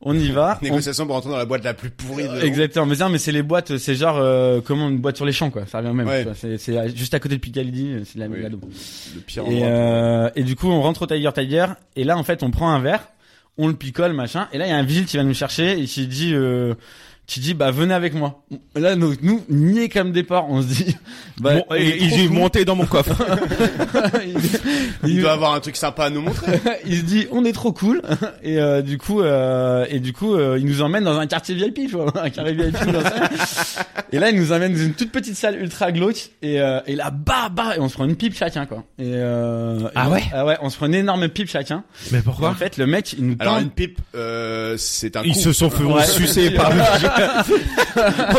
On y va. on- Négociation pour entrer dans la boîte la plus pourrie de Exactement, mais, ça, mais c'est les boîtes, c'est genre euh, comment une boîte sur les champs quoi, ça revient au même. Ouais. tu vois. C'est c'est à- juste à côté de Picardie, c'est de la, Oui. de la daube. le pire hein. Et, endroit. euh, et du coup, on rentre au Tiger Tiger. Et là, en fait, on prend un verre, on le picole, machin. Et là, il y a un vigile qui va nous chercher et qui dit, euh, qui dit, bah venez avec moi. Là, nous, nous niais comme des porcs, on se dit. Bah, Bon, et- et j'ai monté dans mon coffre. il, Il il- doit avoir un truc sympa à nous montrer. il se dit, on est trop cool. Et euh, du coup, euh, et du coup, euh, il nous emmène dans un quartier VIP, tu vois, un carré VIP. Dans ça. Et là, il nous emmène dans une toute petite salle ultra glauque. Et, euh, et là, bah, bah, et on se prend une pipe chacun, quoi. Et, euh, et Ah on- ouais Ah ouais, on se prend une énorme pipe chacun. Mais en fait, le mec, il nous Alors tend- une pipe, euh, c'est un Ils coup. se sont fait Ouais. sucer par le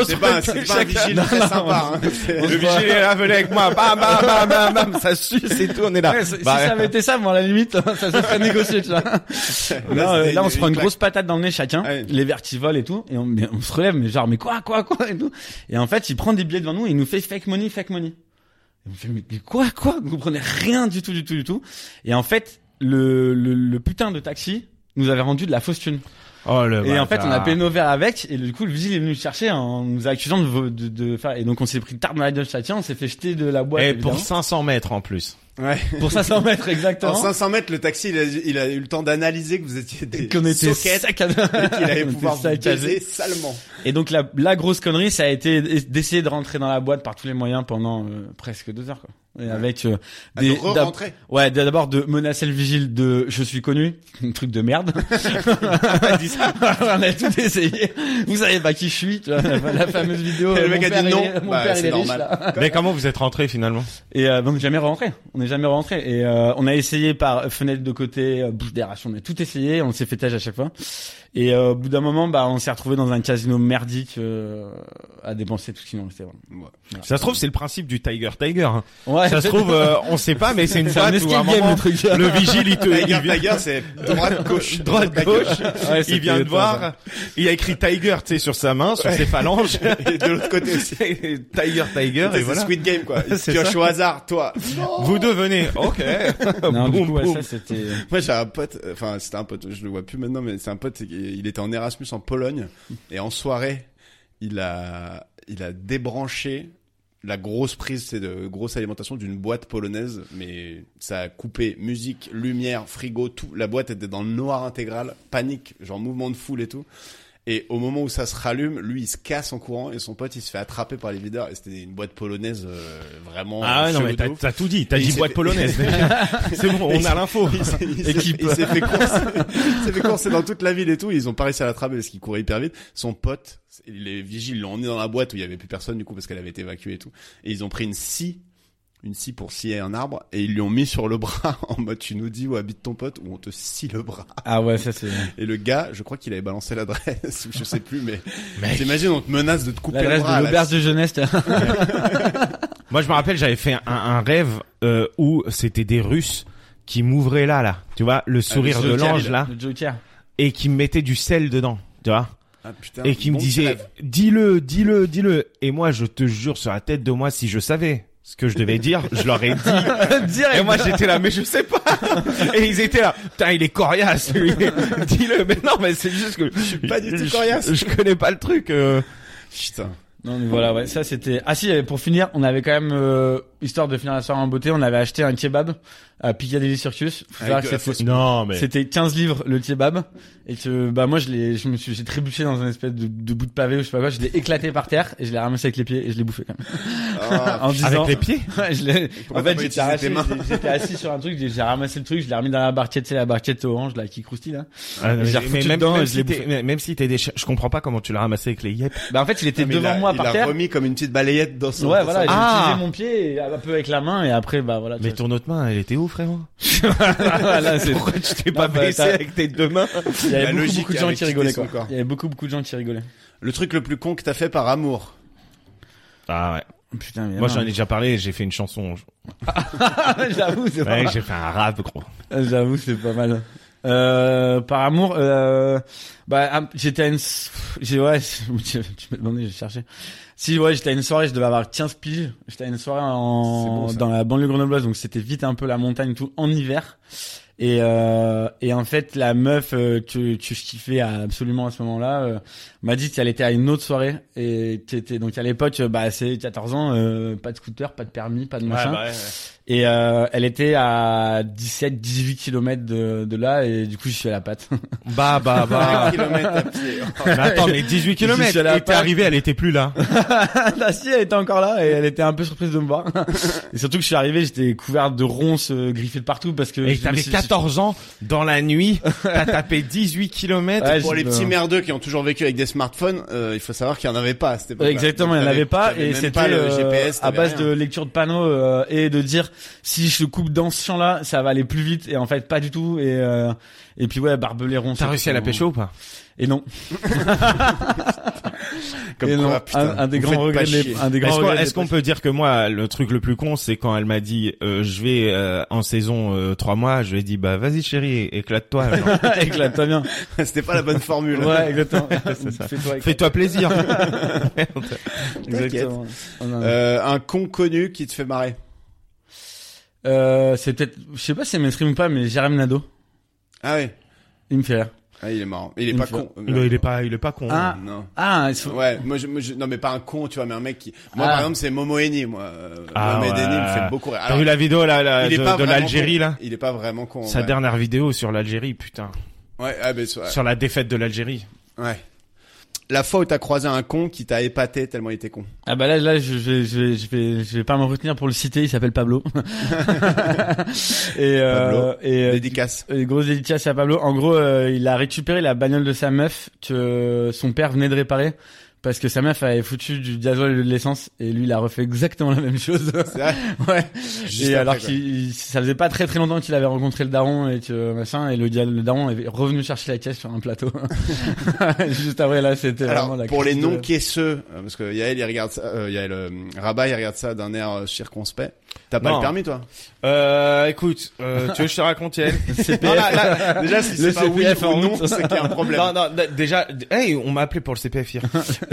C'est pas, c'est pas un vigile très sympa. hein. C'est- Le vigile est là, venez avec moi, Bah. bam, bam, bam, bam, bam, ça suce et tout, on est là. Ah, Ouais, si si Bah, ça avait été ça, bon, à la limite, ça se serait négocié, tu vois. Là, euh, c'était là, on une- se prend une une grosse patate dans le nez chacun, Ouais. les verres qui volent et tout, et on, mais on se relève, mais genre, mais quoi, quoi, quoi, et tout. Et en fait, il prend des billets devant nous, et il nous fait fake money, fake money. Et on fait, mais mais quoi, quoi, vous comprenez rien du tout, du tout, du tout. Et en fait, le, le, le putain de taxi nous avait rendu de la fausse thune. Oh, le Et en fait, bâtard. on a payé nos verres avec, et du coup, le vigile est venu nous chercher en nous accusant de, vo- de, de faire, et donc on s'est pris une tarte dans la gueule chacun, on s'est fait jeter de la boîte. Et évidemment. Eh, pour 500 mètres en plus. Ouais. pour 500 mètres, En exactement. 500 mètres, le taxi, il a, il a eu le temps d'analyser que vous étiez des qu'on était soquettes saccadés. et qu'il allait On était pouvoir vous saccadés. baiser salement. Et donc la, la grosse connerie, ça a été d'essayer de rentrer dans la boîte par tous les moyens pendant euh, presque deux heures, quoi. Et avec euh, À nous des d'ab- Ah, re-rentrer. ouais d'abord de menacer le vigile de je suis connu un truc de merde on a tout essayé vous savez pas qui je suis tu vois, la, la fameuse vidéo Et le euh, mec mon a dit père, il non. est- mon Bah, père, il c'est est riche, normal. là. Mais comment vous êtes rentré finalement et euh, donc jamais rentré on n'est jamais rentré et euh, on a essayé par fenêtre de côté euh, bouche d'aération on a tout essayé on s'est fait tâche à chaque fois Et euh, au bout d'un moment, bah, on s'est retrouvé dans un casino merdique euh, à dépenser tout ce qui nous restait. vraiment. Ça se trouve, c'est le principe du Tiger Tiger. hein. Ouais. Ça se trouve, euh, on sait pas, mais c'est une c'est un boîte où à un escape game moment, le truc. le vigile, il te, il vient- Tiger, c'est droite gauche. droite gauche, Ouais, c'était il vient de étrange, voir, il a écrit Tiger, tu sais, sur sa main, sur ses phalanges, Et de l'autre côté aussi. Tiger Tiger, et C'est voilà. Squid Game quoi. C'est Pioche ça. au hasard, toi. Vous devenez, ok. Non, du Boum, coup, ouais, boum. ça c'était. Moi j'ai un pote, euh, enfin c'était un pote, je le vois plus maintenant, mais c'est un pote, c'est qu'il- il était en Erasmus en Pologne et en soirée, il a, il a débranché la grosse prise, c'est de grosse alimentation d'une boîte polonaise, mais ça a coupé musique, lumière, frigo, tout. La boîte était dans le noir intégral, panique, genre mouvement de foule et tout. Et au moment où ça se rallume, lui il se casse en courant et son pote il se fait attraper par les videurs. Et c'était une boîte polonaise euh, vraiment. Ah ouais, non chelou mais de t'as ouf. t'as tout dit, t'as Il dit s'est boîte fait- polonaise. c'est bon, on a l'info. Il s'est- il s'est- Équipe. Il s'est fait courser, il s'est fait courser dans toute la ville et tout. Ils ont pas réussi à l'attraper parce qu'il courait hyper vite. Son pote, les vigiles l'ont emmené dans la boîte où il y avait plus personne du coup parce qu'elle avait été évacuée et tout. Et ils ont pris une scie, une scie pour scier un arbre et ils lui ont mis sur le bras en mode tu nous dis où habite ton pote ou on te scie le bras. Ah ouais, ça c'est. Et le gars, je crois qu'il avait balancé l'adresse ou je sais plus mais t'imagines on te menace de te couper le Eh. L'adresse bras. à de la l'auberge de jeunesse. Moi, je me rappelle, j'avais fait un, un rêve euh, où c'était des Russes qui m'ouvraient là, là, tu vois, Ah, le sourire de Joker, l'ange il a- là, Le Joker. et qui me mettaient du sel dedans, tu vois, Ah, putain, et qui me bon petit disaient, rêve. dis-le, dis-le, dis-le. Et moi, je te jure sur la tête de moi, si je savais ce que je devais dire, je leur ai dit. Et moi, j'étais là, mais je sais pas. Et ils étaient là, putain, il est coriace, lui. dis-le, mais non, mais c'est juste que je suis pas du tout coriace. Je, connais pas le truc. euh. putain. Non mais voilà ouais ça c'était ah si et pour finir on avait quand même euh, histoire de finir la soirée en beauté on avait acheté un kebab à Piccadilly Circus Faut savoir Avec de que la c'était- fausse- Non, mais. c'était 15 livres le kebab et que bah moi je l'ai je me suis j'ai trébuché dans un espèce de, de bout de pavé ou je sais pas quoi je l'ai éclaté par terre et je l'ai ramassé avec les pieds et je l'ai bouffé quand même Ah, en disant Avec les pieds? Ouais, je l'ai- Pourquoi en t'as pas fait j'étais utilisé arraché, tes mains j'ai- j'étais assis sur un truc j'ai j'ai ramassé le truc je l'ai remis dans la barquette c'est la barquette orange là qui croustille là Ah, non, Et je l'ai mais- refoutu mais même, dedans et même je si l'ai t'es- bouffé. mais- même si t'es des, je comprends pas comment tu l'as ramassé avec les yep. bah en fait il était Ah, mais il devant a- moi il par a terre remis comme une petite balayette dans son. Ouais, dans voilà, j'ai sa- Ah. utilisé mon pied et un peu avec la main et après, bah voilà. tu Mais vois. ton autre main, elle était où, frérot Voilà, c'est- Pourquoi tu t'es Non, pas bah, baissé t'as- avec tes deux mains Il y avait La beaucoup, logique beaucoup de gens avec qui qui rigolaient descend, quoi. quoi. Il y avait beaucoup beaucoup de gens qui rigolaient. Le truc le plus con que t'as fait par amour. Ah ouais. Putain, mais Moi, j'en ai déjà parlé. J'ai fait une chanson. j'avoue, c'est pas Ouais, mal. j'ai fait un rap, gros. Ah, J'avoue, c'est pas mal. Euh, par amour, euh, bah un- j'étais à une, s- j'ai ouais, tu tu m'as demandé, j'ai cherché. Si ouais, j'étais à une soirée, je devais avoir 15 piges. J'étais à une soirée en, C'est bon, ça. dans la banlieue grenobloise, donc c'était vite un peu la montagne, tout en hiver. Et euh, et en fait, la meuf euh, que que je kiffais à- absolument à ce moment-là euh, m'a dit qu'elle était à une autre soirée et t'étais donc à l'époque, euh, bah c'est 14 ans, euh, pas de scooter, pas de permis, pas de machin. Et euh, elle était à 17-18 km de, de là et du coup je suis à la patte. Bah, bah, bah. Ah. 1 kilomètre à pied. Oh, Mais attends, mais 18 Je suis allé km. à Et t'es Pâques. arrivé, elle était plus là. la Ah, bah, si elle était encore là et elle était un peu surprise de me voir. et surtout que je suis arrivé, j'étais couvert de ronces euh, griffées de partout parce que Et je- t'avais je- 14 ans dans la nuit. T'as tapé 18 km. Ouais, Pour je- les petits euh, merdeux qui ont toujours vécu avec des smartphones, euh, il faut savoir qu'il n'y en avait pas. à cette époque-là. Exactement, Donc, il n'y en t'avais- avait pas t'avais et même c'était pas le euh, GPS à t'avais base rien. de lecture de panneaux euh, et de dire si je coupe dans ce champ là, ça va aller plus vite et en fait pas du tout et euh, et puis ouais barbelé ronces. T'as réussi à la pêcher ou pas Et non. Comme et quoi, non, putain, un, un des vous grands faites pas regrets, de chier. l'ép- un des grands Est-ce qu'on, regrets de est-ce qu'on peut dire que moi, le truc le plus con, c'est quand elle m'a dit euh, je vais euh, en saison euh, trois mois, je lui ai dit bah vas-y chérie, éclate-toi, genre. Éclate-toi bien. C'était pas la bonne formule. Ouais, exactement. C'est ça. Fais-toi éclater. fais-toi plaisir. Exactement. Oh, Non, non, non. Euh, un con connu qui te fait marrer. Euh, c'est peut-être, je sais pas si c'est mainstream ou pas, mais Jérém Nado, Ah ouais. il me fait rire. Ah, il est marrant. Il est Il pas me fait- con. Non, il est pas, il est pas Hein con. Ah. Non. Ah, il se- Ouais, moi, je, moi, je- non mais pas un con, tu vois, mais un mec qui. Moi Ah. par exemple, c'est Momo Eni, moi. Euh, Ah, Mohamed ouais. Eni me fait beaucoup rire. T'as Alors, vu la vidéo là, là, il est de, pas de vraiment l'Algérie con. là Il est pas vraiment con. Sa ouais. dernière vidéo sur l'Algérie, putain, Ouais, ah, mais, sur- ouais. sur la défaite de l'Algérie. ouais. La fois où t'as croisé un con qui t'a épaté tellement il était con. ah bah là, là, je vais, je vais, je vais, je vais pas m'en retenir pour le citer. Il s'appelle Pablo. et euh, et euh, Dédicace. Une grosse dédicace à Pablo. En gros, euh, il a récupéré la bagnole de sa meuf que euh, son père venait de réparer parce que sa meuf avait foutu du diazole et de l'essence et lui il a refait exactement la même chose. ouais. Juste après, et alors quoi. qu'il ça faisait pas très très longtemps qu'il avait rencontré le daron et que machin et le, dia- le daron est revenu chercher la caisse sur un plateau. Juste après là c'était Alors, vraiment la pour les crise de- non-caisseux, euh, parce que Yael, il regarde ça, euh, Yael, euh, Rabat, il regarde ça d'un air euh, circonspect. T'as pas Non. le permis, toi Euh, écoute, euh, tu veux que je te raconte Yael Non, là, là, Déjà, si Le c'est pas oui CPF en ou non, route. c'est qu'il y a un problème. Non, non, d- déjà, d- hey, on m'a appelé pour le CPF hier.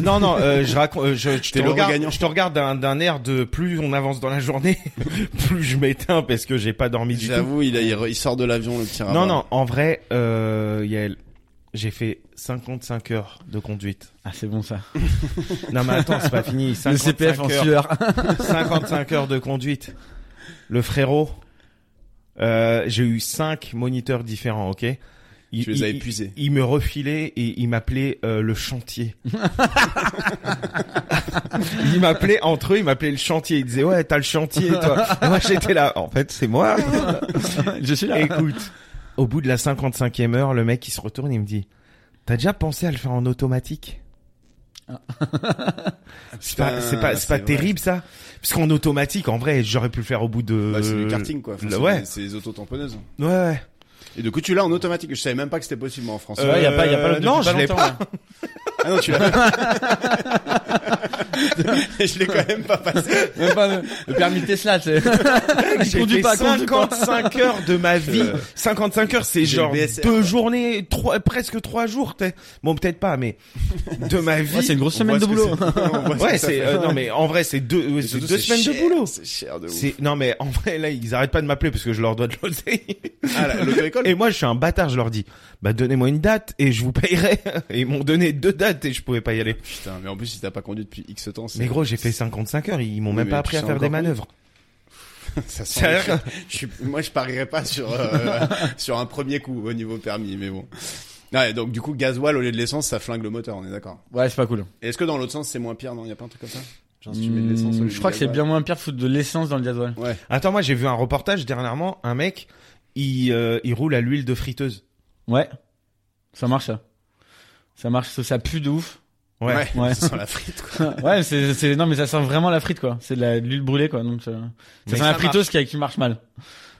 non, non, euh, je raconte, euh, je, je te T'es le regarde, regagnant. je te regarde d'un, d'un air de plus on avance dans la journée, plus je m'éteins parce que j'ai pas dormi du tout. J'avoue, Ah bah. il, a- il re- il sort de l'avion, le petit Rabat. Non, non, en vrai, euh, Yael, j'ai fait 55 heures de conduite. Ah c'est bon ça. Non, mais attends, c'est pas fini. 55 Le CPF en heures, sueur. 55 heures de conduite. Le frérot, euh, j'ai eu 5 moniteurs différents, ok? Il- Tu les as il- épuisés. il me refilait et il m'appelait euh, le chantier. il m'appelait entre eux, il m'appelait le chantier. Il disait ouais, t'as le chantier toi. Et moi j'étais là. En fait, c'est moi. Je suis là. Écoute, au bout de la 55e heure, le mec il se retourne, il me dit "T'as déjà pensé à le faire en automatique C'est pas Putain, c'est pas c'est pas Ah, vrai. terrible ça Parce qu'en automatique, en vrai, j'aurais pu le faire au bout de Bah, c'est du karting, quoi. Enfin, euh, le- c'est- ouais. C'est les auto-tamponneuses. Ouais ouais. Et du coup, tu l'as en automatique. Je savais même pas que c'était possible moi, en France. Ouais, y a Euh, pas- y a pas le- depuis non, pas je l'ai longtemps, pas. Ah non, tu l'as. je l'ai quand même pas passé. Même pas le, le permis Tesla. tu sais. J'ai Conduis fait pas, conduis pas. 55 heures de ma vie. Euh, 55 heures, c'est j'ai le genre BSR, deux quoi. journées, trois, presque trois jours. t'es- Bon, peut-être pas, mais de ma vie. Ouais, c'est une grosse On voit semaine de ce que boulot. c'est. On voit ce que Ouais, ça c'est fait. euh, non mais en vrai c'est deux, ouais, Et c'est surtout, deux c'est semaines de cher. boulot. C'est cher de ouf. C'est non mais en vrai là ils arrêtent pas de m'appeler parce que je leur dois de l'oseille. Ah, là, l'auto-école. Et moi je suis un bâtard, je leur dis bah donnez-moi une date et je vous payerai. Et ils m'ont donné deux dates et je pouvais pas y aller. Putain, mais en plus, si t'as pas conduit depuis X temps, c'est- Mais gros j'ai fait 55 heures, ils m'ont Oui, même mais pas tu appris à sais faire des encore conduire. manœuvres. Ça sent C'est le vrai. truc. je suis, moi, je parierais pas sur euh, sur un premier coup au niveau permis, mais bon. Ouais, donc du coup, gasoil au lieu de l'essence, ça flingue le moteur, on est d'accord. Ouais, c'est pas cool. Et Est-ce que dans l'autre sens, c'est moins pire Non, y a pas un truc comme ça. Genre, si tu mets de l'essence au Hmm, lieu je du crois que c'est bien gasoil. moins pire de foutre de l'essence dans le gasoil. Ouais. Attends moi j'ai vu un reportage dernièrement, un mec il euh, il roule à l'huile de friteuse. Ouais. Ça marche ça. Ça marche, ça, ça pue de ouf. Ouais. Ouais. Ça sent la frite. Quoi. ouais, c'est, c'est, non, mais ça sent vraiment la frite, quoi. C'est de, la- de l'huile brûlée, quoi. Donc, euh, ça, ça sent ça la friteuse qui, qui marche mal.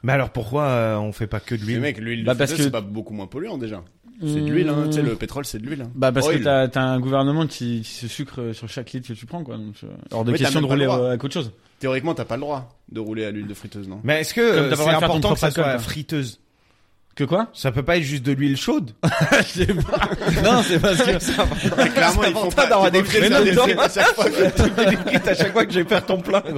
Mais alors pourquoi euh, on fait pas que de Mais l'huile mec, l'huile Bah, de parce friteuse, que- Hmm. c'est pas beaucoup moins polluant déjà. C'est de l'huile, hein. tu sais, le pétrole, c'est de l'huile. hein. Bah, parce Oil. que t'as, t'as un gouvernement qui, qui se sucre euh, sur chaque litre que tu prends, quoi. Donc, euh, hors de Oui, t'as question de même pas le rouler droit. euh, à autre chose. Théoriquement, t'as pas le droit de rouler à l'huile de friteuse, non Mais est-ce que Comme euh, d'avoir c'est à faire ton important que ça propre soit alcool, quoi. friteuse Que quoi? Ça peut pas être juste de l'huile chaude Je sais pas. non, c'est parce que. Ouais, Clairement, ils font T'as pas d'avoir t'es pas obligé des de frénaux faire des dedans. essais à chaque fois. à chaque fois que je vais faire ton plein.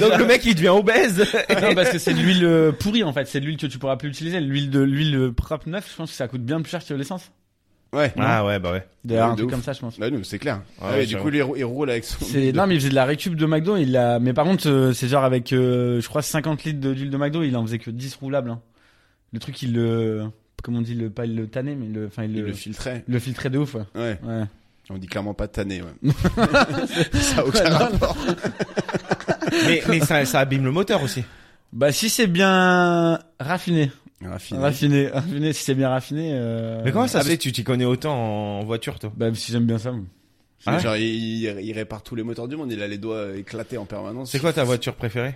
Donc le mec il devient obèse. non, parce que c'est de l'huile euh, pourrie, en fait. C'est de l'huile que tu pourras plus utiliser. L'huile de, l'huile euh, propre neuve, je pense que ça coûte bien plus cher que l'essence. Ouais. Ah ouais bah ouais. D'ailleurs, Ouais, un de truc ouf. comme ça, je pense. Bah, nous, c'est clair. Ah Ah ouais, ouais, du j'avoue. coup, il rou- il roule avec son. C'est non mais il faisait de la récup de McDo, il l'a mais par contre euh, c'est genre avec euh, je crois 50 litres de- d'huile de McDo, il en faisait que 10 roulables hein. Le truc il le comment on dit le pas il le tannait mais le enfin il, Il le, le filtrait. le filtrait de ouf ouais. Ouais. Ouais. On dit clairement pas tanné, ouais. ça a aucun rapport. Mais mais ça ça abîme le moteur aussi. Bah si c'est bien raffiné, Raffiné. raffiné, raffiné si c'est bien raffiné euh, Mais comment ça ah, se fait tu t'y connais autant en voiture toi Bah si j'aime bien ça. moi. C'est Ah ouais Genre, il, il- il répare tous les moteurs du monde. Il a les doigts euh, éclatés en permanence. C'est quoi ta voiture préférée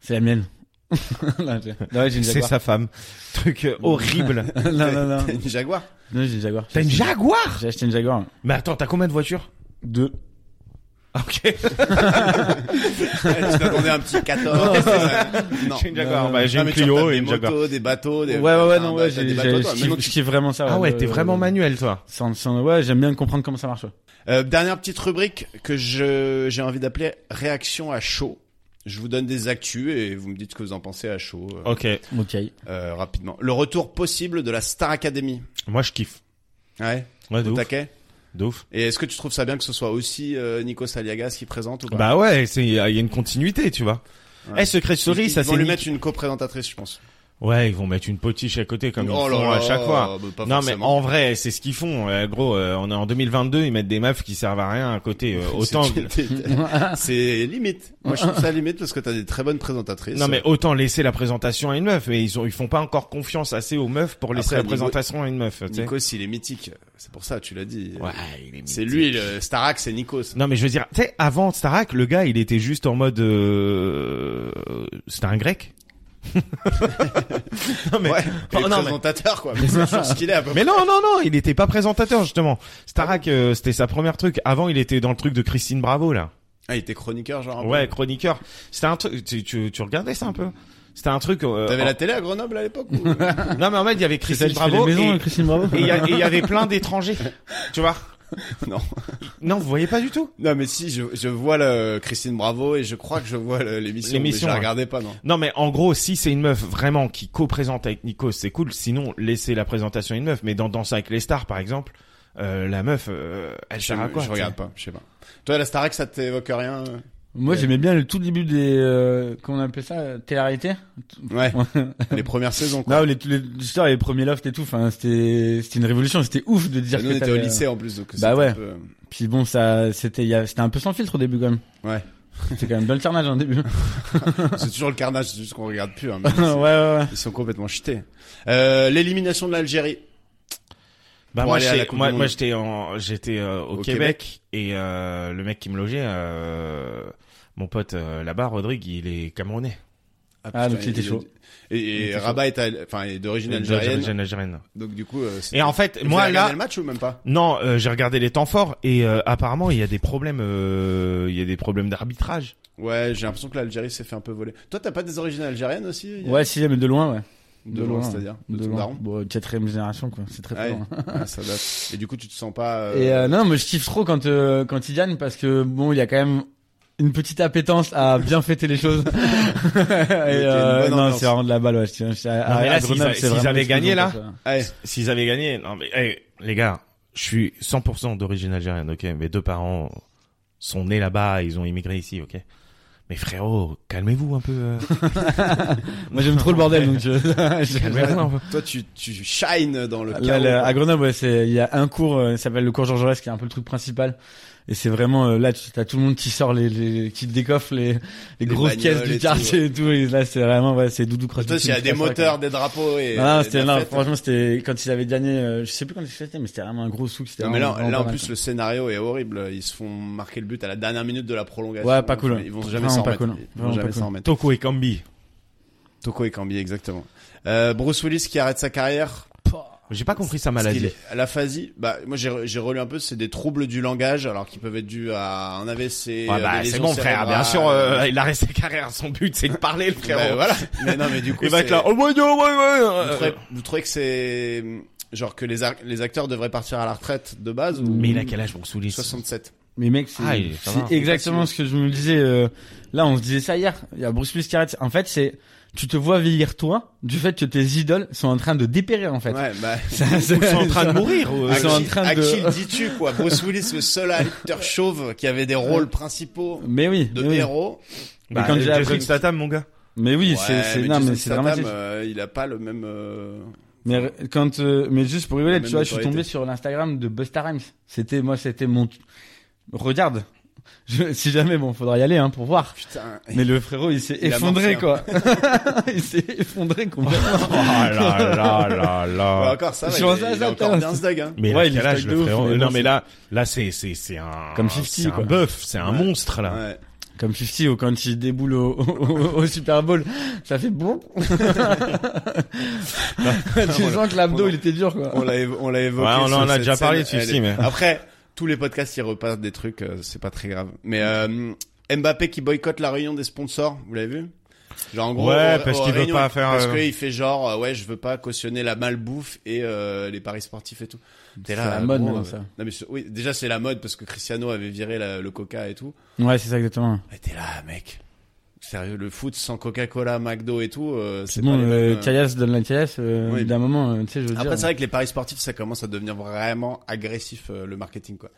C'est la mienne. non, j'ai- non, ouais, j'ai une C'est Jaguar. sa femme. Truc euh, horrible. non non non. T'as une Jaguar Non, j'ai une Jaguar. T'as une Jaguar J'ai acheté une Jaguar. Mais attends t'as combien de voitures Deux. Ah, Ok. Tu t'attendais à un petit 14 euh, Non. J'ai une Jaguar. Non, Bah, j'ai Ah, une mais tu vois, Clio t'as et des une Jaguar. motos, des bateaux, des. Ouais ouais ouais enfin, non bah, ouais, t'as j'ai des bateaux, toi. j'ai- Maintenant, je tu- kiffe vraiment ça. Ah ouais le- t'es vraiment le- manuel toi. Sans, sans- ouais, j'aime bien comprendre comment ça marche. ouais. Euh, dernière petite rubrique que je j'ai envie d'appeler réaction à chaud. Je vous donne des actus et vous me dites ce que vous en pensez à chaud euh, Ok. Ok. euh, rapidement. Le retour possible de la Star Academy. Moi je kiffe. Ouais. Ouais de Au ouf. taquet. De ouf. Et est-ce que tu trouves ça bien que ce soit aussi euh, Nico Saliagas qui présente ou pas Bah ouais c'est il y a une continuité tu vois. Ouais. Eh Secret Ils- Story ils ça vont c'est lui Nick- mettre une coprésentatrice, je pense. Ouais, ils vont mettre une potiche à côté comme Oh ils là font à là, chaque fois. bah, pas non mais forcément. en vrai, c'est ce qu'ils font. Euh, gros, euh, on est en 2022, ils mettent des meufs qui servent à rien à côté. Euh, autant que- C'est- c'est limite. Moi, je trouve ça limite parce que t'as des très bonnes présentatrices. non mais autant laisser la présentation à une meuf. Mais ils ont, ils font pas encore confiance assez aux meufs pour laisser Après, la Nico- présentation à une meuf. tu sais. Nikos, il est mythique. C'est pour ça, tu l'as dit. Ouais, il est C'est mythique. lui, le Starak, c'est Nikos. Non mais je veux dire, tu sais, avant Starak, le gars, il était juste en mode, euh, c'était un grec. non mais, Ouais, Oh, il est non, mais- présentateur, quoi. Mais c'est sûr ce qu'il est, à peu près. Mais non, non, non, il était pas présentateur justement. Starak, euh, c'était sa première truc. Avant, il était dans le truc de Christine Bravo là. Ah, il était chroniqueur, genre. un peu. Ouais, chroniqueur. C'était un truc. Tu, tu, tu regardais ça un peu. C'était un truc. euh, T'avais la en- télé à Grenoble à l'époque ou- Non mais en fait, il y avait Christine Bravo et maisons, hein, et Christine Bravo. il y, a- et il y avait plein d'étrangers. Tu vois Non. Non, vous voyez pas du tout. Non, mais si, je, je vois le Christine Bravo et je crois que je vois le- l'émission. L'émission, mais je la ouais. regardais pas, non. Non mais en gros, si c'est une meuf vraiment qui co-présente avec Nico, c'est cool. Sinon, laissez la présentation à une meuf. Mais dans Danse avec les stars, par exemple, euh, la meuf, euh, elle Je, sert à quoi je tu regarde sais pas, je sais pas. Toi, la Starac, ça t'évoque rien euh Moi, j'aimais bien le tout début des, euh, comment on appelle ça, euh, télé-réalité. Ouais, les premières saisons, quoi. Non, les, les, les, les premiers lofts et tout, enfin, c'était, c'était une révolution, c'était ouf de dire Nous, que on était au t'avais- lycée, en plus, donc Bah c'était ouais. un peu- euh, Puis bon, ça, c'était, il y a- c'était un peu sans filtre au début quand même. Ouais. C'était quand même dans le carnage en début. C'est toujours le carnage, c'est juste qu'on regarde plus, hein. mais ouais, ouais, ouais. Ils sont complètement cheatés. Euh, l'élimination de l'Algérie. Bah Pour moi, aller à la j'étais- Coupe moi, du moi Monde. j'étais en, j'étais euh, au, Au Québec, et euh, le mec qui me logeait, euh, mon pote euh, là-bas, Rodrigue, il est camerounais. Ah, donc il était chaud. Et, et était chaud. Rabat est, al- enfin, est d'origine algérienne. D'origine algérienne. Donc du coup, euh, c'était- Et en fait, Vous moi avez regardé là, le match ou même pas non, euh, j'ai regardé les temps forts et euh, apparemment il y a des problèmes, euh, il y a des problèmes d'arbitrage. Ouais, j'ai l'impression que l'Algérie s'est fait un peu voler. Toi, t'as pas des origines algériennes aussi Yann Ouais, si, mais de loin, ouais. de, loin, c'est-à-dire de, De ton loin. daron Bon, euh, quatrième génération, quoi. C'est très, Ouais. très loin. Ah, ça date. Et du coup, tu te sens pas. euh, Et euh, non, mais je kiffe trop quand euh, quand il gagne parce que bon, il y a quand même une petite appétence à bien fêter les choses. et euh, bonne non, ambiance. c'est vraiment de la balle. Ouais. Je tiens- je tiens- à- mais là, à s'ils Grenoble, a- c'est s'ils vraiment avaient l'explosion gagné, là, pour ça. ouais. S'ils avaient gagné, non mais hey, les gars, je suis 100% d'origine algérienne, ok. Mes deux parents sont nés là-bas, ils ont immigré ici, ok. Mais frérot, calmez-vous un peu. euh. moi j'aime trop le bordel, donc je, je- calmez-vous un peu. Toi, tu, tu shines dans le chaos. Là, là, quoi. à Grenoble, ouais, c'est il y a un cours, euh, ça s'appelle le cours Jean Jaurès, qui est un peu le truc principal. Et c'est vraiment euh, là, tu as tout le monde qui sort les, les qui décoffre les, les, grosses bagnoles caisses et du tout, quartier et tout. Et là, c'est vraiment ouais, c'est doudou croche. Toi, du s'il y a tout, des tout ça, quoi. moteurs, des drapeaux et. Non, et non, de c'était la là, fête. franchement, c'était quand ils avaient gagné, euh, je sais plus quand c'était, mais c'était vraiment un gros sou. c'était Non, mais là, vraiment là, pas en mal, plus, le scénario est horrible. Ils se font marquer le but à la dernière minute de la prolongation. Ouais, pas cool. Ils vont jamais Vraiment s'en pas remettre. cool. Ils vont Vraiment jamais pas s'en cool. remettre. Toko et Kambi. Toko et Cambi, exactement. Euh, Bruce Willis qui arrête sa carrière. J'ai pas compris sa parce qu'il maladie. est- L'aphasie, bah, moi, j'ai, j'ai relu un peu, c'est des troubles du langage, alors qui peuvent être dus à un AVC. euh, Ouais, bah, des c'est lésions bon, frère. cérébrales. Bien sûr, euh, il a resté carrière. Son but, c'est de parler, le frère. Bah, voilà. Mais non, mais du coup, il va c'est- être là. Oh, euh, ouais, ouais, vous, ouais, ouais. trouvez, vous trouvez que c'est, hum, genre, que les, ar- les acteurs devraient partir à la retraite de base ou Mais il a quel âge pour souligner 67. Mais mec, c'est Ah, il- ça c'est va. exactement ce que je me disais. euh, là, on se disait ça hier. Il y a Bruce Willis qui arrête. En fait, c'est tu te vois vieillir toi du fait que tes idoles sont en train de dépérir en fait. Ouais, bah. Ça, c'est- Ils sont en train de mourir. ou- Ils sont en Axel- train de- Axel, dis-tu quoi Bruce Willis, le seul acteur chauve qui avait des rôles principaux Mais oui. de mais oui. héros. Bah, Mais quand j'ai Jason appris- Statham, mon gars. Mais oui, Ouais, c'est c'est mais non, Jason mais c'est Statham, dramatique. euh, il a pas le même. euh, Mais re- quand, euh, mais juste pour rigoler, La tu vois, même je suis notoriété. tombé sur l'Instagram de Busta Rhymes. C'était moi, c'était mon. Regarde. Je- si jamais, bon, faudra y aller hein, pour voir. Putain. Mais le frérot, il s'est Il a hein. morflé, effondré, quoi. il s'est effondré complètement. Oh là là là Ouais, là. encore ça, va, Je il, pense est- à il est ça, encore putain. bien ce dag. Hein. Mais Ouais, il il a quel est âge, stock le de ouf, frère mais Non, bon, mais c'est- là, là, c'est, c'est, c'est un. Comme 50, C'est un quoi. bœuf. C'est un Ouais. monstre, là. Ouais. Comme 50 ou quand il déboule au, au, au- au Super Bowl, ça fait bon. tu sens que l'abdo, il était dur, quoi. On l'a évo- on l'a évoqué. Ouais, on sur en a cette déjà parlé de scène. Elle celui-ci, est- mais- Après, tous les podcasts, ils repartent des trucs, euh, c'est pas très grave. Mais euh, Mbappé qui boycotte la réunion des sponsors, vous l'avez vu Genre en gros, Ouais, au- parce aux qu'il veut réunions, pas faire, Parce euh, qu'il fait genre, euh, ouais, je veux pas cautionner la malbouffe et euh, les paris sportifs et tout. T'es C'est là, la euh, mode, gros, maintenant, euh, ça. Non mais ce- oui, déjà c'est la mode parce que Cristiano avait viré la- le Coca et tout. Ouais, c'est ça, exactement. Mais t'es là, mec. Sérieux, le foot sans Coca-Cola, McDo et tout, euh, c'est C'est bon, pas les le mêmes, euh, caillasse donne la caillasse, euh, Oui. d'un moment, euh, tu sais, je veux dire. Après, c'est vrai que les paris sportifs, ça commence à devenir vraiment agressif, euh, le marketing, quoi.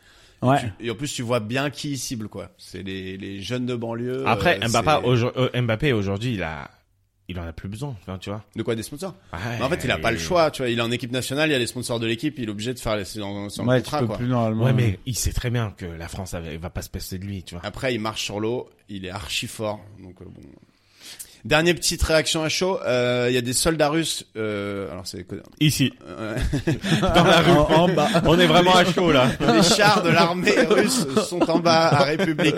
Ouais. Tu- et en plus, tu vois bien qui ils ciblent, quoi. C'est les, les jeunes de banlieue. Après, euh, Mbappé, c'est- aujourd'hui- euh, Mbappé, aujourd'hui, il a, il en a plus besoin, enfin, tu vois. De quoi des sponsors Mais En fait, il a Ouais. Eh. pas le choix, tu vois. Il est en équipe nationale, il y a les sponsors de l'équipe, il est obligé de faire les c'est dans- sur le Ouais, tu contrat, peux quoi. plus normalement. Ouais, mais il sait très bien que la France elle va pas se passer de lui, tu vois. Après, il marche sur l'eau, il est archi fort. Donc euh, bon. Dernière petite réaction à chaud. euh, Il y a des soldats russes. euh, alors c'est Ici, euh, dans la rue, en, bas. On est vraiment à chaud là. les chars de l'armée russe sont en bas à République.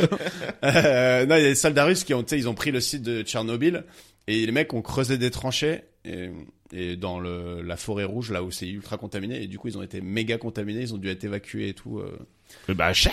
Euh, non, il y a des soldats russes qui ont, tu sais, ils ont pris le site de Tchernobyl et les mecs ont creusé des tranchées et, et dans le, la forêt rouge là où c'est ultra contaminé et du coup ils ont été méga contaminés, ils ont dû être évacués et tout. euh. Bah, chais.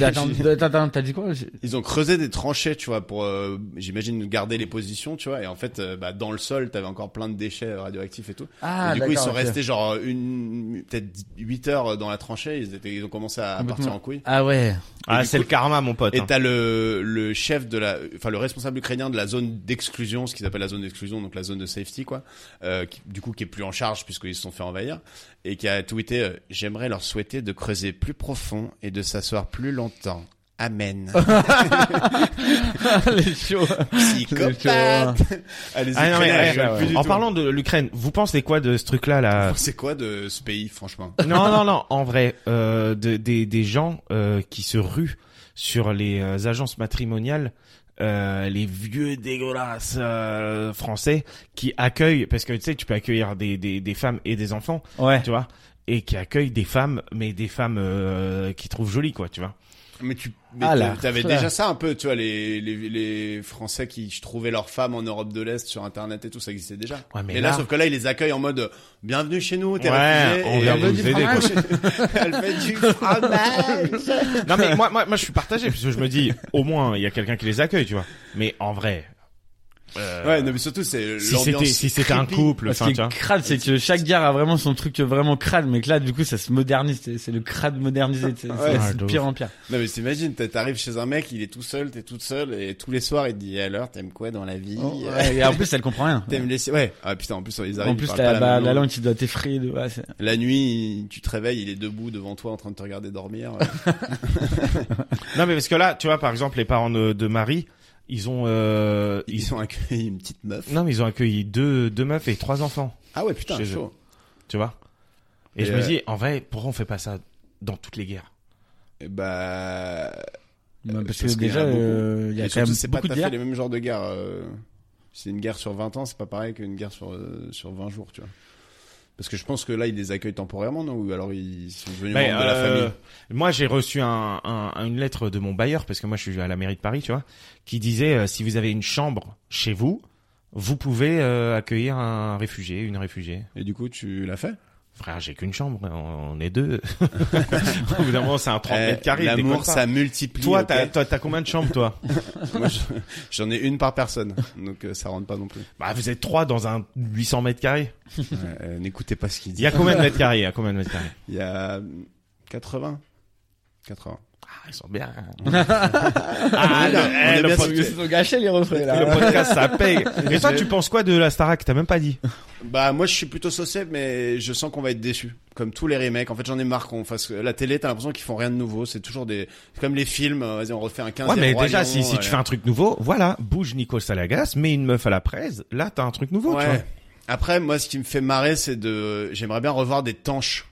Attends, attends, attends, t'as dit quoi J'ai- Ils ont creusé des tranchées, tu vois, pour, euh, j'imagine, garder les positions, tu vois. Et en fait, euh, bah, dans le sol, t'avais encore plein de déchets radioactifs et tout. Ah, Et du coup, ils d'accord, sont ok. restés genre une, peut-être 8 heures dans la tranchée. Ils, étaient, ils ont commencé à Complètement. partir en couille. Ah ouais. Ah, du c'est coup- le karma, mon pote. Et hein. t'as le, le chef de la, enfin le responsable ukrainien de la zone d'exclusion, ce qu'ils appellent la zone d'exclusion, donc la zone de safety quoi, euh, qui- du coup qui est plus en charge puisqu'ils se sont fait envahir, et qui a tweeté euh, J'aimerais leur souhaiter de creuser plus profond et de s'asseoir plus longtemps. Amen. les shows. Psychopathe. Allez, Ah, non, mais, Ukrainien, ouais, je rigole ouais. plus du en parlant de l'Ukraine, vous pensez quoi de ce truc-là, là c'est quoi de ce pays franchement Non, non, non. En vrai, euh, de- des des gens euh, qui se ruent sur les euh, agences matrimoniales, euh, les vieux dégueulasses euh, français qui accueillent, parce que tu sais, tu peux accueillir des des des femmes et des enfants, Ouais. tu vois, et qui accueillent des femmes, mais des femmes euh, qui trouvent jolies, quoi, tu vois. Mais tu mais Ah, tu- la t'avais classe. déjà ça un peu, tu vois, les, les, les Français qui trouvaient leurs femmes en Europe de l'Est sur Internet et tout, ça existait déjà. Ouais, mais et là, là- sauf que là, ils les accueillent en mode « Bienvenue chez nous, t'es Ouais, réfugié, on et vient elle vous fait du aider, quoi. fromage. Elle fait du fromage Non mais moi, moi, moi, je suis partagé parce que je me dis, au moins, il y a quelqu'un qui les accueille, tu vois. Mais en vrai, euh, Ouais, non, mais surtout, c'est si l'ambiance c'était si c'était un creepy. couple, Ce enfin, qui tu vois. est crade, c'est que chaque gare a vraiment son truc vraiment crade, mais que là, du coup, ça se modernise. c'est- C'est le crade modernisé. tu sais, C'est Ouais, c'est de de pire en pire. Non, mais t'imagines, t'as- t'arrives chez un mec, il est tout seul, t'es toute seule, et tous les soirs, il te dit « Alors, t'aimes quoi dans la vie Oh, Eh, Ouais, Et en plus, elle comprend rien. T'aimes les... Ouais, ah putain, en plus, ils arrivent, En ils plus, parlent la, pas bah, même la langue. langue qui doit t'effrayer. de- ouais, c'est- La nuit, il- tu te réveilles, il est debout devant toi en train de te regarder dormir. Non mais parce que là, tu vois, par exemple, les parents de, de Marie, ils ont, euh, ils, Ils ont accueilli une petite meuf. non mais ils ont accueilli deux deux meufs et trois enfants, Ah ouais, putain, Chez eux. chaud. tu vois. Et, Et je euh, me dis, en vrai, pourquoi on fait pas ça dans toutes les guerres Et Eh bah. Bah, parce que parce qu'il y en a déjà, beaucoup. euh, il y a et quand surtout, même c'est pas tout beaucoup de à fait les guerres. mêmes genres de guerres. euh, C'est une guerre sur 20 ans, c'est pas pareil qu'une guerre sur, euh, sur 20 jours, tu vois. Parce que je pense que là, ils les accueillent temporairement, non Ou alors ils sont devenus Mais, membres de la euh, famille. Moi, j'ai reçu un, un- une lettre de mon bailleur parce que moi, je suis à la mairie de Paris, tu vois, qui disait euh, si vous avez une chambre chez vous, vous pouvez euh, accueillir un réfugié, une réfugiée. Et du coup, tu l'as fait Frère, j'ai qu'une chambre, on, on est deux. Au bout d'un moment, c'est un 30 Eh, mètres carrés. L'amour, déconne pas. ça multiplie. Toi, ok t'as- toi, t'as combien de chambres, toi Moi, je- j'en ai une par personne, donc euh, ça rentre pas non plus. Bah, vous êtes trois dans un 800 mètres carrés. Ouais, euh, N'écoutez pas ce qu'il Il dit. y a combien de mètres carrés Il y a combien de mètres carrés Il y a euh, 80 80. Ah, ils sont bien. Ah, le- eh, le pod- Ils se sont gâchés, les refrains, là. Le podcast, ça paye. Et toi, tu penses quoi de la Starac T'as même pas dit. Bah moi je suis plutôt saucé mais je sens qu'on va être déçu comme tous les remakes en fait j'en ai marre qu'on fasse la télé t'as l'impression qu'ils font rien de nouveau c'est toujours des c'est comme les films euh, vas-y on refait un 15 Ouais, mais Roi déjà, Lion, si, si euh, tu fais un truc nouveau, voilà, bouge Nico Salagas, mets une meuf à la presse, là, t'as un truc hein. nouveau, tu vois. ouais. après moi ce qui me fait marrer c'est de j'aimerais bien revoir des tanches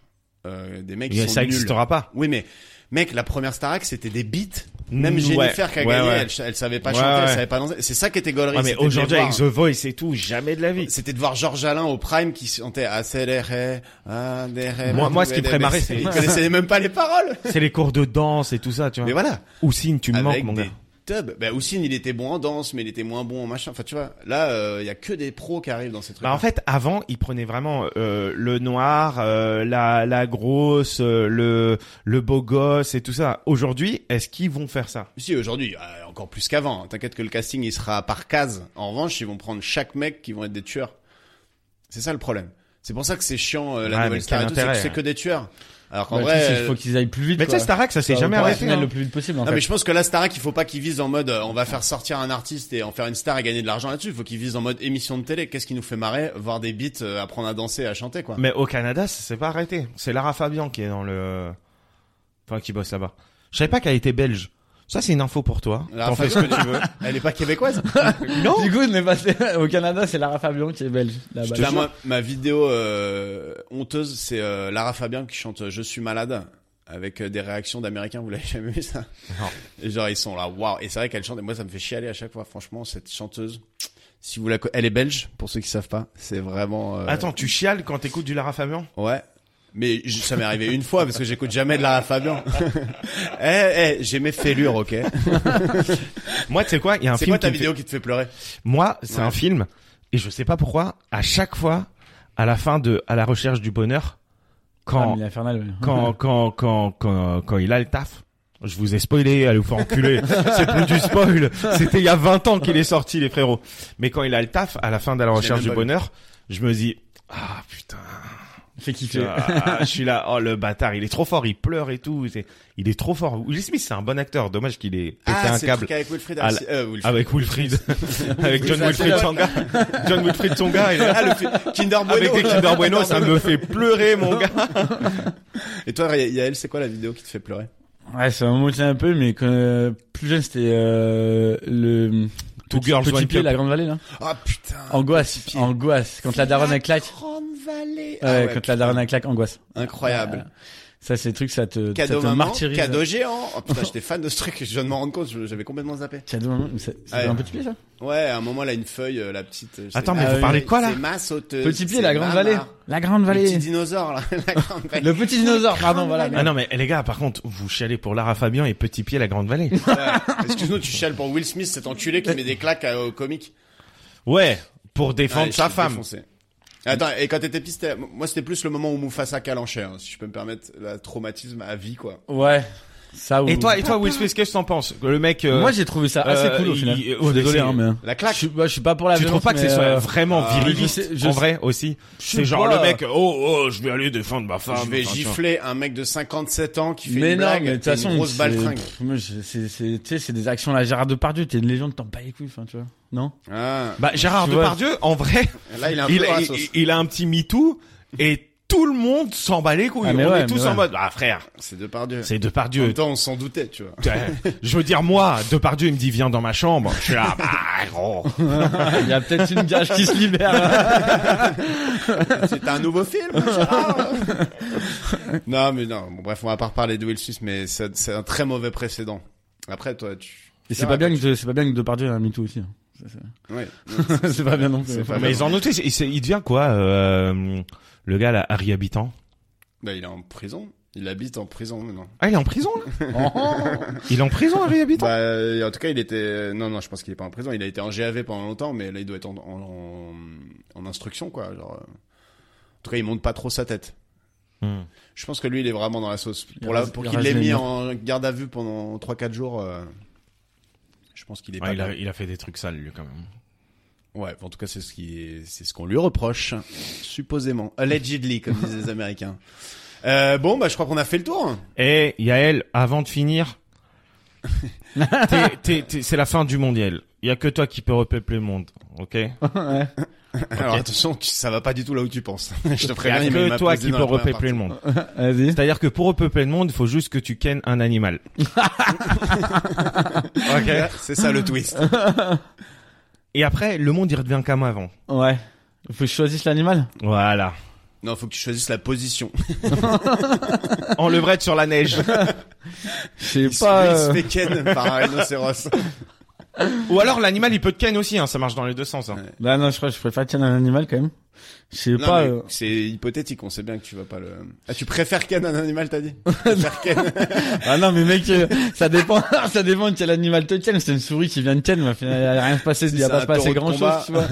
euh, des mecs qui Et sont ça nuls existera pas. oui mais mec la première Starac c'était des beats même Mm, Jennifer ouais, qui a ouais, gagné ouais. elle, ch- elle savait pas Ouais, chanter elle ouais. savait pas danser c'est ça qui était gaulerie Ouais, mais c'était de les aujourd'hui, avec voir. The Voice et tout, jamais de la vie. C'était de voir Georges Alain au Prime qui chantait Accéléré, adhéré. Moi- moi, ce qui me ferait marrer, c'est- Il connaissait même pas les paroles. C'est les cours de danse et tout ça, tu Mais vois. voilà. Ou signe, tu me manques, avec mon des gars. tubs. Bah, Houssine, il était bon en danse, mais il était moins bon en machin. Enfin, tu vois, là, euh, il y a que des pros qui arrivent dans ces trucs. Bah en fait avant il prenait vraiment euh, le noir, euh, la la grosse, euh, le le beau gosse et tout ça. Aujourd'hui est-ce qu'ils vont faire ça si aujourd'hui, euh, encore plus qu'avant. T'inquiète que le casting il sera par case. En revanche, ils vont prendre chaque mec qui vont être des tueurs. C'est ça le problème. C'est pour ça que c'est chiant euh, la Ouais, nouvelle mais star et quel tout, c'est que intérêt, c'est hein. que des tueurs. Alors qu'en Bah, le truc, vrai, c'est qu'il euh, faut qu'ils aillent plus vite. Mais tu sais quoi. Starak ça s'est Enfin, jamais au arrêté. final, hein. le plus vite possible, en Non, mais fait. je pense que là, Starac, il faut pas qu'il vise en mode euh, on va faire sortir un artiste et en faire une star et gagner de l'argent là-dessus. Il faut qu'il vise en mode émission de télé. Qu'est-ce qui nous fait marrer Voir des beats, euh, apprendre à danser, à chanter, quoi. Mais au Canada ça s'est pas arrêté. C'est Lara Fabian qui est dans le enfin qui bosse là-bas. Je savais pas qu'elle était belge. Ça, c'est une info pour toi. La T'en fais ce Fabio- que tu veux. Ah Elle est pas québécoise. Non. Du coup, je n'ai passé au Canada, c'est Lara Fabian qui est belge. bah, là-bas. Là, moi, ma vidéo euh, honteuse, c'est euh, Lara Fabian qui chante Je suis malade avec euh, des réactions d'Américains. Vous l'avez jamais vu ça Non. Et genre ils sont là, waouh Et c'est vrai qu'elle chante. Et moi, ça me fait chialer à chaque fois. Franchement, cette chanteuse, si vous la, co- elle est belge pour ceux qui savent pas. C'est vraiment. euh, Attends, tu chiales quand t'écoutes du Lara Fabian Ouais. Mais j- ça m'est arrivé une fois parce que j'écoute jamais de Lara Fabian. eh, eh, j'ai mes fêlures, ok. Moi, tu sais quoi Il y a un C'est film quoi ta qui me fait- vidéo qui te fait pleurer Moi, c'est Ouais. un film et je sais pas pourquoi. À chaque fois, à la fin de, à la recherche du bonheur, Ah, quand mais l'infernal, ouais. quand, quand, quand, quand, quand il a le taf. Je vous ai spoilé, allez vous faire enculer. C'est plus du spoil. C'était il y a 20 ans qu'il est sorti, les frérots. Mais quand il a le taf, à la fin de la recherche même du pas vu. bonheur, je me dis, ah, putain, Fait kiffer. ah, je suis là, oh, le bâtard, il est trop fort, il pleure et tout. c'est- Il est trop fort. Will Smith, c'est un bon acteur. Dommage qu'il ait pété un Ah, c'est le câble. truc avec Wilfried. Ah, Harris- euh, Wilfried. Avec Wilfried. avec John ça, Wilfried c'est- Tsonga. John Wilfried Tsonga. il est là, Ah, le fi- Kinder Bueno. bah, Avec des Kinder Bueno, ça me fait pleurer, mon gars. Et toi, Ya- Yael, c'est quoi la vidéo qui te fait pleurer Ouais, ça m'a motivé un peu, mais quand, euh, plus jeune, c'était euh, le Two petit, Girls, petit One pied, Cup. la grande vallée là. Ah putain. Angoisse, Pied. angoisse. Quand la daronne elle claque. Grande vallée. Ouais, Ah quand la daronne elle claque, angoisse. Incroyable. Ça, c'est le truc, ça te, cadeau ça te maman, martyrise. cadeau géant. Oh putain, j'étais fan de ce truc. Je viens de m'en rendre compte. je- J'avais complètement zappé. Cadeau maman, mais ça- ça Ouais. fait un petit pied ça Ouais, à un moment, là, une feuille, euh, la petite. euh, je Attends, sais- mais vous oui, parlez de quoi, là C'est ma sauteuse. Ah Petit Euh, pied, c'est la ma grande mare. vallée. La grande Le vallée. petit dinosaure, là. La grande vallée. Le petit dinosaure, pardon, voilà. Ah merde. non mais les gars, par contre, vous chialez pour Lara Fabian et Petit Pied la Grande Vallée. Ouais. Excuse-nous, tu chiales pour Will Smith, cet enculé qui met des claques euh, aux comiques. ouais, pour défendre Ouais, je sa suis femme. défoncé. Attends, et quand t'étais piste, euh, moi c'était plus le moment où Mufasa calanchait, hein, si je peux me permettre, la traumatisme à vie, quoi. Ouais. Ça ou... Et toi, et toi, Will Smith, qu'est-ce que t'en penses Le mec, euh, Moi, j'ai trouvé ça assez euh, cool au il- final. il- Je suis désolé, hein, mais. La Je claque. suis, bah, je suis pas pour la tu violence, trouves pas que mais, c'est soit euh, vraiment ah, viriliste je sais- je en sais- vrai aussi sais C'est genre pas. le mec, oh oh, je vais aller défendre ma femme. je vais enfin, tu vois. gifler un mec de 57 ans qui fait Mais une non, blague, mais de et toute façon, une grosse c'est- baltringue. pff, moi, je- c'est, c'est, tu sais, c'est des actions à la Gérard Depardieu, t'es une légende, t'en bats les couilles, enfin, tu vois. Non? Ah, Bah Gérard Tu vois. Depardieu, en vrai, là, il a un il, peu dans la il- sauce. il a un petit MeToo et tout le monde s'en bat les couilles. Ah, mais On ouais, est tous mais en ouais. mode, ah frère, C'est de par Dieu. c'est En Depardieu. même temps, on s'en doutait, tu vois. Je veux dire moi, Depardieu il me dit viens dans ma chambre. Je suis là, bah gros. Il y a peut-être une gage qui se libère. hein. C'est Ah, un nouveau film, hein, Gérard Non, mais non. Bon, bref, on va pas reparler de Will Smith, mais c'est c'est un très mauvais précédent. Après, toi, tu... Et c'est pas bien que, c'est pas bien que Depardieu ait un MeToo aussi. hein. Ça, c'est- Ouais. c'est pas bien non plus. C'est pas Enfin, Mais ils en ont tous- il, s'est- il devient quoi euh, le gars là, Harry Habitant Bah, il est en prison. Il habite en prison maintenant. Ah, il est en prison là Il est en prison Harry Habitant Oh. Bah, euh, en tout cas, il était. Non, non, je pense qu'il est pas en prison. Il a été en GAV pendant longtemps, mais là, il doit être en, en, en instruction, quoi. Genre, euh. En tout cas, il monte pas trop sa tête. Hmm. Je pense que lui, il est vraiment dans la sauce. Il Pour, la, rase- pour il qu'il rase l'ait les mis murs. en garde à vue pendant 3-4 jours, euh, je pense qu'il est Ouais, pas il, a, bien. il a fait des trucs sales lui quand même. Ouais, en tout cas, c'est ce qui c'est ce qu'on lui reproche, supposément. Allegedly, comme disent les Américains. Euh, bon, bah, je crois qu'on a fait le tour. Et Eh, Yael, avant de finir, t'es- t'es- t'es- c'est la fin du mondial. Il y a que toi qui peux repeupler le monde, ok ouais. Alors, attention, tu- ça va pas du tout là où tu penses. je te Il y préviens, a il m'a que toi posé qui dans peux la première repeupler partie. le monde. Vas-y. C'est-à-dire que pour repeupler le monde, il faut juste que tu kennes un animal. ok. C'est ça le twist. Et après, le monde il redevient comme avant. Ouais. Faut que je choisisse l'animal. Voilà. Non, faut que tu choisisses la position. En levrette sur la neige. Je sais Il se- pas. lui, il se euh, fait ken par un rhinocéros. Ou alors l'animal il peut te ken aussi, hein, ça marche dans les deux sens. Hein. Bah non, je crois que je préfère tiens un animal quand même. Je sais Non, pas. mais euh, c'est hypothétique, on sait bien que tu vas pas le... Ah, tu préfères ken un animal, t'as dit Tu préfères ken Ah non, mais mec, euh, ça dépend. ça dépend de quel animal te tienne. C'est une souris qui vient de tienne. mais Il y a rien se passer. Il y a C'est pas un se taureau passer grand de chose. combat. Tu vois.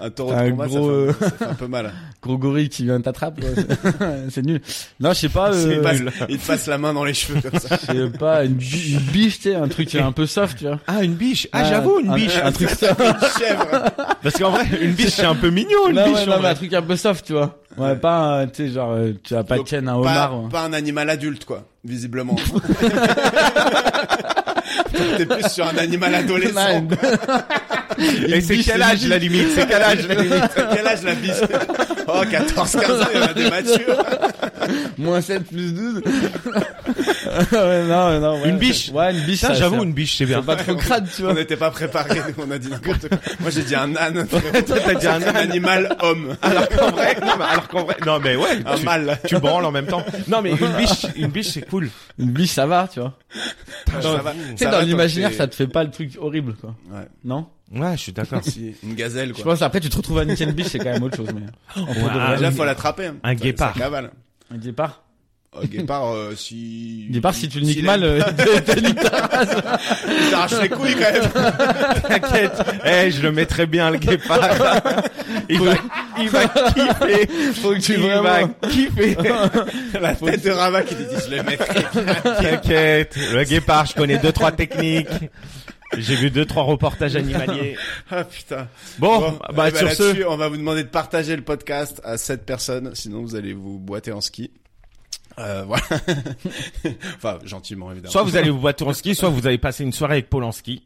un taureau de Un combat, gros, euh, ça, fait, un- ça fait un peu mal. Gros gorille qui vient t'attraper. ouais. C'est nul. Non, je sais pas. Il, te Euh, passe, il te passe la main dans les cheveux comme ça. je sais pas. Une, bi- une biche, tu sais, un truc un peu soft, tu vois. Ah une biche. Ah Ouais, j'avoue une un- biche. Un truc soft. Une chèvre. Parce qu'en vrai une biche c'est un peu mignon une Non, biche. ouais, en non, mais vrai. un truc un peu soft, tu vois. Ouais, pas, un- tu sais, genre, euh, tu vas pas Donc, tienne un pas, homard. hein. ouais. pas un animal adulte, quoi, visiblement. Donc, T'es plus sur un animal adolescent. Non, quoi. Et c'est quel âge la limite C'est quel âge la limite Quel âge la bise Oh, 14, 15 ans, il y en a des matures. Moins 7 plus 12. ouais, non, mais non, ouais. Une biche Ouais, une biche. Ça, ça, j'avoue, ça- une biche, c'est bien. C'est pas trop crade, tu On vois. n'était pas préparés, nous, on a dit n'importe quoi. Moi, j'ai dit un âne. T'as dit un âne. animal homme. Alors qu'en vrai, non, mais alors qu'en vrai, non, mais ouais, Un tu, mâle. tu branles en même temps. Non, mais une biche, une biche, c'est cool. Une biche, ça va, tu vois. Ça va- Tu sais, ça dans va, l'imaginaire, t'es- ça te fait pas le truc horrible, quoi. Ouais. Non Ouais, je suis d'accord. Si, Une gazelle, Je quoi. pense après, tu te retrouves à niquer une biche, c'est quand même autre chose, mais. En fait, de Ah, vrai, Déjà, faut l'attraper. hein. Un Ça- guépard. Ça cavale. Au départ. Un guépard, euh, si... Au départ, si tu le niques S'il mal, aime- euh, t'as niqué ta race. Il t'arrache les couilles, quand même. T'inquiète. Eh, je le mettrai bien le guépard. Il va, il va kiffer. Faut que tu il vraiment- va kiffer. La tête de Rava qui te dit, je le mettrai. T'inquiète. Le guépard, je connais deux trois techniques. J'ai vu deux trois reportages animaliers. Ah, putain. Bon, bah eh ben, sur là-dessus, ce, on va vous demander de partager le podcast à 7 personnes, sinon vous allez vous boiter en ski. Euh, voilà. enfin, gentiment, évidemment. soit vous allez vous battre en ski, soit vous allez passer une soirée avec Polanski.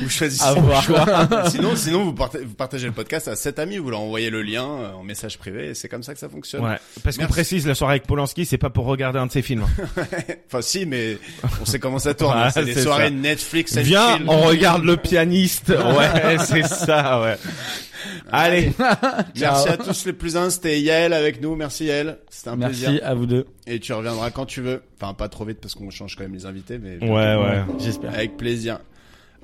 vous choisissez. À voir. sinon, sinon vous, partagez, vous partagez le podcast à 7 amis, vous leur envoyez le lien euh, en message privé, et c'est comme ça que ça fonctionne. Ouais. Parce qu'on Merci. précise, la soirée avec Polanski, c'est pas pour regarder un de ses films. Enfin, si, mais on sait comment ça tourne. Ouais, c'est des c'est soirées ça. Netflix. and Viens, chill. on regarde le pianiste. Ouais, c'est ça, ouais. Allez, Merci Ciao. à tous les plus uns. C'était Yael avec nous. Merci Yael. C'était un Merci plaisir. à vous deux. Et tu reviendras quand tu veux. Enfin, pas trop vite parce qu'on change quand même les invités, mais Euh, ouais, ouais. J'espère. avec plaisir.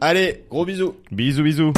Allez, gros bisous. Bisous, bisous.